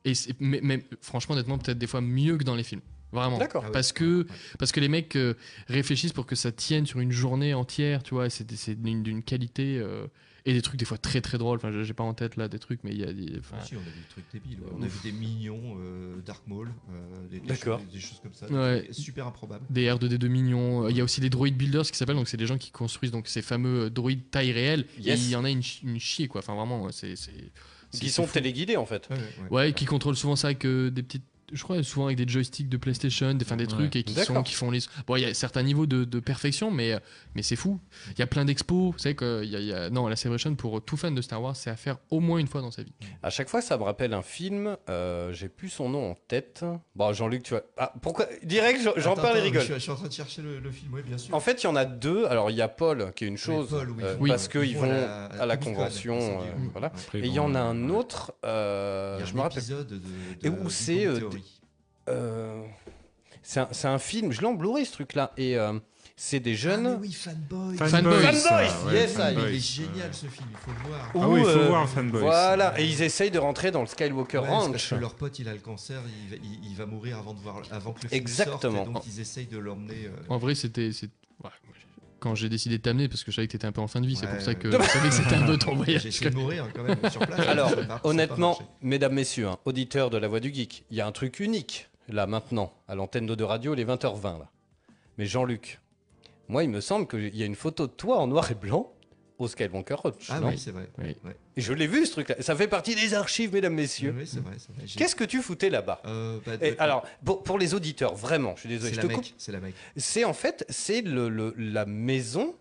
H: Et c'est- mais, mais, franchement, honnêtement, peut-être des fois mieux que dans les films. Vraiment.
E: D'accord.
G: Ah ouais.
H: Parce que, parce que les mecs euh, réfléchissent pour que ça tienne sur une journée entière, tu vois, et c'est c'est d'une d'une qualité euh, et des trucs des fois très très drôles. Enfin, j'ai- j'ai pas en tête là des trucs, mais il y a des. enfin,
G: Ah si, on a vu des trucs débiles. ouais. On a vu des mignons, euh, Dark Maul, euh, des, des
E: D'accord.
G: choses- des choses comme ça.
H: Ouais.
G: Super improbable.
H: Des R2D2 mignons. Euh,
E: Mm.
H: Il y a aussi des droid builders qui s'appellent, donc c'est des gens qui construisent donc ces fameux euh, droïdes taille réelle.
E: Yes.
H: Et il y en a une, chi- une chier, quoi. Enfin, vraiment, c'est. c'est- c'est-
E: Qui
H: c'est
E: sont
H: fou.
E: téléguidés, en fait.
G: Ouais, ouais, ouais.
H: Ouais, qui contrôlent souvent ça avec euh, des petites je crois, souvent avec des joysticks de PlayStation, des, enfin, des trucs
E: Ouais.
H: et qui,
E: D'accord.
H: sont, qui font les. Bon, il y a certains niveaux de, de perfection, mais, euh, mais c'est fou. Il y a plein d'expos. Vous savez que. euh, il y a- il y a- Non, la Celebration, pour tout fan de Star Wars, c'est à faire au moins une fois dans sa vie.
E: À chaque fois, ça me rappelle un film. euh, J'ai plus son nom en tête. Bon, Jean-Luc, tu vois. Ah, pourquoi Direct, j'en- j'en
G: Attends,
E: parle et
G: attends,
E: rigole.
G: Je suis, je suis en train de chercher le, le film, oui, bien sûr.
E: En fait, il y en a deux. Alors, il y a Paul, qui est une chose,
G: Paul, oui.
E: euh,
G: Oui.
E: parce qu'ils
G: Ils
E: vont
G: vont à
E: à
G: la-
E: la,
G: à la Comic-Con,
E: convention.
G: ils sont
E: euh,
G: dit, oui.
E: voilà.
G: Après,
E: Et
G: ils
E: il y
G: vont,
E: en a
G: euh,
E: un autre, euh,
G: Il y a
E: je
G: un
E: me rappelle.
G: épisode de- de-
E: et
G: de
E: où c'est. euh,
G: Big Bang Theory.
E: euh, c'est un, c'est un film, je l'ai en Blu-ray, ce truc-là. Et euh, c'est des jeunes.
G: Ah, mais oui, Fanboy.
E: Fanboys, Fanboys,
G: ça, ouais,
E: yes, ah, I.
G: Fanboys. Il est génial ce film, il faut le voir.
E: Où, euh, Voilà, et ils essayent de rentrer dans le Skywalker
G: Ouais, c'est Parce
E: Ranch.
G: que leur pote, il a le cancer, il va, il- il va mourir avant, de voir, avant que le film
E: Exactement.
G: sorte. Et donc, ils essayent de l'emmener. euh,
H: En vrai, c'était. c'est- ouais, moi, j'ai- Quand j'ai décidé de t'amener, parce que je savais que t'étais un peu en fin de vie, c'est
G: Ouais,
H: pour ça que
G: ouais.
H: je savais que c'était un peu ton
G: J'ai
H: voyage.
G: essayé de mourir, quand même, sur place.
E: Alors,
G: Ça marche, ça
E: honnêtement,
G: marche.
E: mesdames, messieurs, hein, auditeurs de la Voix du Geek, il y a un truc unique, là, maintenant, à l'antenne de radio, les 20h20, là. Mais Jean-Luc, moi, il me semble qu'il y a une photo de toi en noir et blanc au Skywalker Ranch.
G: Ah
E: non
G: oui, c'est vrai.
H: Oui.
G: ouais.
E: Et Je l'ai vu, ce truc-là. Ça fait partie des archives, mesdames, messieurs.
G: Oui, c'est vrai, c'est vrai. J'ai-
E: Qu'est-ce que tu foutais là-bas
G: bah,
E: Et
G: de-
E: Alors, pour, pour les auditeurs, vraiment, je suis désolé,
G: C'est
E: je
G: la
E: te
G: Mecque,
E: coupe.
G: C'est la Mecque.
E: C'est en fait, c'est le, le- la maison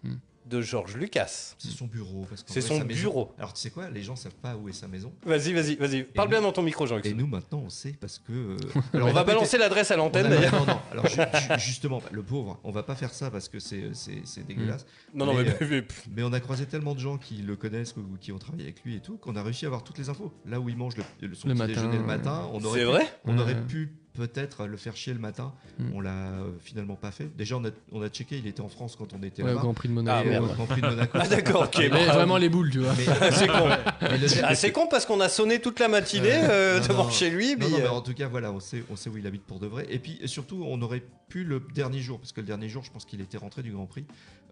E: de George Lucas.
G: C'est son bureau. parce qu'en
E: C'est
G: vrai,
E: son
G: Hmm. sa maison-
E: bureau.
G: Alors, tu sais quoi Les gens savent pas où est sa maison.
E: Vas-y, vas-y, vas-y. Parle
G: Et
E: bien
G: nous-
E: dans ton micro, Jean-Luc.
G: Et nous, maintenant, on sait parce que. euh,
E: Alors, on va
G: peut-être-
E: balancer l'adresse à l'antenne,
G: On a-
E: d'ailleurs.
G: Non, non, alors ju- ju- justement, bah, le pauvre, on va pas faire ça parce que c'est- c'est
E: Hmm.
G: c'est dégueulasse.
E: Non, non, mais-
G: euh, mais on a croisé tellement de gens qui le connaissent ou qui ont travaillé avec lui et tout qu'on a réussi à avoir toutes les infos. Là où il mange le, le- son
H: Le
G: petit
H: matin,
G: déjeuner le
H: ouais.
G: matin, on aurait
E: C'est
G: pu-
E: vrai
G: on
H: Ouais.
G: aurait pu peut-être le faire chier le matin.
H: Mm.
G: On l'a euh, finalement pas fait. Déjà, on a, on a checké, il était en France quand on était
H: Ouais, au
G: là-bas.
H: Grand Prix de
G: Et, euh,
H: Monaco. Ah, merde.
G: au Grand Prix de Monaco.
E: Ah, d'accord, ok,
G: Et-
E: bon.
H: vraiment les boules, tu vois.
E: c'est con.
G: Mais le-
E: Ah, c'est con parce qu'on a sonné toute la matinée euh,
G: non,
E: devant
G: non.
E: chez lui.
G: Non,
E: puis,
G: non, mais
E: euh,
G: en tout cas, voilà, on sait, on sait où il habite pour de vrai. Et puis et surtout, on aurait pu le dernier jour, parce que le dernier jour, je pense qu'il était rentré du Grand Prix.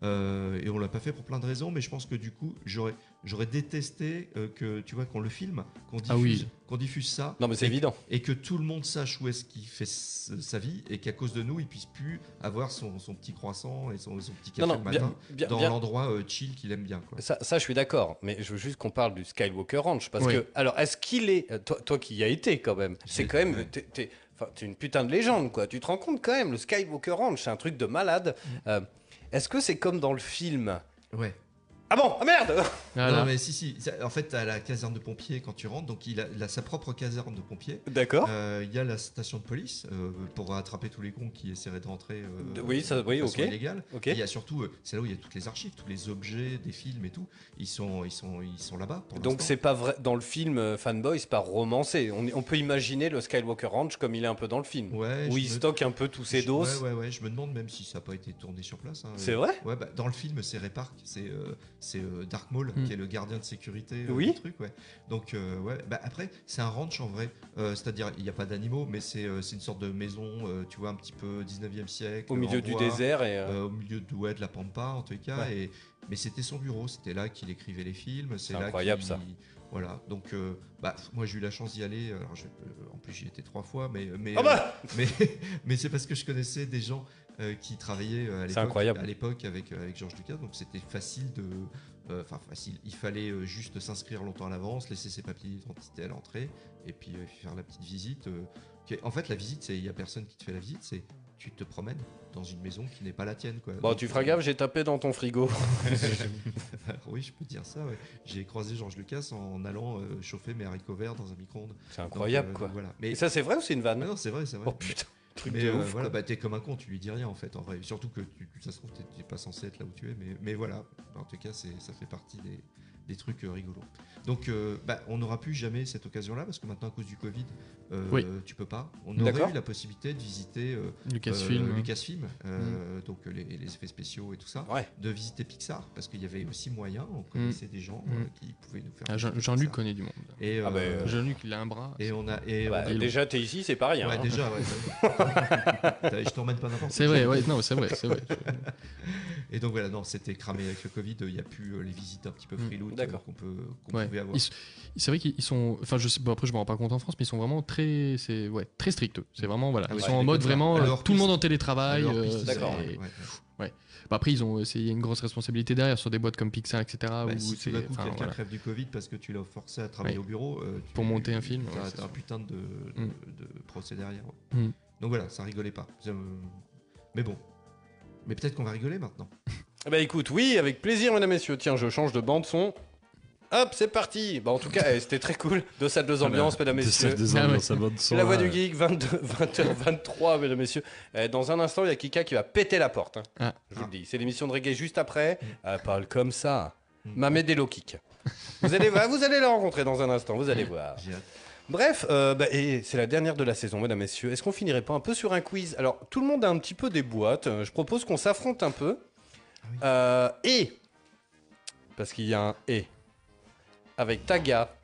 G: Euh, et on l'a pas fait pour plein de raisons, mais je pense que du coup, j'aurais, j'aurais détesté euh, que tu vois qu'on le filme, qu'on diffuse,
H: Ah oui.
G: qu'on diffuse ça.
E: Non, mais c'est
G: et-
E: évident.
G: Et que tout le monde sache où est-ce qu'il fait s- sa vie, et qu'à cause de nous, il puisse plus avoir son, son petit croissant et son, son petit café
E: Non, non,
G: le
E: bien-
G: matin
E: bien-
G: dans
E: bien.
G: l'endroit euh, chill qu'il aime bien. Quoi.
E: Ça, ça, je suis d'accord, mais je veux juste qu'on parle du Skywalker Ranch parce
H: Ouais.
E: que, alors, est-ce qu'il est, euh, toi, toi qui y as été quand même, c'est quand même, t'es, t'es- enfin, t'es une putain de légende quoi. Tu te rends compte quand même, le Skywalker Ranch, c'est un truc de malade.
G: Mm.
E: Euh, est-ce que c'est comme dans le film
G: Ouais.
E: Ah bon, ah merde.
H: Ah,
G: Non,
H: là.
G: mais si, si. Ça- En fait, t'as la caserne de pompiers quand tu rentres, donc il a, il a sa propre caserne de pompiers.
E: D'accord.
G: Euh, Il y a la station de police euh, pour attraper tous les cons qui essaieraient de rentrer. euh,
E: De- oui, ça- oui,
G: de façon
E: ok.
G: illégale.
E: Ok.
G: Et il y a surtout, euh, c'est là où il y a toutes les archives, tous les objets, des films et tout. Ils sont, ils sont, ils sont là-bas. pour
E: Donc
G: l'instant.
E: c'est pas vrai dans le film euh, Fanboy, c'est pas romancé. On, on peut imaginer le Skywalker Ranch comme il est un peu dans le film,
G: Ouais,
E: où
G: je
E: il
G: me-
E: stocke un peu tous ses
G: Je-
E: doses.
G: Ouais, ouais, ouais. Je me demande même si ça n'a pas été tourné sur place. hein.
E: C'est
G: Euh,
E: vrai
G: Ouais, bah, dans le film, c'est Ray Park, c'est euh, c'est, euh, Dark Maul,
H: Hmm.
G: qui est le gardien de sécurité euh,
E: Oui.
G: du truc, ouais. Donc, euh, ouais, bah, après, c'est un ranch en vrai. Euh, C'est-à-dire, il n'y a pas d'animaux, mais c'est euh, c'est une sorte de maison, euh, tu vois, un petit peu 19e siècle.
E: Au milieu
G: en
E: du
G: bois,
E: désert et. euh,
G: euh, au milieu de, ouais, de la pampa, en tout cas.
E: Ouais.
G: Et, mais c'était son bureau, c'était là qu'il écrivait les films.
E: C'est
G: C'est là
E: incroyable,
G: qu'il-
E: ça.
G: Voilà, donc euh, bah, moi j'ai eu la chance d'y aller. Alors, je- euh, en plus, j'y étais trois fois, mais. mais
E: Ah bah
G: mais, mais c'est parce que je connaissais des gens euh, qui travaillaient euh, à l'époque,
E: incroyable.
G: à l'époque avec, euh, avec Georges Lucas, donc c'était facile de. euh, Enfin, facile. Il fallait euh, juste s'inscrire longtemps à l'avance, laisser ses papiers d'identité à l'entrée, et puis euh, faire la petite visite. euh, qui est- En fait, la visite, c'est il n'y a personne qui te fait la visite, c'est tu te promènes dans une maison qui n'est pas la tienne. Quoi.
E: Bon,
G: Donc, euh,
E: tu feras gaffe, j'ai tapé dans ton frigo.
G: oui, je peux dire ça. ouais. J'ai croisé Georges Lucas en allant euh, chauffer mes haricots verts dans un micro-ondes.
E: C'est incroyable,
G: Donc, euh,
E: quoi.
G: donc voilà.
E: Et
G: Mais
E: ça, c'est vrai ou c'est une
G: Ah
E: vanne
G: non, c'est vrai, c'est vrai.
E: Oh putain, truc
G: Mais
E: de
G: euh,
E: ouf.
G: voilà, bah t'es comme un con, tu lui dis rien en fait, en vrai. Surtout que tu, ça se trouve, t'es t'es pas censé être là où tu es, mais, mais voilà. Bah, En tout cas, c'est- ça fait partie des, des trucs euh, rigolos. Donc, euh, bah, on n'aura plus jamais cette occasion-là parce que maintenant, à cause du Covid, euh,
H: Oui.
G: tu peux pas. On
E: D'accord.
G: aurait eu la possibilité de visiter euh,
H: Lucasfilm.
G: euh,
H: hein. Mm.
G: Lucasfilm, euh, donc euh, les, les effets spéciaux et tout ça,
E: Ouais.
G: de visiter Pixar parce qu'il y avait aussi moyen, on connaissait des gens euh,
H: Mm.
G: qui pouvaient nous faire.
H: Ah, Jean-
G: visiter
H: Jean-Luc
G: Pixar. quoi.
H: connaît du monde.
G: Et,
E: Ah bah,
G: euh,
H: Jean-Luc, il a un bras.
G: et on a. Et
E: Bah,
G: on a-
E: déjà, t'es ici, c'est pas rien.
G: Ouais,
E: hein.
G: déjà, ouais. T'as- je t'emmène pas n'importe où.
H: C'est vrai, ouais, non, c'est vrai, c'est vrai.
G: Et donc voilà, non, c'était cramé avec le Covid. Il n'y a plus euh, les visites un petit peu
H: Mm,
G: freeloot euh,
H: d'accord.
G: qu'on peut, qu'on
H: Ouais.
G: pouvait avoir.
H: Ils s- C'est vrai qu'ils sont. Enfin, je sais. bon, après, je me rends pas compte en France, mais ils sont vraiment très. C'est ouais, très stricts. eux. C'est vraiment voilà.
G: Ah
H: Ils
G: oui,
H: sont en
G: les
H: mode
G: contrats.
H: vraiment euh,
G: Alors,
H: tout le
G: piste.
H: monde en télétravail.
G: Alors,
H: euh,
G: piste,
H: c'est-
G: d'accord, ouais, ouais,
H: ouais.
G: ouais.
H: Bah, après, ils ont. c'est- Il y a une grosse responsabilité derrière sur des boîtes comme Pixar, etc.
G: Bah,
H: où
G: si
H: c'est.
G: tout d'un coup
H: enfin,
G: quelqu'un
H: voilà.
G: crève du Covid parce que tu l'as forcé à travailler
H: Ouais.
G: au bureau, euh, tu-
H: Pour monter un film,
G: t'as-
H: ouais, c'est
G: t'as un
H: sûr.
G: putain de, de-
H: Mm.
G: de procès derrière. ouais.
H: Mm.
G: Donc voilà, ça rigolait pas. Ça me- Mais bon, mais peut-être qu'on va rigoler maintenant.
E: Eh ben, écoute, oui, avec plaisir, mesdames, messieurs. Tiens, je change de bande son. Hop, c'est parti. Bah, en tout cas, eh, c'était très cool. Deux salles, deux
L: Ah
E: ambiances,
L: bah,
E: mesdames,
L: deux
E: messieurs.
L: salles, deux Ah ambiances, ouais. la bande son,
E: La voix
L: là,
E: du
L: ouais.
E: geek, 22, 20h23, mesdames, messieurs. Eh, dans un instant, il y a Kika qui va péter la porte. hein.
H: Ah.
E: Je vous le dis. C'est l'émission de reggae juste après. Elle parle comme ça. Mamed Hello Kick. Vous allez, voir- vous allez la rencontrer dans un instant, vous allez voir. Bref, euh, bah, et c'est la dernière de la saison, mesdames, messieurs. Est-ce qu'on finirait pas un peu sur un quiz Alors, tout le monde a un petit peu des boîtes. Euh, Je propose qu'on s'affronte un peu. Euh, et, parce qu'il y a un et, avec Taga.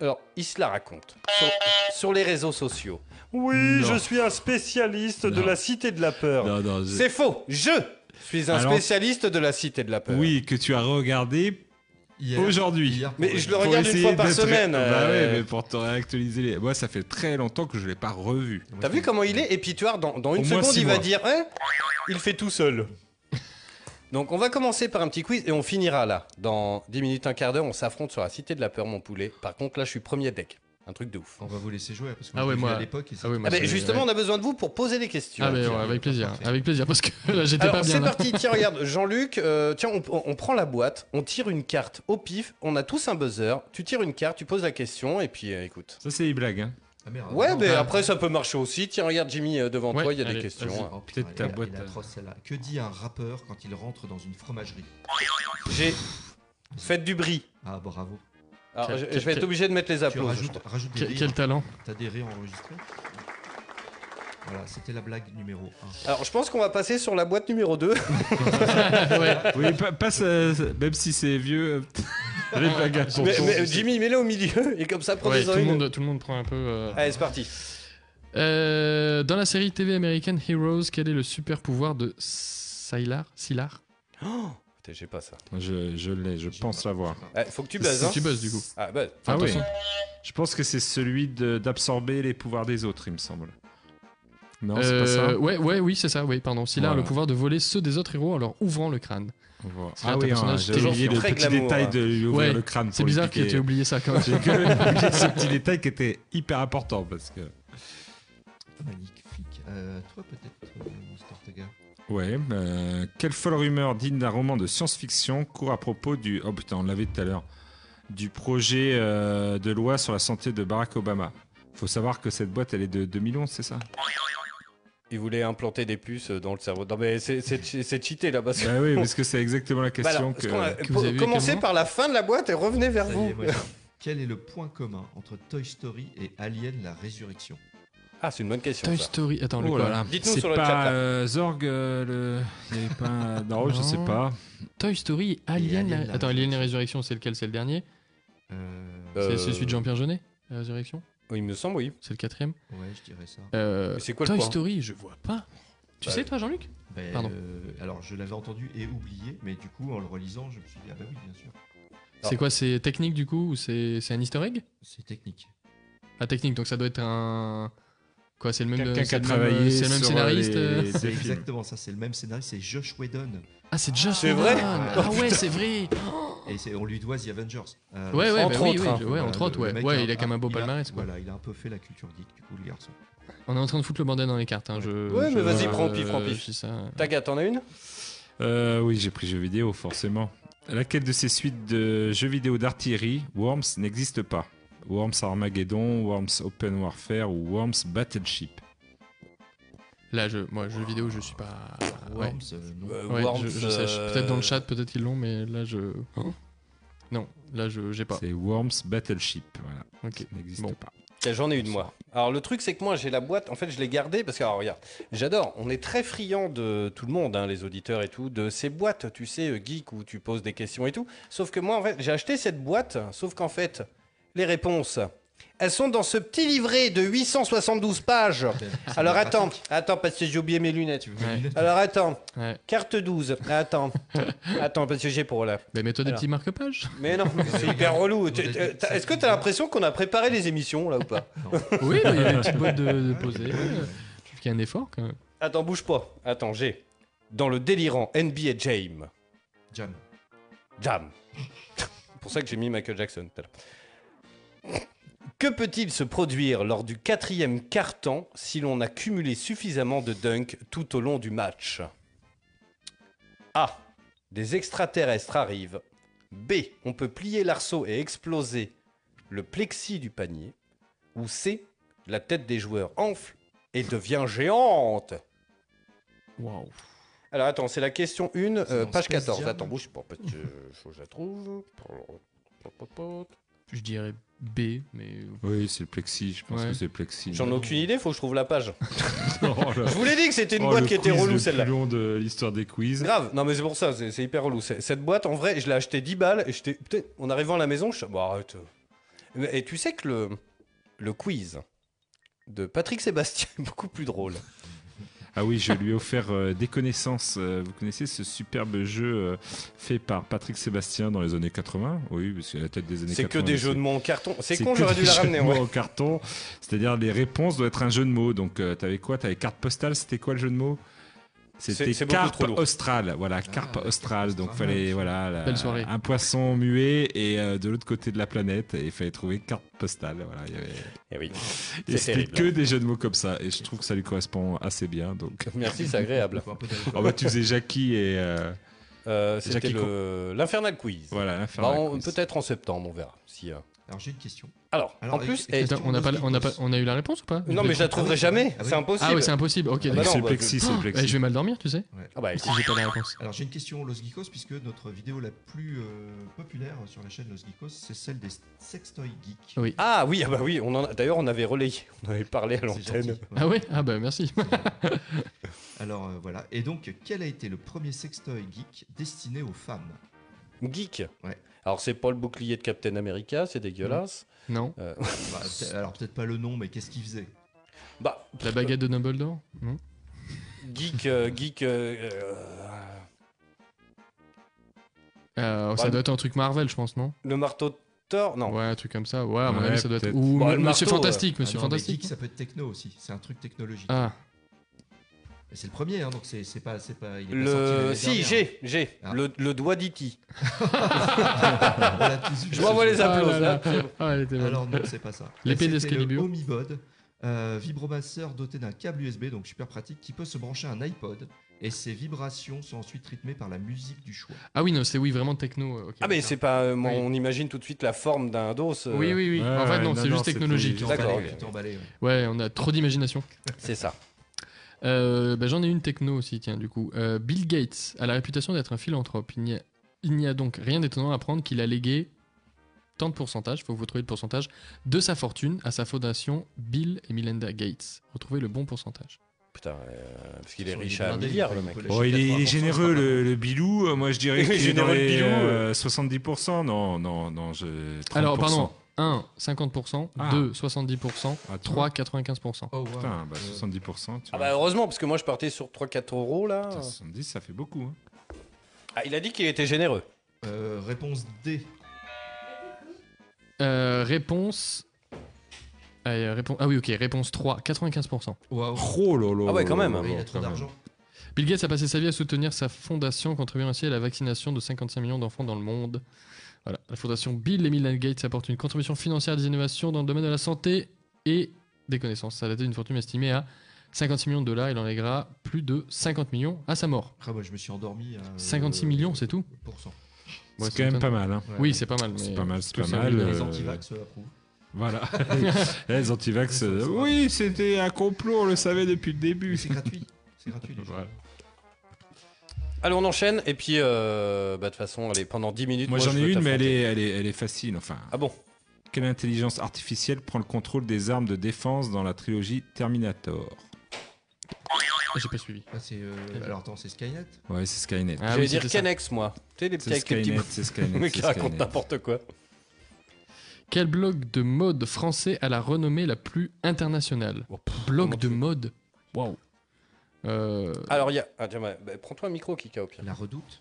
E: Alors, il se la raconte sur, sur les réseaux sociaux. Oui, je suis un spécialiste de la cité de la peur. C'est faux, je suis un
F: Alors-
E: spécialiste de la cité de la peur.
F: Oui, que tu as regardé aujourd'hui.
E: Mais je le
F: Pour
E: regarde une
F: essayer
E: fois par
F: d'être-
E: semaine,
F: Bah
E: euh.
F: ouais, mais pour te réactualiser. les- Moi, ça fait très longtemps que je l'ai pas revu.
E: T'as vu comment il est Et puis tu vois, dans, dans une
F: Au moins
E: seconde,
F: six
E: il va
F: mois.
E: dire Hein Il fait tout seul. Donc on va commencer par un petit quiz et on finira là. Dans 10 minutes, un quart d'heure, on s'affronte sur la Cité de la Peur, mon poulet. Par contre, là, je suis premier deck. Un truc de ouf.
G: On va vous laisser jouer parce que
H: Ah
G: je
H: ouais,
G: l'ai
H: moi-
G: fait à l'époque. et c'est-
H: ah ouais, moi,
E: Ah ben,
H: c'est-
E: justement, on a besoin de vous pour poser des questions.
H: Ah, mais ouais, avec plaisir, avec plaisir, parce que là j'étais
E: Alors
H: pas bien. hein.
E: c'est
H: là.
E: parti, tiens regarde, Jean-Luc, euh, tiens on, on- on prend la boîte, on tire une carte au pif, on a tous un buzzer, tu tires une carte, tu poses la question et puis euh, écoute.
F: Ça, c'est les blagues. Hein.
G: Ah, merde.
E: Ouais, mais
G: Ah,
E: après ça peut marcher aussi. Tiens, regarde Jimmy euh, devant
G: Ouais,
E: toi, il y a
G: allez,
E: des questions.
G: vas-y.
E: hein.
G: Oh, putain, elle est- elle est atroce, celle-là. Que dit un rappeur quand il rentre dans une fromagerie
E: J'ai. Faites du bris.
G: Ah, bravo.
E: Alors, je- je vais être obligé de mettre les
G: Tu
E: applaudissements, je
G: Rajoute,
E: crois.
G: rajoute des
E: Quel-
G: rires.
E: quel talent.
G: T'as des rires enregistrés Voilà, c'était la blague numéro 1.
E: Alors je pense qu'on va passer sur la boîte numéro 2.
F: Oui, pa- passe, euh, même si c'est vieux. euh, les blagues à
E: Mais-
F: tonton.
E: mais Jimmy, mets-le au milieu et comme ça,
H: Ouais,
E: prenez-en
H: tout, le
E: une.
H: monde, tout le monde prend un peu. euh.
E: Allez, c'est parti.
H: Euh, dans la série TV américaine Heroes, quel est le super pouvoir de Sylar Sylar
E: Oh, putain, j'ai pas ça.
F: Je, je l'ai, je pense l'avoir.
E: Eh, faut que tu buzz, hein. Tu buzzes, du coup. Ah, buzz.
F: Ah oui.
E: Attention.
F: Je pense que c'est celui de- d'absorber les pouvoirs des autres, il me semble. Non, c'est
H: Euh,
F: pas ça.
H: Ouais, ouais, oui, c'est ça, oui, pardon. Sylar,
F: Voilà.
H: le pouvoir de voler ceux des autres héros en leur ouvrant le crâne.
F: Voilà.
H: Sylar
F: Ah
H: est
F: oui,
H: un personnage
F: hein, j'ai
H: toujours
F: oublié le
H: très
F: petit détail de lui ouvrir le crâne
H: C'est
F: pour lui
H: bizarre que
F: piquer.
H: tu aies oublié ça quand même.
F: J'ai quand même oublié ce petit détail qui était hyper important parce que.
G: Magnifique. Euh, toi, peut-être, euh, Monster Taga.
F: Ouais. euh, quelle folle rumeur digne d'un roman de science-fiction court à propos du. Oh putain, on l'avait tout à l'heure. Du projet euh, de loi sur la santé de Barack Obama. Faut savoir que cette boîte, elle est de 2011, c'est ça
E: Il voulait implanter des puces dans le cerveau. Non, mais c'est- c'est c'est cheaté là parce que.
F: Bah oui, parce que c'est exactement la
E: Bah alors,
F: question
E: est-ce qu'on a-
F: que.
E: po- Commencez par la fin de la boîte et revenez vers
G: Ça y
E: vous.
G: est, moi, j'ai- Quel est le point commun entre Toy Story et Alien la Résurrection
E: Ah, c'est une bonne question.
H: Toy
E: ça.
H: Story, attends, le
F: Oh là
H: quoi
F: là.
E: Dites-nous
F: C'est
E: sur le
F: pas,
E: chat. là.
F: euh, Zorg, euh, le. Il y avait pas. un- Non, je sais
H: Non.
F: pas.
H: Toy Story et Alien.
G: Alien,
H: la-
G: la
H: Attends, Alien et Résurrection, c'est lequel C'est le dernier
G: Euh,
H: C'est c'est
F: Euh.
H: celui de Jean-Pierre Jeunet La Résurrection
E: Euh, Oui, il me semble, oui.
H: C'est le quatrième
G: Ouais, je dirais ça.
H: Euh,
E: Mais c'est quoi le
H: Toy
E: point
H: Story, je vois pas. Tu
G: Bah,
H: sais, toi, Jean-Luc
G: Ben,
H: Pardon.
G: euh, alors, je l'avais entendu et oublié, mais du coup, en le relisant, je me suis dit, ah bah oui, bien sûr.
F: Ah.
H: C'est quoi C'est technique du coup ou c'est c'est un easter egg
G: C'est technique.
H: Ah, technique, donc ça doit être un. Quoi, c'est le même.
F: Quelqu'un qui
H: c'est
F: a
H: le même-
F: travaillé
H: C'est le même
F: sur
H: scénariste
F: les-
H: euh
F: C'est
G: C'est
F: film.
G: exactement ça, c'est le même scénariste, c'est Josh Whedon.
H: Ah, c'est Josh
E: C'est vrai
H: Whedon. Ah ouais, c'est vrai
G: Et c'est- on lui doit The Avengers. Euh,
H: Ouais, ouais,
E: Entre
H: bah oui,
E: autres,
H: oui,
E: hein.
H: je- ouais,
G: voilà,
H: entre
G: le-
H: autres,
G: le
H: ouais.
G: mec a-
H: Ouais, il a quand même un beau
G: il a-
H: palmarès. quoi.
G: Voilà, il a un peu fait la culture geek, du coup, le garçon.
H: On est en train de foutre le bandit dans les cartes. Hein. Je,
E: Ouais,
H: je-
E: mais vas-y,
H: euh,
E: prends au pif, prends au pif.
H: je dis ça.
E: Taga, t'en as une
F: Euh, oui, j'ai pris jeux vidéo, forcément. Laquelle de ces suites de jeux vidéo d'artillerie, Worms, n'existe pas Worms Armageddon, Worms Open Warfare ou Worms Battleship
H: Là, je, moi, jeu vidéo, je suis pas. Ah, Ouais,
G: Worms, euh, non.
E: Euh,
H: Ouais,
E: Worms,
H: je, je sais. je-
E: euh,
H: Peut-être dans le chat, peut-être ils l'ont, mais là, je. Hein non, là, je j'ai pas.
F: C'est Worms Battleship, voilà.
H: Ok.
F: Ça n'existe
H: Bon.
F: pas.
E: Tiens, J'en ai une, moi. Alors, le truc, c'est que moi, j'ai la boîte. En fait, je l'ai gardée parce que, alors, regarde, j'adore. On est très friand de tout le monde, hein, les auditeurs et tout, de ces boîtes, tu sais, euh, geek, où tu poses des questions et tout. Sauf que moi, en fait, j'ai acheté cette boîte, sauf qu'en fait, les réponses, Elles sont dans ce petit livret de 872 pages.
G: Euh,
E: Alors attends, attends, parce que j'ai oublié mes lunettes. Alors attends, carte 12. Attends, attends, parce que j'ai pour là.
H: Mais Bah, mets-toi des
E: Alors.
H: petits marque-pages.
E: Mais non, c'est hyper relou. Tu- tu- t'as- Est-ce que tu as l'impression qu'on a préparé les émissions là ou pas
H: Oui, bah, il y a des petites boîtes de, de poser. Tu fais un effort quand même.
E: Attends, bouge pas. Attends, j'ai. Dans le délirant NBA Jam.
G: Jam.
E: Jam. C'est pour ça que j'ai mis Michael Jackson. tout à l'heure. Que peut-il se produire lors du quatrième carton si l'on a cumulé suffisamment de dunks tout au long du match A. Des extraterrestres arrivent. B. On peut plier l'arceau et exploser le plexi du panier. Ou C. La tête des joueurs enfle et devient géante.
H: Waouh.
E: Alors attends, c'est la question 1,
H: dans
E: page
H: Space
E: 14.
H: Jam
E: Attends, bouge pas, parce que euh, faut que je la trouve.
H: Je dirais B, mais.
F: Oui, c'est le plexi, je pense
H: Ouais.
F: que c'est le plexi.
E: J'en ai aucune idée, faut que je trouve la page.
F: là.
E: je vous l'ai dit que c'était une
F: Oh,
E: boîte
F: le
E: qui était
F: quiz
E: relou
F: le
E: celle-là.
F: plus long de l'histoire des quiz.
E: Grave, non mais c'est pour ça, c'est c'est hyper relou. C'est- Cette boîte, en vrai, je l'ai acheté 10 balles et j'étais. putain, En arrivant à la maison, je suis. Bon, arrête. Mais- Et tu sais que le, le quiz de Patrick Sébastien est beaucoup plus drôle.
F: Ah oui, je lui ai offert euh, des connaissances. Euh, vous connaissez ce superbe jeu euh, fait par Patrick Sébastien dans les années 80 Oui, parce qu'à la tête des années 80.
E: C'est que des jeux de mots en carton. C'est con,
F: que
E: j'aurais dû
F: des
E: la
F: jeux
E: ramener,
F: de mots
E: ouais.
F: en carton. C'est-à-dire les réponses doivent être un jeu de mots. Donc euh, t'avais quoi T'avais carte postale. C'était quoi le jeu de mots
E: C'est-
F: C'était
E: c'est beaucoup
F: carpe
E: trop lourd.
F: australe,
H: Ah,
F: voilà, carpe australe. Donc fallait, voilà, la-
H: Belle soirée.
F: un poisson muet et euh, de l'autre côté de la planète, et il fallait trouver carte postale. Voilà, il y avait-
E: Et Eh oui,
F: Et
E: c'est
F: c'était
E: terrible.
F: que des jeux de mots comme ça, et je trouve que ça lui correspond assez bien. Donc,
E: Merci, c'est agréable.
F: Oh bah, tu faisais Jackie et. euh,
E: Euh,
F: c'est
E: C'était
F: Jackie Co-
E: le- l'Infernal Quiz.
F: Voilà, l'Infernal
E: Bah, on-
F: Quiz.
E: Peut-être en septembre, on verra. Si, euh,
G: Alors j'ai une question.
E: Alors, en plus,
G: et-
E: eh,
H: Attends, on a, pas, on, a pas- on a eu la réponse ou pas
E: Non, mais je la trouverai jamais,
G: Ah oui.
E: c'est impossible.
H: Ah oui, c'est impossible. Ok,
E: Ah bah
H: d'accord.
E: non, C'est le bah, plexi,
H: plexi,
E: c'est le plexi.
H: je vais mal dormir, tu sais.
G: Ouais.
E: Ah bah,
H: si j'ai pas la réponse.
G: Alors j'ai une question Los Geekos puisque notre vidéo la plus euh, populaire sur la chaîne Los Geekos c'est celle des sextoy geeks.
H: Oui.
E: Ah oui, ah bah oui, on en a- d'ailleurs on avait relayé, on avait parlé à l'antenne.
G: gentil.
H: Ah ouais Ah bah merci.
G: Alors euh, voilà. Et donc quel a été le premier sextoy geek destiné aux femmes
E: Geek.
G: Ouais. Mm.
E: Alors c'est pas le bouclier de Captain America, c'est dégueulasse.
H: non.
E: Euh,
G: Bah, peut- Alors peut-être pas le nom mais qu'est-ce qu'il faisait
E: bah,
H: La baguette de Dumbledore Non.
E: geek, euh, geek. euh, euh,
H: Euh, ça
E: Bah,
H: doit être un truc Marvel, je pense, non
E: le marteau de Thor, non.
H: Ouais, un truc comme ça. Ouais, à mon
F: Ouais,
H: avis, ça doit être.
F: peut-être.
H: Ou
E: Bah,
H: M-
E: le
H: Monsieur
E: marteau,
H: Fantastique, Monsieur
G: Ah non, mais
H: Fantastique.
G: geek, ça peut être techno aussi. C'est un truc technologique.
H: Ah,
G: Et C'est le premier hein, donc c'est c'est pas c'est pas. Il est pas sorti
E: Le.
G: l'année
E: Si,
G: dernière.
E: j'ai, j'ai.
G: Ah.
E: Le, le doigt d'Iti.
G: hein. On l'a tous vu,
E: Je
G: ce
E: m'envoie
G: jeu.
E: les
H: Ah
E: applaudissements.
H: là là. Ah, elle était bonne.
G: Alors non, c'est pas ça.
H: L'épée
G: C'était
H: d'Excalibur.
G: Le Omibod, euh, vibromasseur doté d'un câble USB, donc super pratique, qui peut se brancher à un iPod. Et ses vibrations sont ensuite rythmées par la musique du choix.
H: Ah oui, non, c'est oui, vraiment techno. ok.
E: Ah mais c'est pas. euh, moi,
H: Oui.
E: On imagine tout de suite la forme d'un dos. euh,
H: Oui, oui, oui.
F: Ouais,
H: en fait, non,
F: ouais,
H: c'est
F: non,
H: juste
F: non,
H: technologique.
E: c'était- D'accord,
G: T'emballé,
E: ok.
G: t'es emballé, ouais.
H: Ouais, on a trop d'imagination.
E: C'est ça.
H: Euh, bah, J'en ai une techno aussi, tiens, du coup. Euh, Bill Gates a la réputation d'être un philanthrope. Il n'y a, il n'y a donc rien d'étonnant à prendre qu'il a légué tant de pourcentage, faut que vous trouviez le pourcentage, de sa fortune à sa fondation Bill et Melinda Gates. Retrouvez le bon pourcentage.
E: Putain, euh, parce qu'il est
G: Sur les
E: riche à un
G: blindés,
E: milliard
G: il
E: le
G: peut
E: mec.
G: les-
F: Bon, Oh, il est, il est
G: 80%,
F: généreux,
G: c'est pas
F: le, le bilou. euh, Moi, je dirais
E: Oui,
F: qu'il est dans
E: généreux, le
F: les
E: bilou,
F: euh, 70%. Non, non, non. Je, 30%.
H: Alors, pardon, 1, 50%,
F: Ah.
H: 2, 70%,
F: Ah,
H: 3, 95%.
G: Oh, wow.
F: Putain, bah, 70%. Tu
E: Ah
F: vois.
E: bah heureusement parce que moi je partais sur 3-4 euros là.
F: Putain, 70, ça fait beaucoup. hein.
E: Ah, il a dit qu'il était généreux.
G: Euh, réponse D.
H: Euh, réponse... Euh, réponse... Ah oui, ok, réponse 3, 95%.
G: Waouh.
F: Oh lolo.
E: Ah ouais, quand même.
G: Ouais, Il a trop d'argent.
H: Bill Gates a passé sa vie à soutenir sa fondation, contribuant ainsi à la vaccination de 55 millions d'enfants dans le monde. Voilà, la fondation Bill et Melinda Gates apporte une contribution financière à des innovations dans le domaine de la santé et des connaissances. Ça a été une fortune estimée à 56 millions de dollars. Il en lèguera plus de 50 millions à sa mort.
G: Ah, moi, je me suis endormi. à, euh,
H: 56 millions, c'est tout
G: pourcent.
F: C'est
H: Ouais,
F: quand même
H: étonnant.
F: pas mal. hein.
G: Ouais.
H: Oui, c'est pas mal.
F: C'est
H: mais-
F: pas mal, c'est
H: tout
F: pas
H: ça,
F: mal.
H: oui,
G: Les
F: euh,
G: antivax euh, approuvent.
F: Voilà. les antivax. euh,
G: Ça, ça va.
F: oui, c'était un complot, on le savait depuis le
G: Mais
F: début.
G: C'est gratuit. C'est gratuit. les gens.
F: Voilà.
E: Allez, on enchaîne et puis euh, bah, de toute façon, allez, pendant 10 minutes.
F: Moi, j'en
E: je
F: ai
E: veux
F: une, mais elle
E: t'affronter.
F: est, elle, est, elle est facile. Enfin,
E: Ah bon
F: quelle intelligence artificielle prend le contrôle des armes de défense dans la trilogie Terminator
H: J'ai pas suivi.
G: Ah, c'est, euh, alors attends, c'est Skynet
F: Ouais, c'est Skynet.
H: Ah
E: J'allais
H: oui,
E: dire
H: c'était ça.
E: Kenex, moi. Tu sais, les petits
F: C'est
E: avec les petits
F: Skynet, c'est Skynet.
E: mais
F: c'est
E: qui racontent
F: Skynet.
E: n'importe quoi.
H: Quel blog de mode français a la renommée la plus internationale Blog de mode Euh, Waouh
E: Alors, il y a. ah, tiens, bah, bah, prends-toi un micro, Kika, au pire.
G: La redoute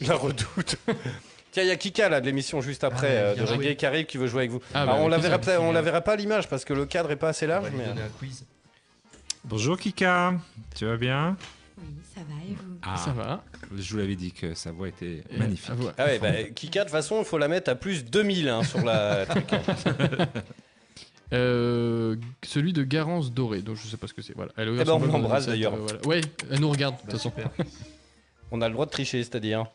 E: La redoute. Tiens, il y a Kika, là, de l'émission juste après,
G: Ah,
E: euh, de
G: bien joué.
E: Reggae qui arrive, qui veut jouer avec vous.
H: Ah, bah,
E: Alors, on,
H: avec
E: la
H: plaisir.
E: verra, peut-être- on la verra pas à l'image parce que le cadre est pas assez
G: On va
E: large.
G: lui
E: mais-
G: donner un quiz.
F: Bonjour Kika, tu vas bien
L: Oui, ça va et vous
F: Ah,
H: Ça va.
F: je vous l'avais dit que sa voix était
H: Et-
F: magnifique.
H: ah, voilà.
E: Ah ouais, bah, Kika, de toute façon, il faut la mettre à plus 2000 hein, sur la. truc, hein.
H: Euh, celui de Garance Doré, donc je sais pas ce que c'est. Voilà. Elle a ouvert
E: Eh ben,
H: son
E: on
H: blog
E: l'embrasse,
H: en 2007,
E: d'ailleurs.
H: euh, voilà. Ouais, elle nous regarde de toute façon.
E: On a le droit de tricher, c'est-à-dire.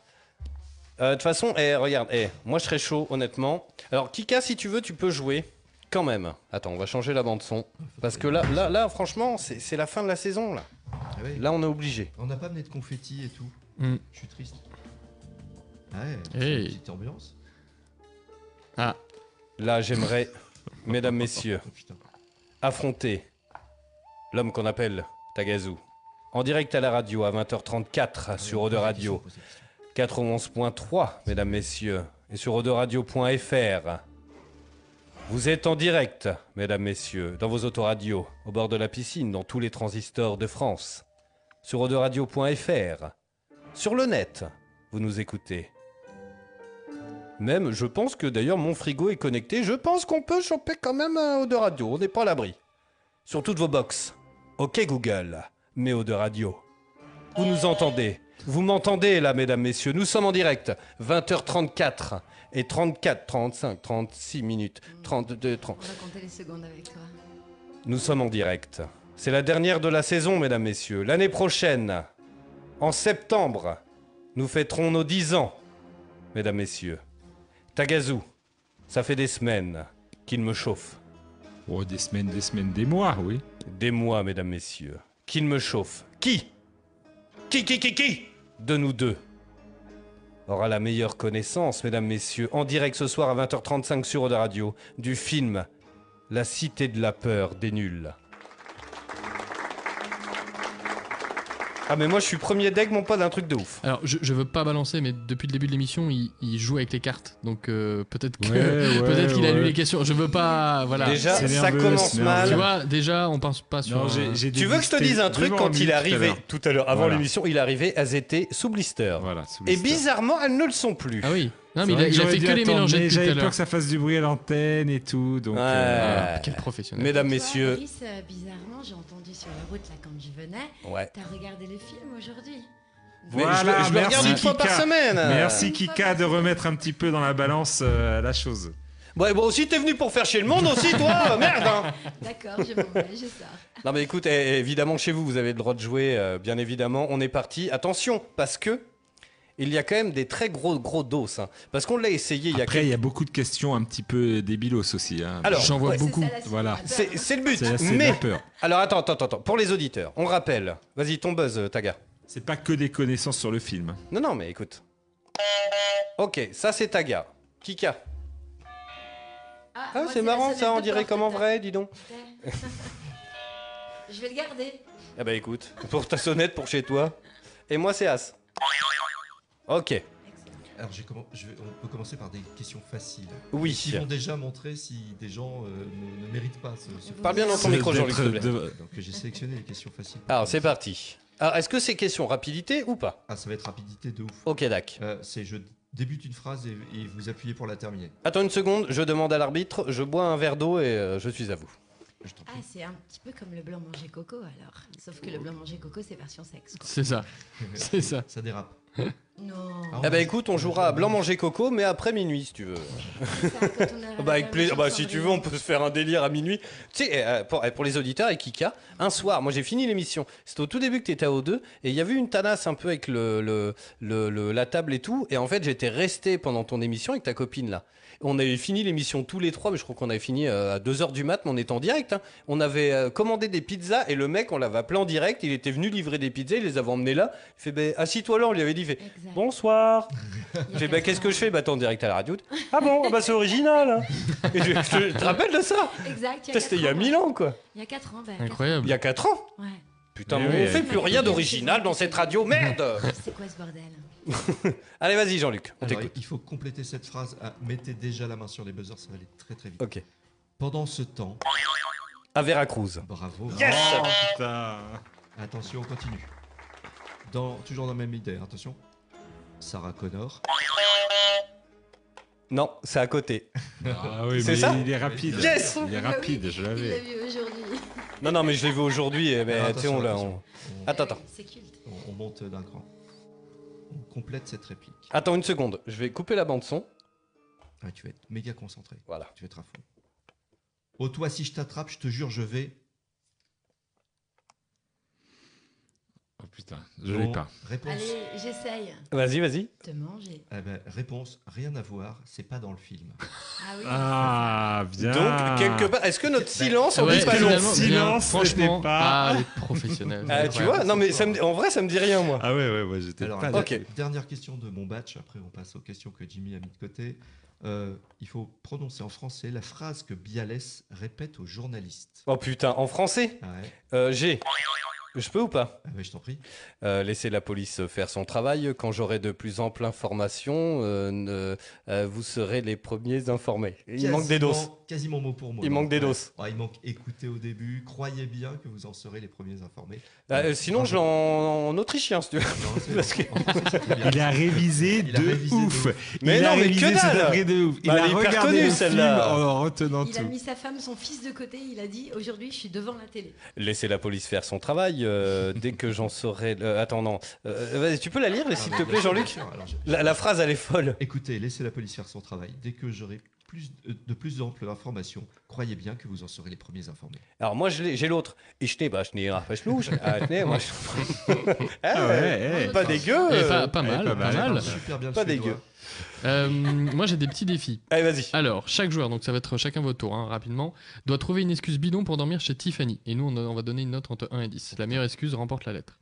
E: Euh, De toute façon, eh, regarde, eh, moi je serais chaud, honnêtement. Alors, Kika, si tu veux, tu peux jouer. Quand même. Attends, on va changer la bande-son. Parce que là, là, là franchement, c'est c'est la fin de la saison, là.
G: Ah ouais.
E: Là, on est obligé.
G: On n'a pas amené de confetti et tout.
H: Hmm.
G: Je suis triste. Ah ouais,
H: Hey.
G: une petite ambiance.
H: Ah,
E: Là, j'aimerais, mesdames, messieurs,
G: Oh, putain.
E: affronter l'homme qu'on appelle Tagazu. En direct à la radio à 20h34 sur Eau de Radio. 91.3, mesdames, messieurs, et sur odoradio.fr. Vous êtes en direct, mesdames, messieurs, dans vos autoradios, au bord de la piscine, dans tous les transistors de France, sur odoradio.fr, sur le net, vous nous écoutez. Même, je pense que d'ailleurs mon frigo est connecté, je pense qu'on peut choper quand même un de radio, on n'est pas à l'abri. Sur toutes vos box. Ok Google, mais de radio. Vous nous entendez Vous m'entendez là, mesdames, messieurs Nous sommes en direct. 20h34 et 34, 35, 36 minutes, 32, 30.
L: On va compter les secondes avec toi.
E: Nous sommes en direct. C'est la dernière de la saison, mesdames, messieurs. L'année prochaine, en septembre, nous fêterons nos 10 ans, mesdames, messieurs. Tagazu, ça fait des semaines qu'il me chauffe.
F: Oh, des semaines, des semaines, des mois, oui.
E: Des mois, mesdames, messieurs, qu'il me chauffe. Qui Qui, qui, qui, qui De nous deux aura la meilleure connaissance, mesdames, messieurs, en direct ce soir à 20h35 sur Eau de Radio, du film La Cité de la Peur des Nuls. Ah mais moi je suis premier deck mon pote d'un truc de ouf.
H: alors je, je veux pas balancer, mais depuis le début de l'émission, il, il joue avec les cartes. Donc euh, peut-être que
F: Ouais, ouais,
H: peut-être qu'il a lu
F: ouais.
H: les questions. Je veux pas. Voilà.
E: Déjà
F: c'est
E: ça
F: nerveux,
E: commence
F: c'est
E: mal.
H: Tu
F: nerveux.
H: vois, déjà, on pense pas sur.
F: Non, j'ai-
H: un-
F: j'ai
E: Tu veux que je te dise un truc quand il est arrivé tout à l'heure avant
F: Voilà.
E: l'émission, il est arrivé, elles étaient sous blister.
F: Voilà, sous
E: Et
F: blister.
E: bizarrement, elles ne le sont plus.
H: Ah oui. Non,
F: C'est
H: mais il
F: vrai
H: a, il a
F: j'aurais
H: fait
F: dû
H: que les
F: attendre,
H: mélanger
F: mais
H: depuis tout à
F: J'avais
H: l'heure.
F: peur que ça fasse du bruit à l'antenne et tout. Donc,
E: Ouais.
F: euh, voilà.
H: Ah, Quel professionnel.
E: Mesdames,
L: Toi,
E: messieurs,
L: Brice, euh, bizarrement, j'ai entendu sur la route, là, quand je venais,
E: ouais.
L: t'as regardé le film aujourd'hui.
E: Mais
F: Voilà,
E: je le- je, le
F: merci,
E: regarde une fois par
F: Kika.
E: semaine.
F: Merci Kika de remettre un petit peu dans la balance euh, la chose.
E: Ouais, bon, si t'es venu pour faire chez le monde aussi, toi, euh, merde. hein.
L: D'accord, je m'en vais, je sors.
E: Non, mais écoute, eh, évidemment, chez vous, vous avez le droit de jouer, euh, bien évidemment. On est parti. Attention, parce que il y a quand même des très gros, gros dos. hein. Parce qu'on l'a essayé il y a
F: Après, il
E: quelques...
F: y a beaucoup de questions un petit peu débilos aussi. hein.
E: Alors,
H: J'en vois
E: ouais,
H: beaucoup.
L: C'est ça, la suite.
F: Voilà.
E: C'est c'est le but.
F: C'est assez
E: Mais.
F: de peur.
E: Alors, attends, attends, attends. Pour les auditeurs, on rappelle. Vas-y, ton buzz, euh, Taga.
F: C'est pas que des connaissances sur le film.
E: Non, non, mais écoute. Ok, ça, c'est Taga. Kika. Ah,
L: moi,
E: c'est
L: la
E: marrant,
L: sonnette
E: ça, on
L: de
E: dirait
L: porte.
E: comme en vrai, dis donc.
L: Je vais le garder.
E: Eh bah écoute, pour ta sonnette, pour chez toi. Et moi, c'est As. Ok.
G: Alors, j'ai comm- je vais- on peut commencer par des questions faciles.
E: Oui.
G: Qui vont déjà montrer si des gens euh, ne, ne méritent pas ce. ce-
E: Parle bien dans ton
F: C'est
E: micro, Jean-Luc,
F: d'être-
E: s'il te plaît.
F: de-
G: Donc, j'ai sélectionné les questions faciles.
E: Alors, c'est parti. Alors, est-ce que c'est question rapidité ou pas
G: Ah, ça va être rapidité de ouf.
E: Ok, Dac.
G: Euh, c'est je débute une phrase et, et vous appuyez pour la terminer.
E: Attends une seconde, je demande à l'arbitre, je bois un verre d'eau et euh, je suis à vous.
G: Je t'en
L: Ah,
G: prie.
L: c'est un petit peu comme le blanc manger coco, alors. Sauf que le blanc manger coco, c'est version sexe. quoi.
H: C'est ça. C'est ça.
G: Ça dérape.
L: Non.
G: Ah,
E: Eh bah
G: on-
E: écoute, on jouera à blanc manger coco, mais après minuit, si tu veux.
L: c'est ça, quand on arrive à
E: Bah, avec
L: la
E: plaisir.
L: maison
E: Bah, si tu veux, on peut se faire un délire à minuit. Tu sais, euh, pour, euh, pour les auditeurs et Kika, un soir, moi j'ai fini l'émission. C'était au tout début que t'étais à O2 et il y avait eu une tanasse un peu avec le, le- le- le- la table et tout. Et en fait, j'étais resté pendant ton émission avec ta copine là. On avait fini l'émission tous les trois, mais je crois qu'on avait fini euh, à 2h du mat, mais on était en direct. hein. On avait euh, commandé des pizzas et le mec, on l'avait appelé en direct. Il était venu livrer des pizzas, il les avait emmenés là. Il fait, ben, assis-toi là, on lui avait dit, il fait,
L: Exact.
E: bonsoir.
L: Il y a
E: J'ai dit,
L: pas
E: bah,
L: de
E: qu'est-ce que
L: mal.
E: je fais Bah, t'es en direct à la radio. Ah bon Ah Bah, c'est original. hein. Et je, je te rappelle de ça
L: Exact,
E: Putain, C'était il y a 1000 ans, quoi.
L: Il y a 4 ans, bah, quatre-
E: Il
H: Incroyable.
E: y a 4 ans.
L: Ouais.
E: Putain,
F: Mais
E: mais on
F: oui.
E: fait plus rien d'original dans cette radio, merde
L: C'est quoi ce bordel
E: Allez, vas-y, Jean-Luc, on
G: Alors,
E: t'écoute.
G: Il faut compléter cette phrase. à mettez déjà la main sur les buzzers, ça va aller très très vite.
E: Ok.
G: Pendant ce temps.
E: À Veracruz.
G: Bravo.
E: Yes
G: Oh, putain. Attention, on continue. Dans, toujours dans la même idée, attention. Sarah Connor.
E: Non, c'est à côté.
F: Ah oui,
E: C'est
F: mais
E: ça
F: il est rapide.
E: Yes
F: Il est rapide,
E: Ah
F: je
L: Il l'a
F: l'avais.
L: vu aujourd'hui.
E: Non, non, mais je l'ai vu aujourd'hui. eh ben,
G: Alors,
E: tu sais, on
G: attention,
E: l'a.
G: attention.
E: on- Attends, attends.
L: C'est culte.
G: On, on monte d'un cran. On complète cette réplique.
E: Attends une seconde. Je vais couper la bande-son.
G: Ah, tu vas être méga concentré.
E: Voilà.
G: Tu vas être à fond. Oh, toi, si je t'attrape, je te jure, je vais.
F: Oh putain, je l'ai
G: Bon,
F: pas.
G: Réponse.
L: Allez, j'essaye.
E: Vas-y, vas-y.
L: Te manger.
G: Eh ben, réponse, rien à voir, c'est pas dans le film.
L: Ah oui.
F: Ah, bien.
E: Donc, quelque part, est-ce que notre silence, on dit pas
H: Ah finalement,
E: long
H: bien,
F: silence,
H: franchement,
F: je n'ai pas.
H: Ah, les professionnels.
E: Ah, Tu vois Non, mais ça me- en vrai, ça me dit rien, moi.
F: Ah ouais, ouais, ouais, j'étais
G: Alors,
F: pas.
G: la-
E: Ok.
G: dernière question de mon batch, après on passe aux questions que Jimmy a mis de côté. Euh, il faut prononcer en français la phrase que Bialès répète aux journalistes.
E: Oh putain, en français
G: Ah ouais,
E: euh, J'ai. Je peux ou pas
G: ah ouais, je t'en prie.
E: Euh, Laissez la police faire son travail. Quand j'aurai de plus amples informations, euh, ne- euh, vous serez les premiers informés. Il manque des doses.
G: Quasiment- Quasiment mot pour mot.
E: Il
G: Donc,
E: manque des
G: ouais.
E: doses.
G: Ouais, il manque écouter au début, croyez bien que vous en serez les premiers informés.
E: Ah, euh, sinon, je l'ai en, en autrichien, si tu veux.
G: Non, c'est-
E: Parce que-
G: en français, c'est très bien.
F: Il a révisé
G: Il
F: de
G: a révisé de
F: ouf.
G: ouf.
E: Mais
F: il
E: non,
F: a
E: mais
F: révisé
E: que dalle.
F: cet après de ouf. Il
E: Bah,
F: a
E: elle est hyper
F: regardé
E: connue,
F: le
E: celle-là.
F: film en retenant
L: Il a
F: tout.
L: mis sa femme, son fils de côté. Il a dit Aujourd'hui, je suis devant la télé.
E: Laissez la police faire son travail. euh, dès que j'en saurai. euh, attends, non. Euh, vas-y, tu peux la lire, s'il te
G: Ah, bien
E: plaît,
G: sûr,
E: Jean-Luc
G: bien sûr. Alors, je-
E: la, la phrase, elle est folle.
G: Écoutez, laissez la police faire son travail. Dès que j'aurai plus de, de plus amples informations, croyez bien que vous en serez les premiers informés.
E: Alors, moi, je l'ai- j'ai l'autre. Ich ne bah, ich ne raffesh louche. Ah, ich ne, moi, je- Ah,
F: ouais,
E: Pas dégueu.
H: Eh,
E: euh.
H: pas, pas mal,
F: pas
H: pas
F: mal.
H: mal.
G: Ah, Super bien le
E: Pas
G: suédois.
E: dégueu.
H: Euh, moi, j'ai des petits défis.
E: Allez, vas-y.
H: Alors, chaque joueur, donc ça va être chacun votre tour, hein, rapidement, doit trouver une excuse bidon pour dormir chez Tiffany. Et nous, on, on va donner une note entre 1 et 10. La meilleure excuse remporte la lettre.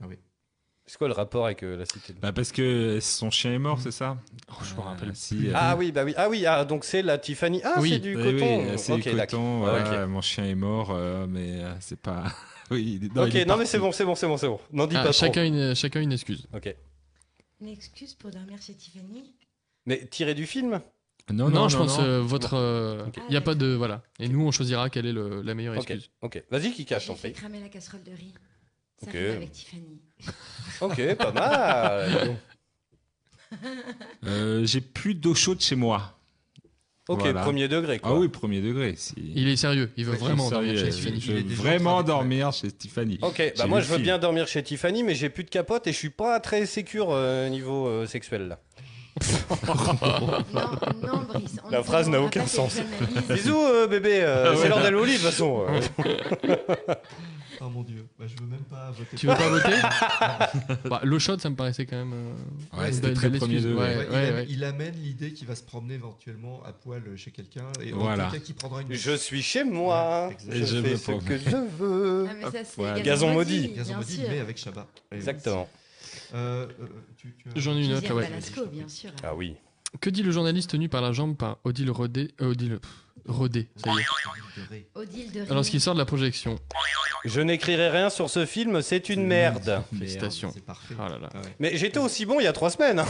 E: C'est quoi le rapport avec euh, la cité de-
F: Bah parce que son chien est mort, c'est ça
H: Oh, je me rappelle.
F: Euh, si, euh,
E: Ah oui, bah oui. Ah oui, ah, donc c'est la Tiffany. Ah,
H: Oui,
E: c'est du
F: oui,
E: coton.
F: oui, c'est
E: ok,
F: du
E: d'accord.
F: coton.
E: Ah,
F: voilà, Mon chien est mort, euh, mais euh, c'est pas. oui, il est- non,
E: ok,
F: il est
E: non, mais c'est
F: parti.
E: bon, c'est bon, c'est bon, c'est bon. N'en dis
H: Ah,
E: pas
H: chacun, une, chacun une excuse.
E: trop. Ok.
L: Une excuse pour dormir chez Tiffany
E: Mais tiré du film
H: Non,
F: Non,
H: je pense
F: non.
H: euh, votre. euh, Il
E: Ok.
H: n'y a pas de. Voilà. Et nous, on choisira quelle est le- la meilleure
E: Ok,
H: excuse.
E: ok. Vas-y, qui cache,
L: J'ai
E: t'en
L: fait
E: prie.
L: cramer la casserole de riz. Ça
E: Ok.
L: rime avec Tiffany.
E: Ok, pas mal.
F: Euh, J'ai plus d'eau chaude chez moi.
E: Ok,
F: Voilà.
E: premier degré, quoi.
F: Ah oui, premier degré. Si...
H: Il est sérieux. Il veut
G: Ouais,
H: vraiment
F: Sérieux,
H: dormir chez
F: euh,
H: Tiffany.
F: Je
G: Il est
F: veux
G: déjà en
F: vraiment
G: train de-
F: dormir chez Tiffany.
E: Ok, bah
F: J'ai
E: moi
F: vu
E: je veux
F: le
E: bien dormir chez Tiffany, mais j'ai plus de capote et je suis pas très sécure euh, niveau euh, sexuel là.
L: Non, non, Brice. on
E: La
L: ne
E: phrase n'a
L: demandera
E: aucun
L: pas tes
E: sens.
L: analyses.
E: Bisous euh, bébé,
F: Ah
E: euh, c'est l'heure d'aller au lit de toute façon. euh.
G: Oh mon dieu, bah, je veux même pas voter.
H: Tu veux pas voter bah, L'eau chaude, ça me paraissait quand même. euh,
F: Ouais,
H: une
F: c'était
H: belle-
F: très
H: belle
F: premier
H: excuse.
F: degré.
H: Ouais,
G: Ouais,
H: ouais,
G: il, am-
H: ouais.
G: il amène l'idée qu'il va se promener éventuellement à poil chez quelqu'un et
F: Voilà.
G: quelqu'un qui prendra une
E: Je suis chez moi,
G: Ouais, exact.
E: je,
F: Et je
E: fais
F: me
E: ce
F: promène.
E: que je veux.
L: Ah, mais ça, c'est
F: Ouais.
E: Gazon maudit.
G: Gazon
L: bien
G: maudit,
L: sûr.
G: mais avec Chabat. Et
E: Exactement.
G: euh, euh, tu- tu as-
H: J'en ai une autre.
L: Josiane
H: là, ouais.
L: Balasco, bien sûr.
E: Ah oui.
H: Que dit le journaliste tenu par la jambe par Odile Rodé euh, Odile. pff, Rodé, ça y est.
L: Odile
G: Ah
L: de Riz.
H: Alors, ce qui sort de la projection.
E: Je n'écrirai rien sur ce film, c'est une merde.
F: euh,
H: Félicitations.
G: C'est parfait.
H: Ah là là.
G: Ah ouais.
E: Mais j'étais aussi bon il y a trois semaines. hein.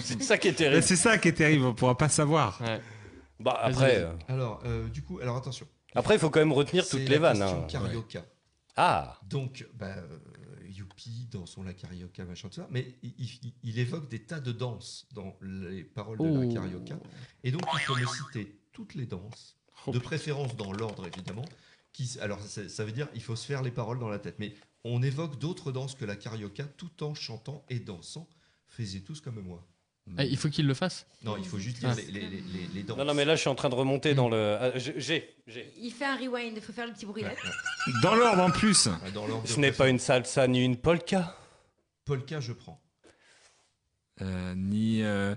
E: c'est ça qui est
F: film. Mais
E: terrible.
F: C'est ça qui est terrible, on pourra pas savoir.
H: Ouais.
E: Bah
H: Vas-y,
E: après,
H: vas-y.
E: euh,
G: Alors, euh, du coup, alors attention.
E: après il faut quand même retenir
G: C'est
E: toutes
G: la
E: les vannes.
G: question
E: hein.
G: Carioca.
E: Ah,
G: Donc, bah, euh, Youpi dans son La Carioca, machin, tout ça. Mais il, il- il évoque des tas de danses dans les paroles de La
H: Oh.
G: Carioca. Et donc, il faut me citer toutes les danses, de préférence dans l'ordre, évidemment. Qui, s- alors, ça, ça veut dire il faut se faire les paroles dans la tête. Mais on évoque d'autres danses que La Carioca tout en chantant et dansant. Faisez tous comme moi.
H: Eh, il faut qu'il le fasse.
G: Non, il faut juste dire
H: Ah.
G: les, les- les- les- les danses.
E: non, non, mais là je suis en train de remonter dans le. ah, je- J'ai, j'ai.
L: Il fait un rewind, il faut faire le petit bruit. là.
F: Dans l'ordre en plus.
G: Ah, Dans l'ordre.
E: Ce
G: de
E: n'est pas
G: préférence.
E: une salsa ni une polka.
G: Polka, je prends.
F: Euh, ni euh,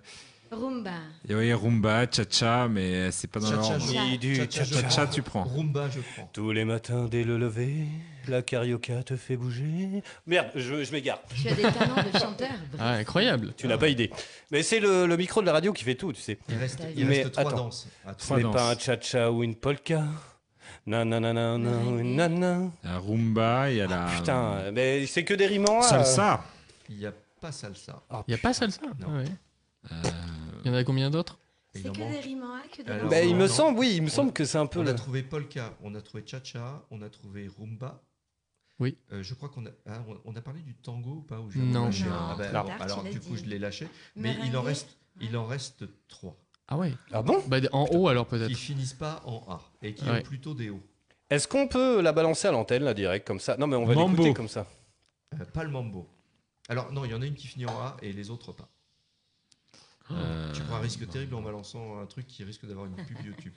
L: Rumba.
F: ouais, rumba, cha-cha, mais euh, c'est pas dans
G: Cha-cha,
F: l'ordre.
G: je
E: Ni du
G: Cha-cha, je
E: cha-cha.
G: prends.
F: Cha-cha, tu prends.
G: Rumba, je prends.
E: Tous les matins dès le lever, la carioca te fait bouger. Merde, je, je m'égare.
L: Tu as des talents de chanteur. Brice.
H: Ah, incroyable.
E: Tu n'as pas idée. Mais c'est le, le micro de la radio qui fait tout, tu sais.
G: Il reste,
L: Mais
G: il reste trois
E: attends.
G: danses. à
E: Ce
G: trois
E: n'est
F: danses.
E: pas un cha-cha ou une polka. Nanana, nanana, nanana.
F: La rumba, il y a la
G: Ah,
E: Ah, euh, Putain, mais c'est que des rimes en A.
F: salsa.
G: Il y a pas salsa.
H: Il n'y a pas salsa
G: Non.
H: Ah ouais. Il y en a combien d'autres
L: C'est que des rimes en A, que des
G: Alors,
E: Bah, il me
G: non.
E: semble, oui, il me
G: On-
E: semble que c'est un peu
G: On
E: le-
G: a trouvé polka, on a trouvé cha-cha, on a trouvé rumba.
H: Oui.
G: je crois qu'on a, ah, on- on a parlé du tango ou pas ou je
H: Non.
G: l'ai lâché
H: Non,
G: Ah bah,
H: plus
G: alors,
H: tard, tu
G: alors,
H: l'as
G: du coup,
H: dit.
G: je l'ai lâché. Mais il en
H: Meringue,
G: reste, il en reste trois.
H: Ah ouais
E: Ah bon
H: bah, des- En haut alors peut-être.
G: Qui finissent pas en A et qui
H: Ouais.
G: ont plutôt des O.
E: Est-ce qu'on peut la balancer à l'antenne, là, direct, comme ça Non, mais on va
G: Mambo.
E: l'écouter comme ça.
G: Euh, pas le mambo. Alors non, il y en a une qui finit en A et les autres pas.
H: Oh. Euh,
G: tu prends un risque terrible en balançant un truc qui risque d'avoir une pub YouTube.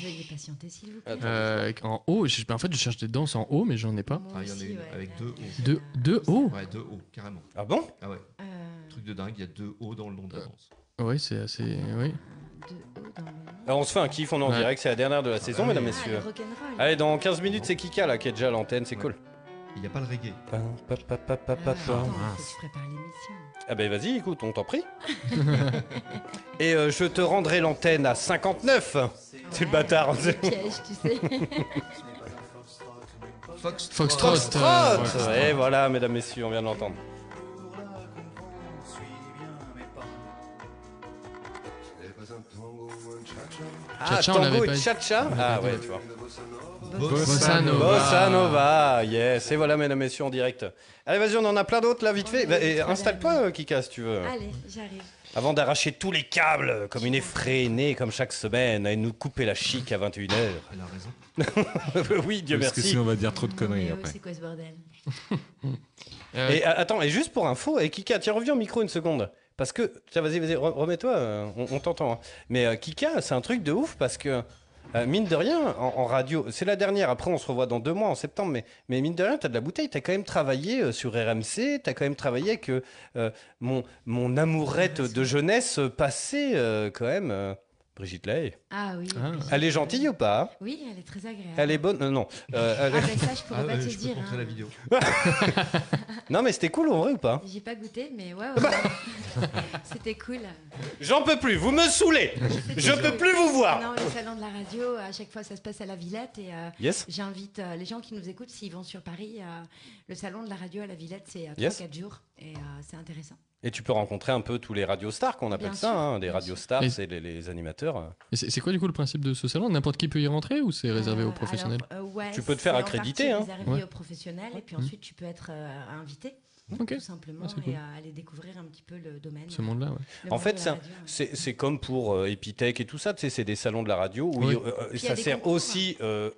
L: Veuillez patienter, s'il vous plaît.
G: Hein
H: Euh, en haut, je- en fait, je cherche des danses en haut, mais j'en ai pas.
G: Ah, il y en a une avec deux O.
H: Deux, deux hauts
G: Ouais, deux O, carrément.
E: Ah bon
G: Ah ouais.
L: Euh,
G: Truc de dingue, il y a deux O dans le
H: Euh.
G: nom de la danse.
H: Ouais, c'est assez. Oui.
E: Alors, Ah, on se fait un kiff, on est en
H: Ouais.
E: direct, c'est la dernière de la saison,
H: oui.
E: mesdames,
H: Ah,
E: messieurs.
H: le rock'n'roll.
E: Allez, dans 15 minutes, c'est Kika, là, qui est déjà à l'antenne, c'est cool.
G: Il n'y a pas le reggae.
L: Euh,
E: Ah ben vas-y, écoute, on t'en prie. Et euh, je te rendrai l'antenne à 59. C'est le bâtard.
L: C'est le piège, tu sais.
G: Fox
H: Foxtrot. euh,
E: Foxtrot.
H: Ouais.
E: Et voilà, mesdames, messieurs, on vient de l'entendre. Ah,
H: Cha-cha, on
E: tango
H: l'avait
E: et
H: pas-
E: cha-cha
H: on l'avait
E: Ah
H: pas
E: ouais,
H: dit.
E: tu vois.
H: Bossa Nova.
E: Bossa Nova, yes. Et voilà, mesdames, messieurs, en direct. Allez, vas-y, on en a plein d'autres, là, vite fait. Bah, et Installe-toi, euh, Kika, si tu veux.
F: Ah.
L: Allez, j'arrive.
E: Avant d'arracher tous les câbles, euh, comme une effrénée, comme chaque semaine, et nous couper la chic à 21h.
G: Elle a raison.
E: oui, Dieu
F: Parce que
E: merci.
F: sinon, on va dire trop de conneries
L: Mais oh,
F: après.
L: c'est quoi ce bordel
H: Ah Euh,
E: Et a- attends, et juste pour info, et Kika, tiens, reviens au micro une seconde. Parce que, tiens, vas-y, vas-y, re- remets-toi, euh, on, on t'entend. hein. Mais euh, Kika, c'est un truc de ouf parce que, euh, mine de rien, en, en radio, c'est la dernière, après on se revoit dans deux mois, en septembre, mais, mais mine de rien, t'as de la bouteille, t'as quand même travaillé euh, sur RMC, t'as quand même travaillé avec euh, euh, mon, mon amourette de jeunesse euh, passée, euh, quand même, euh, Brigitte Lay.
L: Ah oui.
E: Elle est gentille ou pas hein
L: Oui, elle est très agréable.
E: Elle est bonne euh, Non. Euh,
L: Ah,
E: elle est-
L: ben ça, je pourrais
G: Ah,
L: pas
G: euh,
L: te
G: je peux
L: dire.
G: te montrer
L: hein.
G: la vidéo.
E: non, mais c'était cool en vrai ou pas
L: J'ai pas goûté, mais ouais, ouais,
E: Bah.
L: ouais. C'était cool.
E: J'en peux plus, vous me saoulez Je peux plus vous voir
L: Non, le salon de la radio, à chaque fois, ça se passe à la Villette. Et euh,
E: Yes.
L: j'invite euh, les gens qui nous écoutent, s'ils vont sur Paris, euh, le salon de la radio à la Villette, c'est euh, 3-4
E: Yes.
L: jours. Et euh, c'est intéressant.
E: Et tu peux rencontrer un peu tous les radiostars qu'on appelle
L: Bien
E: ça,
L: sûr,
E: hein, les
L: bien
E: radiostars,
H: Et-
E: c'est les, les animateurs.
H: Et C'est c'est quoi du coup le principe de ce salon N'importe qui peut y rentrer ou c'est réservé aux professionnels
L: Alors, euh, ouais,
E: Tu peux te faire
L: c'est en
E: accréditer,
L: partie
E: hein.
L: réservé
H: Ouais.
L: aux professionnels, et puis ensuite, tu peux être euh, invité. Tout simplement,
H: Ah, c'est cool.
L: et euh, aller découvrir un petit peu le domaine.
H: Ce monde-là, ouais.
L: Le
E: En
L: monde
E: fait,
L: de la
E: c'est un-
L: radio.
E: c'est c'est comme pour euh, Epitech et tout ça, tu sais, c'est des salons de la radio où
H: Oui.
E: il- euh, euh,
L: Puis il y a
E: ça
L: des
E: sert
L: concours. hein.
E: aussi euh,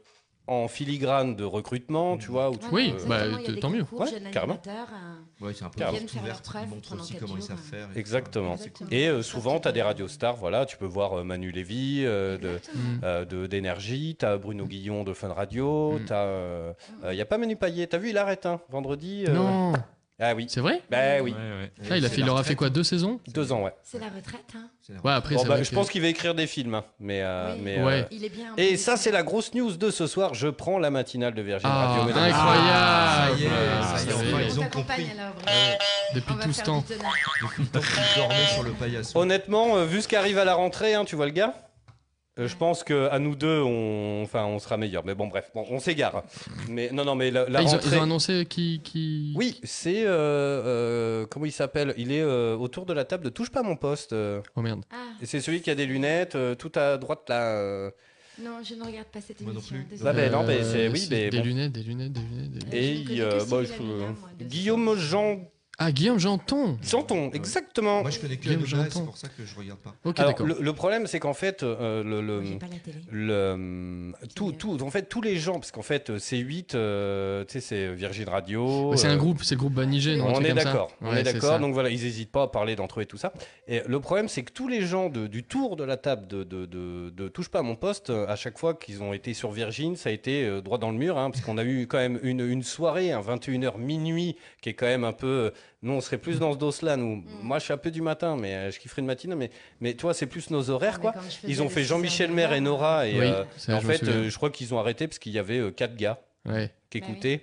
E: en filigrane de recrutement, tu vois. Où tu
L: Voilà,
H: Oui,
E: peux- euh,
L: exactement,
H: bah,
L: il y a
H: t-
L: des
H: tant mieux.
L: concours,
E: Ouais,
L: jeunes
E: carrément.
L: animateurs, euh,
G: Ouais, c'est un peu
L: qui
G: la
L: viennent
G: porte
L: faire leurs
G: ouverte. Ils
L: preuves
G: montrent
L: pendant
G: aussi
L: 4
G: comment ils
L: jours.
G: savent faire. et-
E: Exactement.
L: Exactement.
E: Et euh,
L: Ça,
E: souvent,
L: tu
E: tu as
L: peux-
E: des radiostars, voilà, tu peux voir euh, Manu Lévy euh, de-
H: Hmm.
L: Exactement.
E: euh, de- d'Énergie, tu as Bruno Guillon de Fun Radio,
H: Mm.
E: il n'y a pas Manu Payet, tu as vu, il arrête hein, vendredi. euh,
H: Non
E: Ah oui.
H: C'est vrai
E: Bah oui.
H: Ah, il, a fait, il aura fait quoi Deux saisons
E: Deux ans, ouais.
L: C'est la retraite, hein.
H: Ouais, après,
E: Bon,
H: ça
E: bah,
H: va
E: je pense qu'il va écrire des films, hein, mais, euh,
L: Oui.
E: mais,
H: Ouais.
E: euh,
L: Il est bien.
E: Et ça, c'est la grosse news de ce soir. Je prends la matinale de Virgin
H: Ah,
E: Radio. mesdames et messieurs.
H: incroyable.
G: Ah, ça y est,
H: Ah,
G: ça y est,
H: ça
G: enfin,
H: y est.
G: ils ont
L: T'accompagnes
G: compris.
L: alors, Brice.
H: Depuis
L: On va
H: tout ce
L: faire
H: temps.
L: du tonnerre.
G: Depuis le temps qu'ils dormaient sur le paillasson.
E: Honnêtement, euh, vu ce qui arrive à la rentrée, hein, tu vois le gars euh, je pense que à nous deux, on, enfin, on sera meilleur. Mais bon, bref, bon, on s'égare. Mais non, non, mais la, la
H: Ah, ils, ont, ils
E: rentrée.
H: ont annoncé qui. qui...
E: Oui, c'est euh, euh, comment il s'appelle Il est euh, autour de la table de touche pas à mon poste. euh.
H: Oh merde.
L: Ah,
E: Et c'est celui qui a des lunettes, euh, tout à droite là. euh.
L: non, je ne regarde pas cette
G: Moi non
L: émission.
G: plus.
L: désolée.
E: Bah, ben, non, mais c'est- oui,
H: Euh, si,
E: mais
H: Des
E: bon.
H: lunettes, des lunettes, des lunettes. des lunettes.
E: Et
L: ne connais
E: euh,
L: que celui
E: bah,
L: de
E: je-
L: la Villa, moi, de-
E: Guillaume Jean,
H: Ah, Guillaume Janton
E: Janton, exactement.
G: Moi, je connais que
H: Guillaume
G: Adoubra,
H: Janton.
G: c'est pour ça que je regarde pas.
H: Ok,
E: Alors,
H: d'accord.
E: le, le problème, c'est qu'en fait, euh, le, le-
L: Moi, J'ai pas la télé.
E: le tout, tout en fait tous les gens parce qu'en fait euh, C8 euh, tu sais c'est Virgin Radio
H: Ouais, c'est un
E: euh,
H: groupe, c'est le groupe Banigène.
E: on est d'accord on est d'accord donc voilà ils hésitent pas à parler d'entre eux et tout ça et le problème c'est que tous les gens de- du tour de la table de, de, de- de touche pas à mon poste euh, à chaque fois qu'ils ont été sur Virgin ça a été euh, droit dans le mur hein, parce qu'on a eu quand même une, une soirée un 21h minuit qui est quand même un peu euh, nous on serait plus dans ce dos là nous moi je suis un peu du matin mais euh, je kifferais le matin mais mais toi c'est plus nos horaires
L: Mais
E: quoi
L: quand je Ah, faisais
E: ils ont
L: le
E: fait Jean-Michel
L: 6h
E: Maire et Nora et
H: Oui,
E: euh,
H: ça,
E: en
H: je me
E: fait
H: souviens.
E: euh, je crois qu'ils ont arrêté parce qu'il y avait euh, quatre gars
H: Ouais.
E: qui
L: Bah oui.
E: écoutaient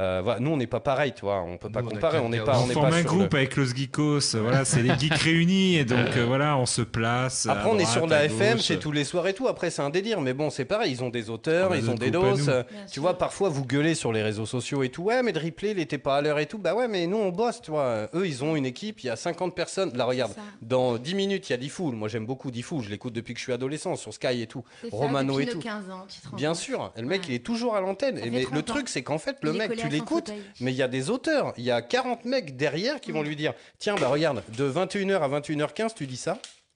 E: Euh, voilà, nous, on n'est pas pareil, tu vois. On peut pas
F: Nous, on a
E: comparer.
F: que-
E: Ah, On n'est pas.
F: on
E: n'est
F: forme
E: pas
F: un
E: sur
F: groupe
E: le-
F: avec Los Geekos. euh, Voilà, c'est les geeks réunis. Et donc
E: Euh.
F: euh, voilà, on se place. à
E: Après, on est
F: droite,
E: sur
F: à
E: la FM,
F: gauche.
E: c'est tous les soirs et tout. Après, c'est un délire, mais bon, c'est pareil. Ils ont des auteurs,
F: On a
E: ils ont
F: d'autres
E: des
F: groupes à
E: doses.
F: nous.
E: Euh,
F: Bien
E: Tu vois, parfois, vous gueulez sur les réseaux sociaux et tout. Ouais, mais le replay, il n'était pas à l'heure et tout. Bah ouais, mais nous, on bosse, tu vois. Euh, Eux, ils ont une équipe, il y a 50 personnes. Là, regarde, dans 10 minutes, il y a Diffoul. Moi, j'aime beaucoup Diffoul. Je l'écoute depuis que je suis adolescent, sur Sky et tout.
L: C'est ça,
E: Romano
L: depuis
E: et
L: nos
E: tout.
L: 15 ans, tu te rends
E: Bien
L: compte.
E: sûr, Et le mec il est toujours à l'antenne.
L: Ça fait
E: Et Mais
L: 30
E: le
L: ans.
E: truc c'est qu'en fait le
L: Il est
E: mec
L: collé
E: tu
L: à son
E: l'écoutes,
L: fauteuil.
E: mais il y a des auteurs, il y a 40 mecs derrière qui vont lui dire tiens bah regarde de 21h à 21h15 tu dis ça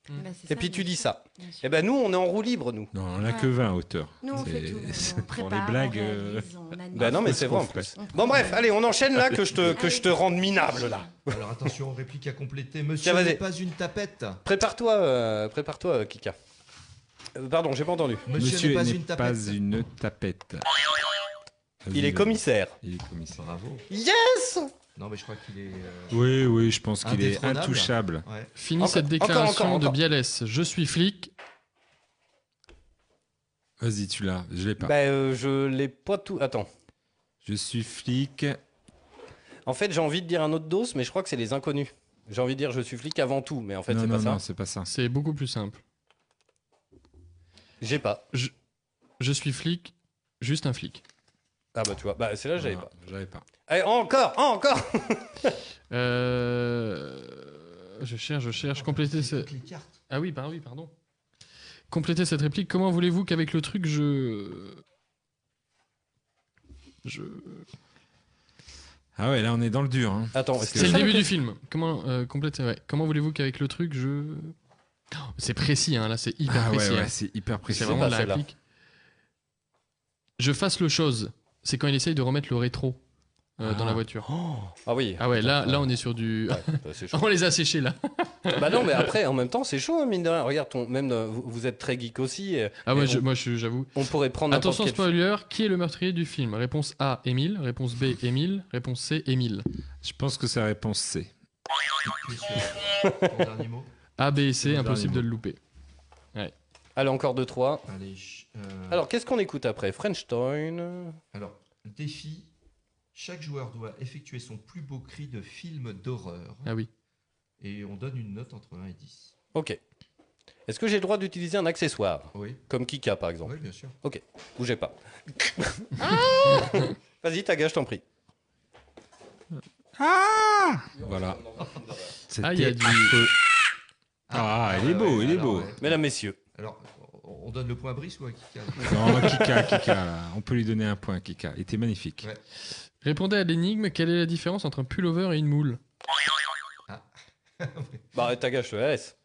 L: Bah, c'est
E: et puis tu dis ça. Et ben nous on est en roue libre nous.
F: Non, on a que 20 auteurs.
L: Nous, on fait
F: C'est-
L: tout. On
F: c'est
L: prépare,
F: Pour les blagues.
L: on
F: euh,
E: Bah non mais c'est vrai en plus. Bon bref, allez on enchaîne là que je te que je te rende minable là.
G: Alors attention, réplique à compléter. Monsieur
E: Tiens, vas-y.
G: n'est pas une tapette.
E: Prépare-toi euh, prépare-toi euh, Kika. Euh, Pardon, j'ai pas entendu.
G: Monsieur Monsieur n'est pas n'est une tapette.
F: Pas une tapette.
E: Il est commissaire.
F: Il est commissaire.
G: Bravo.
E: Yes
G: Non, mais je crois qu'il est. euh,
F: Oui, oui, je pense qu'il est
G: Indétrônable.
F: intouchable.
G: Ouais.
H: Fini
G: Encore-
H: cette
G: encore,
H: déclaration
G: encore,
H: de
G: encore.
H: Bialès. Je suis flic.
F: Vas-y, tu l'as. Je l'ai pas.
E: Bah euh, je l'ai pas tout attends.
F: Je suis flic.
E: En fait, j'ai envie de dire un autre dos, mais je crois que c'est les inconnus. J'ai envie de dire je suis flic avant tout, mais en fait,
F: non,
E: c'est
F: non,
E: pas
F: non,
E: ça.
F: c'est pas ça.
H: C'est beaucoup plus simple.
E: J'ai pas.
H: Je, je suis flic, juste un flic.
E: Ah bah tu vois, bah c'est là j'avais
H: Non,
E: pas.
F: J'avais pas.
E: Allez, encore, encore.
H: Euh, Je cherche, je cherche. Compléter ce...
G: cartes.
H: Ah oui, bah oui, pardon. Compléter cette réplique. Comment voulez-vous qu'avec le truc, je... Je...
F: Ah ouais, là on est dans le dur. hein.
E: Attends,
F: Parce
H: C'est
F: que-
H: le début du film. Comment euh, complète ouais. Comment voulez-vous qu'avec le truc je Oh, C'est précis hein, là, c'est hyper
F: Ah ouais,
H: précis.
F: ouais,
H: hein.
F: c'est hyper précis.
H: C'est
F: C'est
H: vraiment
F: pas
H: de la
F: celle-là.
H: réplique. Je fasse le chose. C'est quand il essaye de remettre le rétro euh, dans
E: Ah.
H: la voiture.
E: Ah oui. Bah,
H: Ah ouais, là, là on est sur du.
E: c'est chaud.
H: on les a séchés là.
E: bah non, mais après, en même temps, c'est chaud, hein, mine de rien. Regarde, ton, même euh, vous, vous êtes très geek aussi. euh,
H: Ah ouais,
E: et
H: je-
E: on-
H: moi je- j'avoue.
E: On pourrait prendre n'importe
H: Attention
E: quel-
H: spoiler, qui est le meurtrier du film Réponse A, Émile. Réponse B, Émile. Réponse C, Émile.
F: Je pense que c'est la réponse C.
H: A, B et
F: C'est
H: C,
F: mon
H: impossible
F: dernier mot.
H: de le louper.
E: Allez, encore deux, trois.
G: Allez, ch- euh,
E: Alors, qu'est-ce qu'on écoute après French Town.
G: Alors, défi chaque joueur doit effectuer son plus beau cri de film d'horreur.
H: Ah oui.
G: Et on donne une note entre 1 et 10.
E: Ok. Est-ce que j'ai le droit d'utiliser un accessoire
G: Oui.
E: Comme Kika, par exemple.
G: Oui, bien sûr.
E: Ok, bougez pas. Vas-y, Taga, je t'en prie.
F: Voilà.
H: Ah, il y a du-
F: Ah, il
G: ouais,
F: est beau,
G: ouais,
F: il est
G: alors,
F: beau.
G: ouais.
E: Mesdames, messieurs.
G: Alors, on on donne le point à Brice ou à Kika
F: Non, Kika, Kika, là. on peut lui donner un point, Kika. Il était magnifique.
G: Ouais.
H: Répondez à l'énigme, quelle est la différence entre un pullover et une moule
E: Bah, Taga, je te laisse.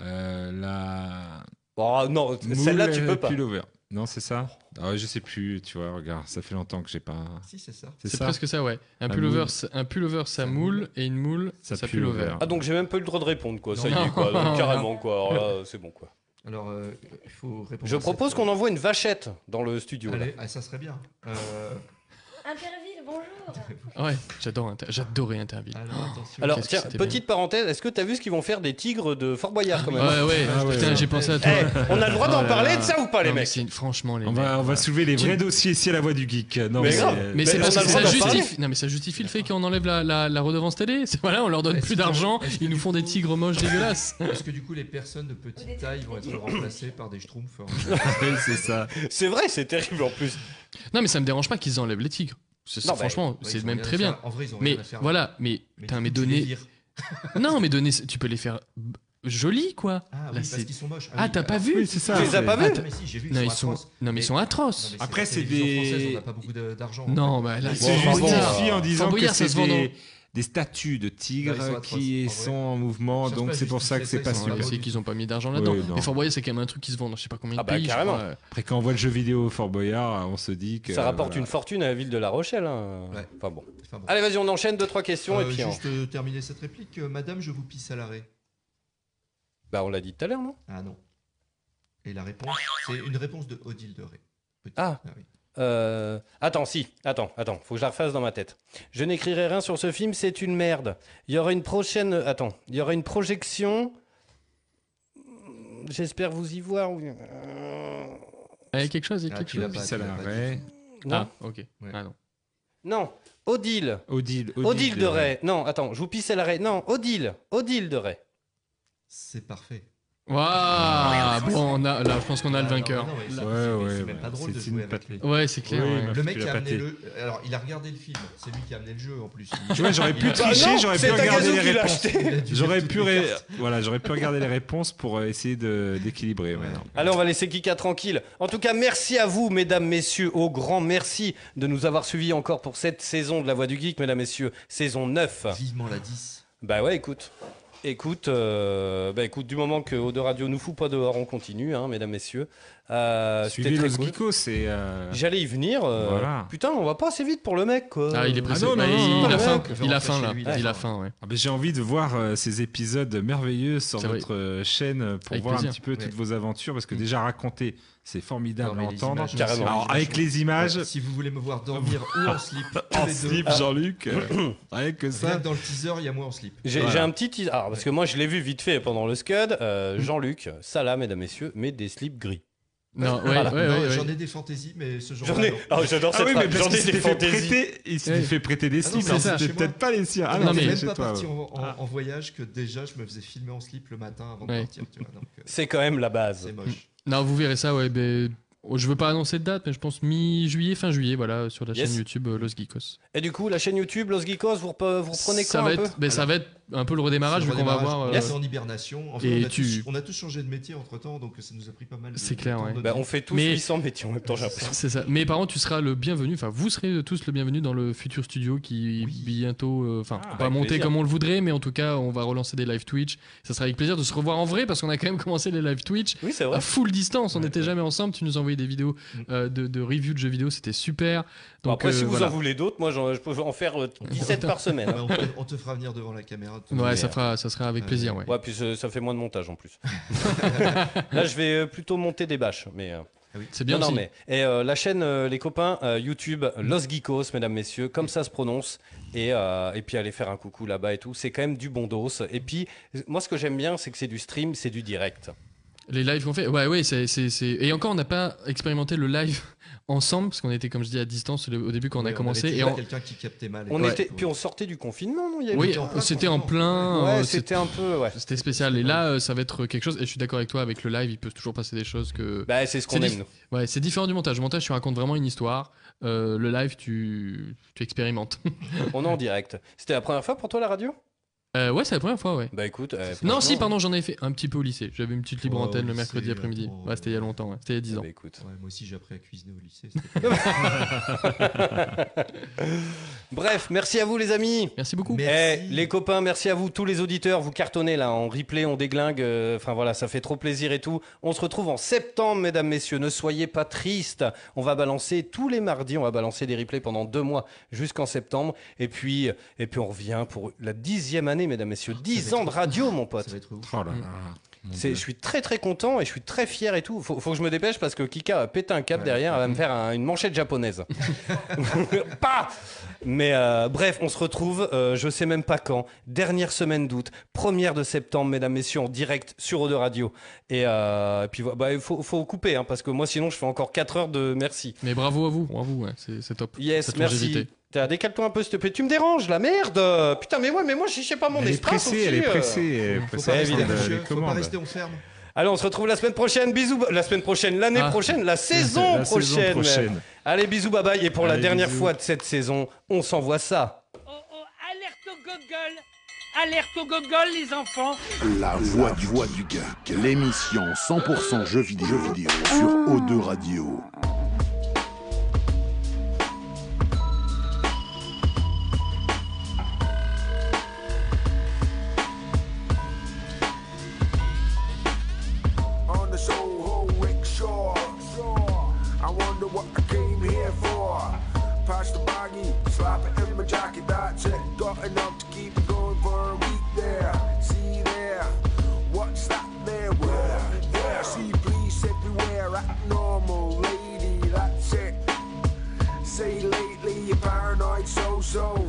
F: Euh, la
E: Oh non,
F: moule
E: celle-là, tu peux pas.
F: pullover. Non, c'est ça ah, Je sais plus, tu vois, regarde, ça fait longtemps que j'ai pas.
G: Si, c'est ça.
H: C'est
F: ça
H: presque ça, ouais. Un
F: La
H: pullover,
F: moule.
H: ça- un pullover, ça moule, et une moule, ça,
F: pullover.
H: pullover.
E: Ah, donc j'ai même pas eu le droit de répondre, quoi. Ça y
H: Non.
E: est, quoi. Donc,
H: Non.
E: carrément, quoi. Alors là, c'est bon, quoi.
G: Alors, euh, il faut répondre.
E: Je
G: à
E: propose
G: cette- euh,
E: qu'on envoie une vachette dans le studio. là.
G: Allez, ah, ça serait bien. Euh,
L: Interville, bonjour.
H: Ouais, j'adore Inter- j'adorais Interville.
G: alors, attention.
E: Alors,
H: Qu'est-ce que
E: tiens,
H: c'était
E: petite parenthèse, est-ce que t'as vu ce qu'ils vont faire des tigres de Fort Boyard, quand
H: Ouais,
E: même
H: ouais,
F: Ah ouais,
H: putain,
F: ouais.
H: j'ai pensé à toi.
E: Eh, on a le droit
H: Oh
E: d'en
H: là
E: parler
H: là.
E: de ça ou pas, les
H: Non, mais
E: mecs
H: c'est- Franchement, les
F: On
H: mecs.
F: va, on va soulever les
H: Tu-
F: vrais dossiers ici à la voix du geek. Non,
E: Mais grave.
F: c'est-
H: Mais
E: Mais
H: c'est
E: on
H: parce
E: a
H: que
E: le droit
H: ça
E: d'en parler.
H: justifie, non, mais ça justifie le fait qu'on enlève la, la, la redevance télé. C'est- Voilà, on leur donne
G: Est-ce
H: plus
G: que-
H: d'argent,
G: est-ce
H: ils nous
G: que-
H: font des tigres moches dégueulasses.
G: Est-ce que du coup, les personnes de petite taille vont être remplacées par des schtroumpfs hein
F: Ouais, c'est ça.
E: C'est vrai, c'est terrible en plus.
H: Non, mais ça me dérange pas qu'ils enlèvent les tigres. C'est- c'est-
E: Non, bah,
H: franchement,
G: Ouais, ils
H: c'est
G: ont
H: même
G: rien à
H: très bien.
G: faire. En vrai, ils ont rien
H: Mais
G: à faire.
H: voilà, mais putain,
G: du
H: mais
G: coup, tu les
H: donner.
G: vires.
H: Non, mais donner, tu peux les faire b- jolis, quoi.
G: Ah, oui,
H: Là,
G: parce
H: c'est-
G: qu'ils sont moches.
H: Ah,
G: oui, bah,
H: t'as pas vu
F: Oui, c'est ça.
E: Tu les as
F: c'est-
E: pas vus
G: Ah, mais si, j'ai vu.
H: Non, ils
G: à
H: sont,
G: France.
H: non, mais ils sont
G: Non,
H: atroces.
G: mais c'est
F: Après,
G: la
F: c'est
G: télévision
F: des-
G: française, on n'a pas beaucoup de- d'argent.
H: Non, bah là,
F: Il
E: Bon,
F: se
E: bravo.
F: justifie en
E: Fort
F: disant que
H: Boyard, ça
F: c'est
H: se vend
F: des,
H: dans-
F: des statues de tigres
G: Bah, ils sont atroces,
F: qui
G: en vrai.
F: sont en mouvement,
G: Cherche
F: donc
G: pas à
F: c'est pour ça que
G: justifier
F: c'est pas
G: ça, ils sont
F: super.
G: là-haut.
H: c'est qu'ils ont pas mis d'argent là-dedans.
F: Oui, non.
H: Mais Fort Boyard, c'est quand même un truc qui se vend dans je sais pas combien de
E: Ah bah,
H: pays. je
E: carrément.
H: crois.
F: Après, quand on voit le jeu vidéo Fort Boyard, on se dit que.
E: Ça
H: euh,
E: rapporte
F: voilà.
E: une fortune à la ville de La Rochelle. hein.
G: Ouais.
E: Enfin bon.
G: Enfin, bon.
E: Allez, vas-y, on enchaîne deux, trois questions et
G: Euh,
E: puis. on-
G: juste euh, terminer cette réplique. euh, Madame, je vous pisse à l'arrêt.
E: Bah, on l'a dit tout à l'heure, non
G: Ah non. Et la réponse, c'est une réponse de Odile de Ré. Petit-
E: Ah.
G: oui.
E: Euh, Attends, si, attends, attends, faut que je la refasse dans ma tête. Je n'écrirai rien sur ce film, c'est une merde. Il y aura une prochaine. euh, Attends, il y aura une projection. J'espère vous y voir. oui. Euh,
H: Il y a quelque chose, il y a
G: Ah,
H: quelque
G: tu l'as
H: chose.
G: pas,
F: Pisse
G: tu
F: à
G: l'as pas
F: l'arrêt.
G: du tout.
E: Non.
H: Ah, ok. Ah non.
E: Non, Odile.
F: Odile.
E: Odile, de Ray. Non, attends, je vous pisse à l'arrêt. Non, Odile. Odile de Ray.
G: C'est parfait.
H: Waouh, bon, on a- là, je pense qu'on a le vainqueur.
G: Ah, non, mais c'est-
H: Là.
G: c'est-
F: ouais,
G: c'est
F: ouais,
G: même pas drôle de
F: c'est une
G: jouer avec lui.
H: patate. Ouais, c'est clair, Oui, ouais. meuf,
G: Le mec
H: tu l'as
G: qui a amené
H: pâté.
G: le. Alors, il a regardé le film. C'est lui qui a amené le jeu en plus.
F: Tu vois, j'aurais
E: Ah
F: pu
G: Il a-
F: tricher, j'aurais pu regarder les réponses.
G: Il a dû
F: J'aurais
G: mettre
F: pu,
G: toutes les
F: ré-
G: cartes.
F: voilà, j'aurais pu regarder les réponses pour euh, essayer de- d'équilibrer. maintenant.
E: Allez, on va laisser Kika tranquille. En tout cas, merci à vous, mesdames, messieurs, au grand merci de nous avoir suivis encore pour cette saison de La Voix du Geek, mesdames, messieurs, saison 9.
G: Vivement la 10.
E: Bah ouais, écoute. Écoute, euh, bah écoute, du moment que Eau de Radio nous fout pas dehors, on continue, hein, mesdames, messieurs. Euh, c'était
F: Suivez
E: très
F: Los
E: cool.
F: Geekos, c'est. euh,
E: J'allais y venir. euh,
F: Voilà.
E: Putain, on va pas assez vite pour le mec, quoi.
H: Ah, il est pressé.
F: non,
H: Bah,
F: non,
H: il-
F: non,
H: il a
F: non,
H: faim.
F: non,
H: Il a
F: rentre
H: faim,
F: chez
H: là.
F: lui,
H: Il a
F: d'accord.
H: faim, ouais.
F: Ah ben, J'ai envie de voir euh, ces épisodes merveilleux sur
H: C'est vrai.
F: votre euh, chaîne euh, pour
H: Avec
F: voir
H: plaisir.
F: un petit peu
G: Ouais.
F: toutes vos aventures parce que déjà raconter c'est formidable
G: Non, mais
F: à
G: les
F: entendre.
G: images,
E: Carrément.
G: c'est-
F: Alors avec les images,
G: Si vous voulez me voir dormir ou en slip, tous
F: en
G: les deux,
F: slip Jean-Luc, euh, rien que
G: rien
F: ça.
G: que dans le teaser, il y a moi en slip.
E: J'ai
F: Voilà.
E: j'ai un petit teaser. Ah, parce que moi, je l'ai vu vite fait pendant le Scud. Euh, Jean-Luc, ça là, mesdames, messieurs, met des slips gris.
H: Non, ouais,
E: Voilà.
H: ouais, ouais,
G: Non,
H: ouais.
G: J'en ai des fantaisies, mais ce genre
E: J'en ai. Ah, j'adore
F: Ah
E: cette
F: oui, mais
E: phrase.
F: parce
E: J'en
F: qu'il
E: ai
F: s'était
E: des
F: fait
E: fantaisies.
F: prêter, il s'était
H: Ouais.
F: fait prêter des
G: Ah non,
F: slips,
G: mais
F: alors
G: c'est ça,
F: c'était
G: chez moi.
F: peut-être pas les siens. Ah
H: Non,
F: non,
H: mais
F: c'est
G: même
F: chez
G: pas
F: toi,
G: parti
F: ouais.
G: en, en- en voyage que déjà je me faisais filmer en slip le matin avant de
H: Ouais. Mm.
G: partir. Tu vois, donc, euh,
E: C'est quand même la base.
G: c'est moche.
H: Non, vous verrez ça, ouais. Ben, je veux pas annoncer de date, mais je pense mi-juillet, fin juillet, voilà, sur la
E: Yes.
H: chaîne YouTube euh, Los Geekos.
E: Et du coup, la chaîne YouTube, Los Geekos, vous, repre- vous reprenez quoi
H: ça va
E: un
H: être,
E: peu
H: ben, ça va être un peu le redémarrage,
G: C'est
H: vu
G: le
H: qu'on va
G: redémarrage.
H: avoir.
G: On
H: euh,
G: est en hibernation. En fait,
H: Et
G: on, a tous,
H: tu-
G: on a tous changé de métier entre temps, donc ça nous a pris pas mal de
H: C'est clair,
G: temps
H: ouais.
G: de
E: Bah,
G: notre
E: On fait tous
H: Mais-
E: 800 métiers en même temps, j'ai l'impression.
H: C'est ça. Mais par contre, tu seras le bienvenu, enfin, vous serez tous le bienvenu dans le futur studio qui
G: Oui.
H: bientôt, euh, enfin,
F: Ah,
H: pas
E: avec
H: monter
E: plaisir.
H: comme on le voudrait, mais en tout cas, on va relancer des live Twitch. Ça sera avec plaisir de se revoir en vrai parce qu'on a quand même commencé les live Twitch
E: Oui, c'est vrai.
H: à full distance. On
G: Ouais,
H: n'était
G: ouais.
H: jamais ensemble. Tu nous envoyais des vidéos
G: Mm.
H: euh, de, de review de jeux vidéo, c'était super.
E: Bon,
H: Donc,
E: après, si
H: euh,
E: vous
H: voilà. Ah
E: en voulez d'autres, moi, j'en- je peux en faire euh, 17 par semaine.
G: Ouais, on, te, on te fera venir devant la caméra. tout
H: Ouais,
G: le
H: ça,
G: temps.
H: fera, ça sera avec
G: Euh,
H: plaisir, ouais.
E: Ouais, puis ça, ça fait moins de montage en plus. Là, je vais euh, plutôt monter des bâches, mais. euh,
H: C'est bien
E: non, non,
H: aussi.
E: mais. Et euh, la chaîne, euh, les copains, euh, YouTube, Los Geekos, mesdames, messieurs, comme ça se prononce. Et, euh, et puis aller faire un coucou là-bas et tout. C'est quand même du bon dos. Et puis, moi, ce que j'aime bien, c'est que c'est du stream, c'est du direct.
H: Les lives qu'on fait, ouais, ouais, c'est, c'est, c'est- Et encore, on n'a pas expérimenté le live ensemble, parce qu'on était, comme je dis, à distance le- au début quand on a
G: Ouais,
H: commencé.
G: avait
H: et
G: toujours
H: on-
G: quelqu'un qui captait mal.
E: On
G: Ouais.
E: était, puis on sortait du confinement, non il y a-
H: Oui,
G: était en plein
H: c'était en plein.
E: Ouais,
H: euh, c'était...
E: c'était un peu. Ouais.
H: c'était spécial. Et là, euh, ça va être quelque chose. Et je suis d'accord avec toi, avec le live, il peut toujours passer des choses que.
E: Bah, c'est ce qu'on
H: C'est
E: aime,
H: dif-
E: nous.
H: Ouais, c'est différent du montage. Le montage, tu racontes vraiment une histoire. Euh, le live, tu, tu expérimentes.
E: On est en direct. C'était la première fois pour toi, la radio
H: Euh, ouais, c'est la première fois, ouais.
E: Bah, écoute. euh,
H: Non, si,
E: franchement-
H: pardon, j'en avais fait un petit peu au lycée. J'avais une petite libre
G: Ouais, au
H: antenne le
G: lycée,
H: mercredi après-midi.
G: attends,
H: Ouais, c'était il y a longtemps, ouais. c'était il y a 10
E: Ah,
H: ans.
E: bah, écoute.
G: Ouais, moi aussi, j'ai appris à cuisiner au lycée. c'était pas mal.
E: Bref, merci à vous, les amis.
H: Merci beaucoup.
G: Mais-
E: Eh,
G: Merci.
E: les copains, merci à vous, tous les auditeurs. Vous cartonnez là en replay, on déglingue. euh, Enfin voilà, ça fait trop plaisir et tout. On se retrouve en septembre, mesdames, messieurs. Ne soyez pas tristes. On va balancer tous les mardis, on va balancer des replays pendant deux mois jusqu'en septembre. Et puis, et puis on revient pour la dixième année, mesdames, messieurs. Dix
G: va
E: ans
G: être
E: de radio, mon pote.
G: Ça va être ouf.
F: Oh là là. mon
E: C'est-
F: Dieu.
E: je suis très très content et je suis très fier et tout. Faut, faut que je me dépêche parce que Kika a pété un câble derrière, elle va me faire un- une manchette japonaise. pas Mais euh, bref, on se retrouve, euh, je sais même pas quand, dernière semaine d'août, première de septembre, mesdames, messieurs, en direct sur Eau de Radio. Et, euh, et puis voilà, bah, il faut, faut couper hein, parce que moi sinon je fais encore 4 heures de merci.
H: Mais bravo à vous, bravo, ouais, c'est, c'est top.
E: Yes,
H: Cette
E: merci.
H: longévité.
E: T'as- Décale-toi un peu, s'il te plaît. Tu me déranges, la merde Putain, mais ouais, mais moi, je sais pas mon
F: Elle est
E: espace
F: pressée, elle est
E: aussi, euh.
F: pressée, elle est
H: Bah,
G: Faut
F: pressée.
E: C'est
G: pas
F: Elle
G: rester,
H: euh,
E: évident.
F: prend
G: monsieur,
F: les
G: faut pas
F: commandes.
G: rester, on ferme.
E: Allez, on se retrouve la semaine prochaine. Bisous. La semaine prochaine, l'année
H: Ah.
E: prochaine, la saison
F: La
E: prochaine.
F: saison prochaine.
E: Allez, bisous, bye bye. Et pour la
F: Allez,
E: dernière
F: bisous.
E: fois de cette saison, on s'envoie ça.
C: Oh oh, alerte au gogol Alerte au gogol, les enfants
D: La voix du, voix du geek. L'émission 100% jeux vidéo, jeux vidéo sur O2 Radio.
J: on the Sohoic shore. Shore. I wonder what I came here for. Pasta boggy, sloppy in my jockey dot check. Got enough to keep me going for a week there. See there, what's that there? Where? Yeah, see police everywhere, act normal, lady, that's it. Say lately you're paranoid, so so.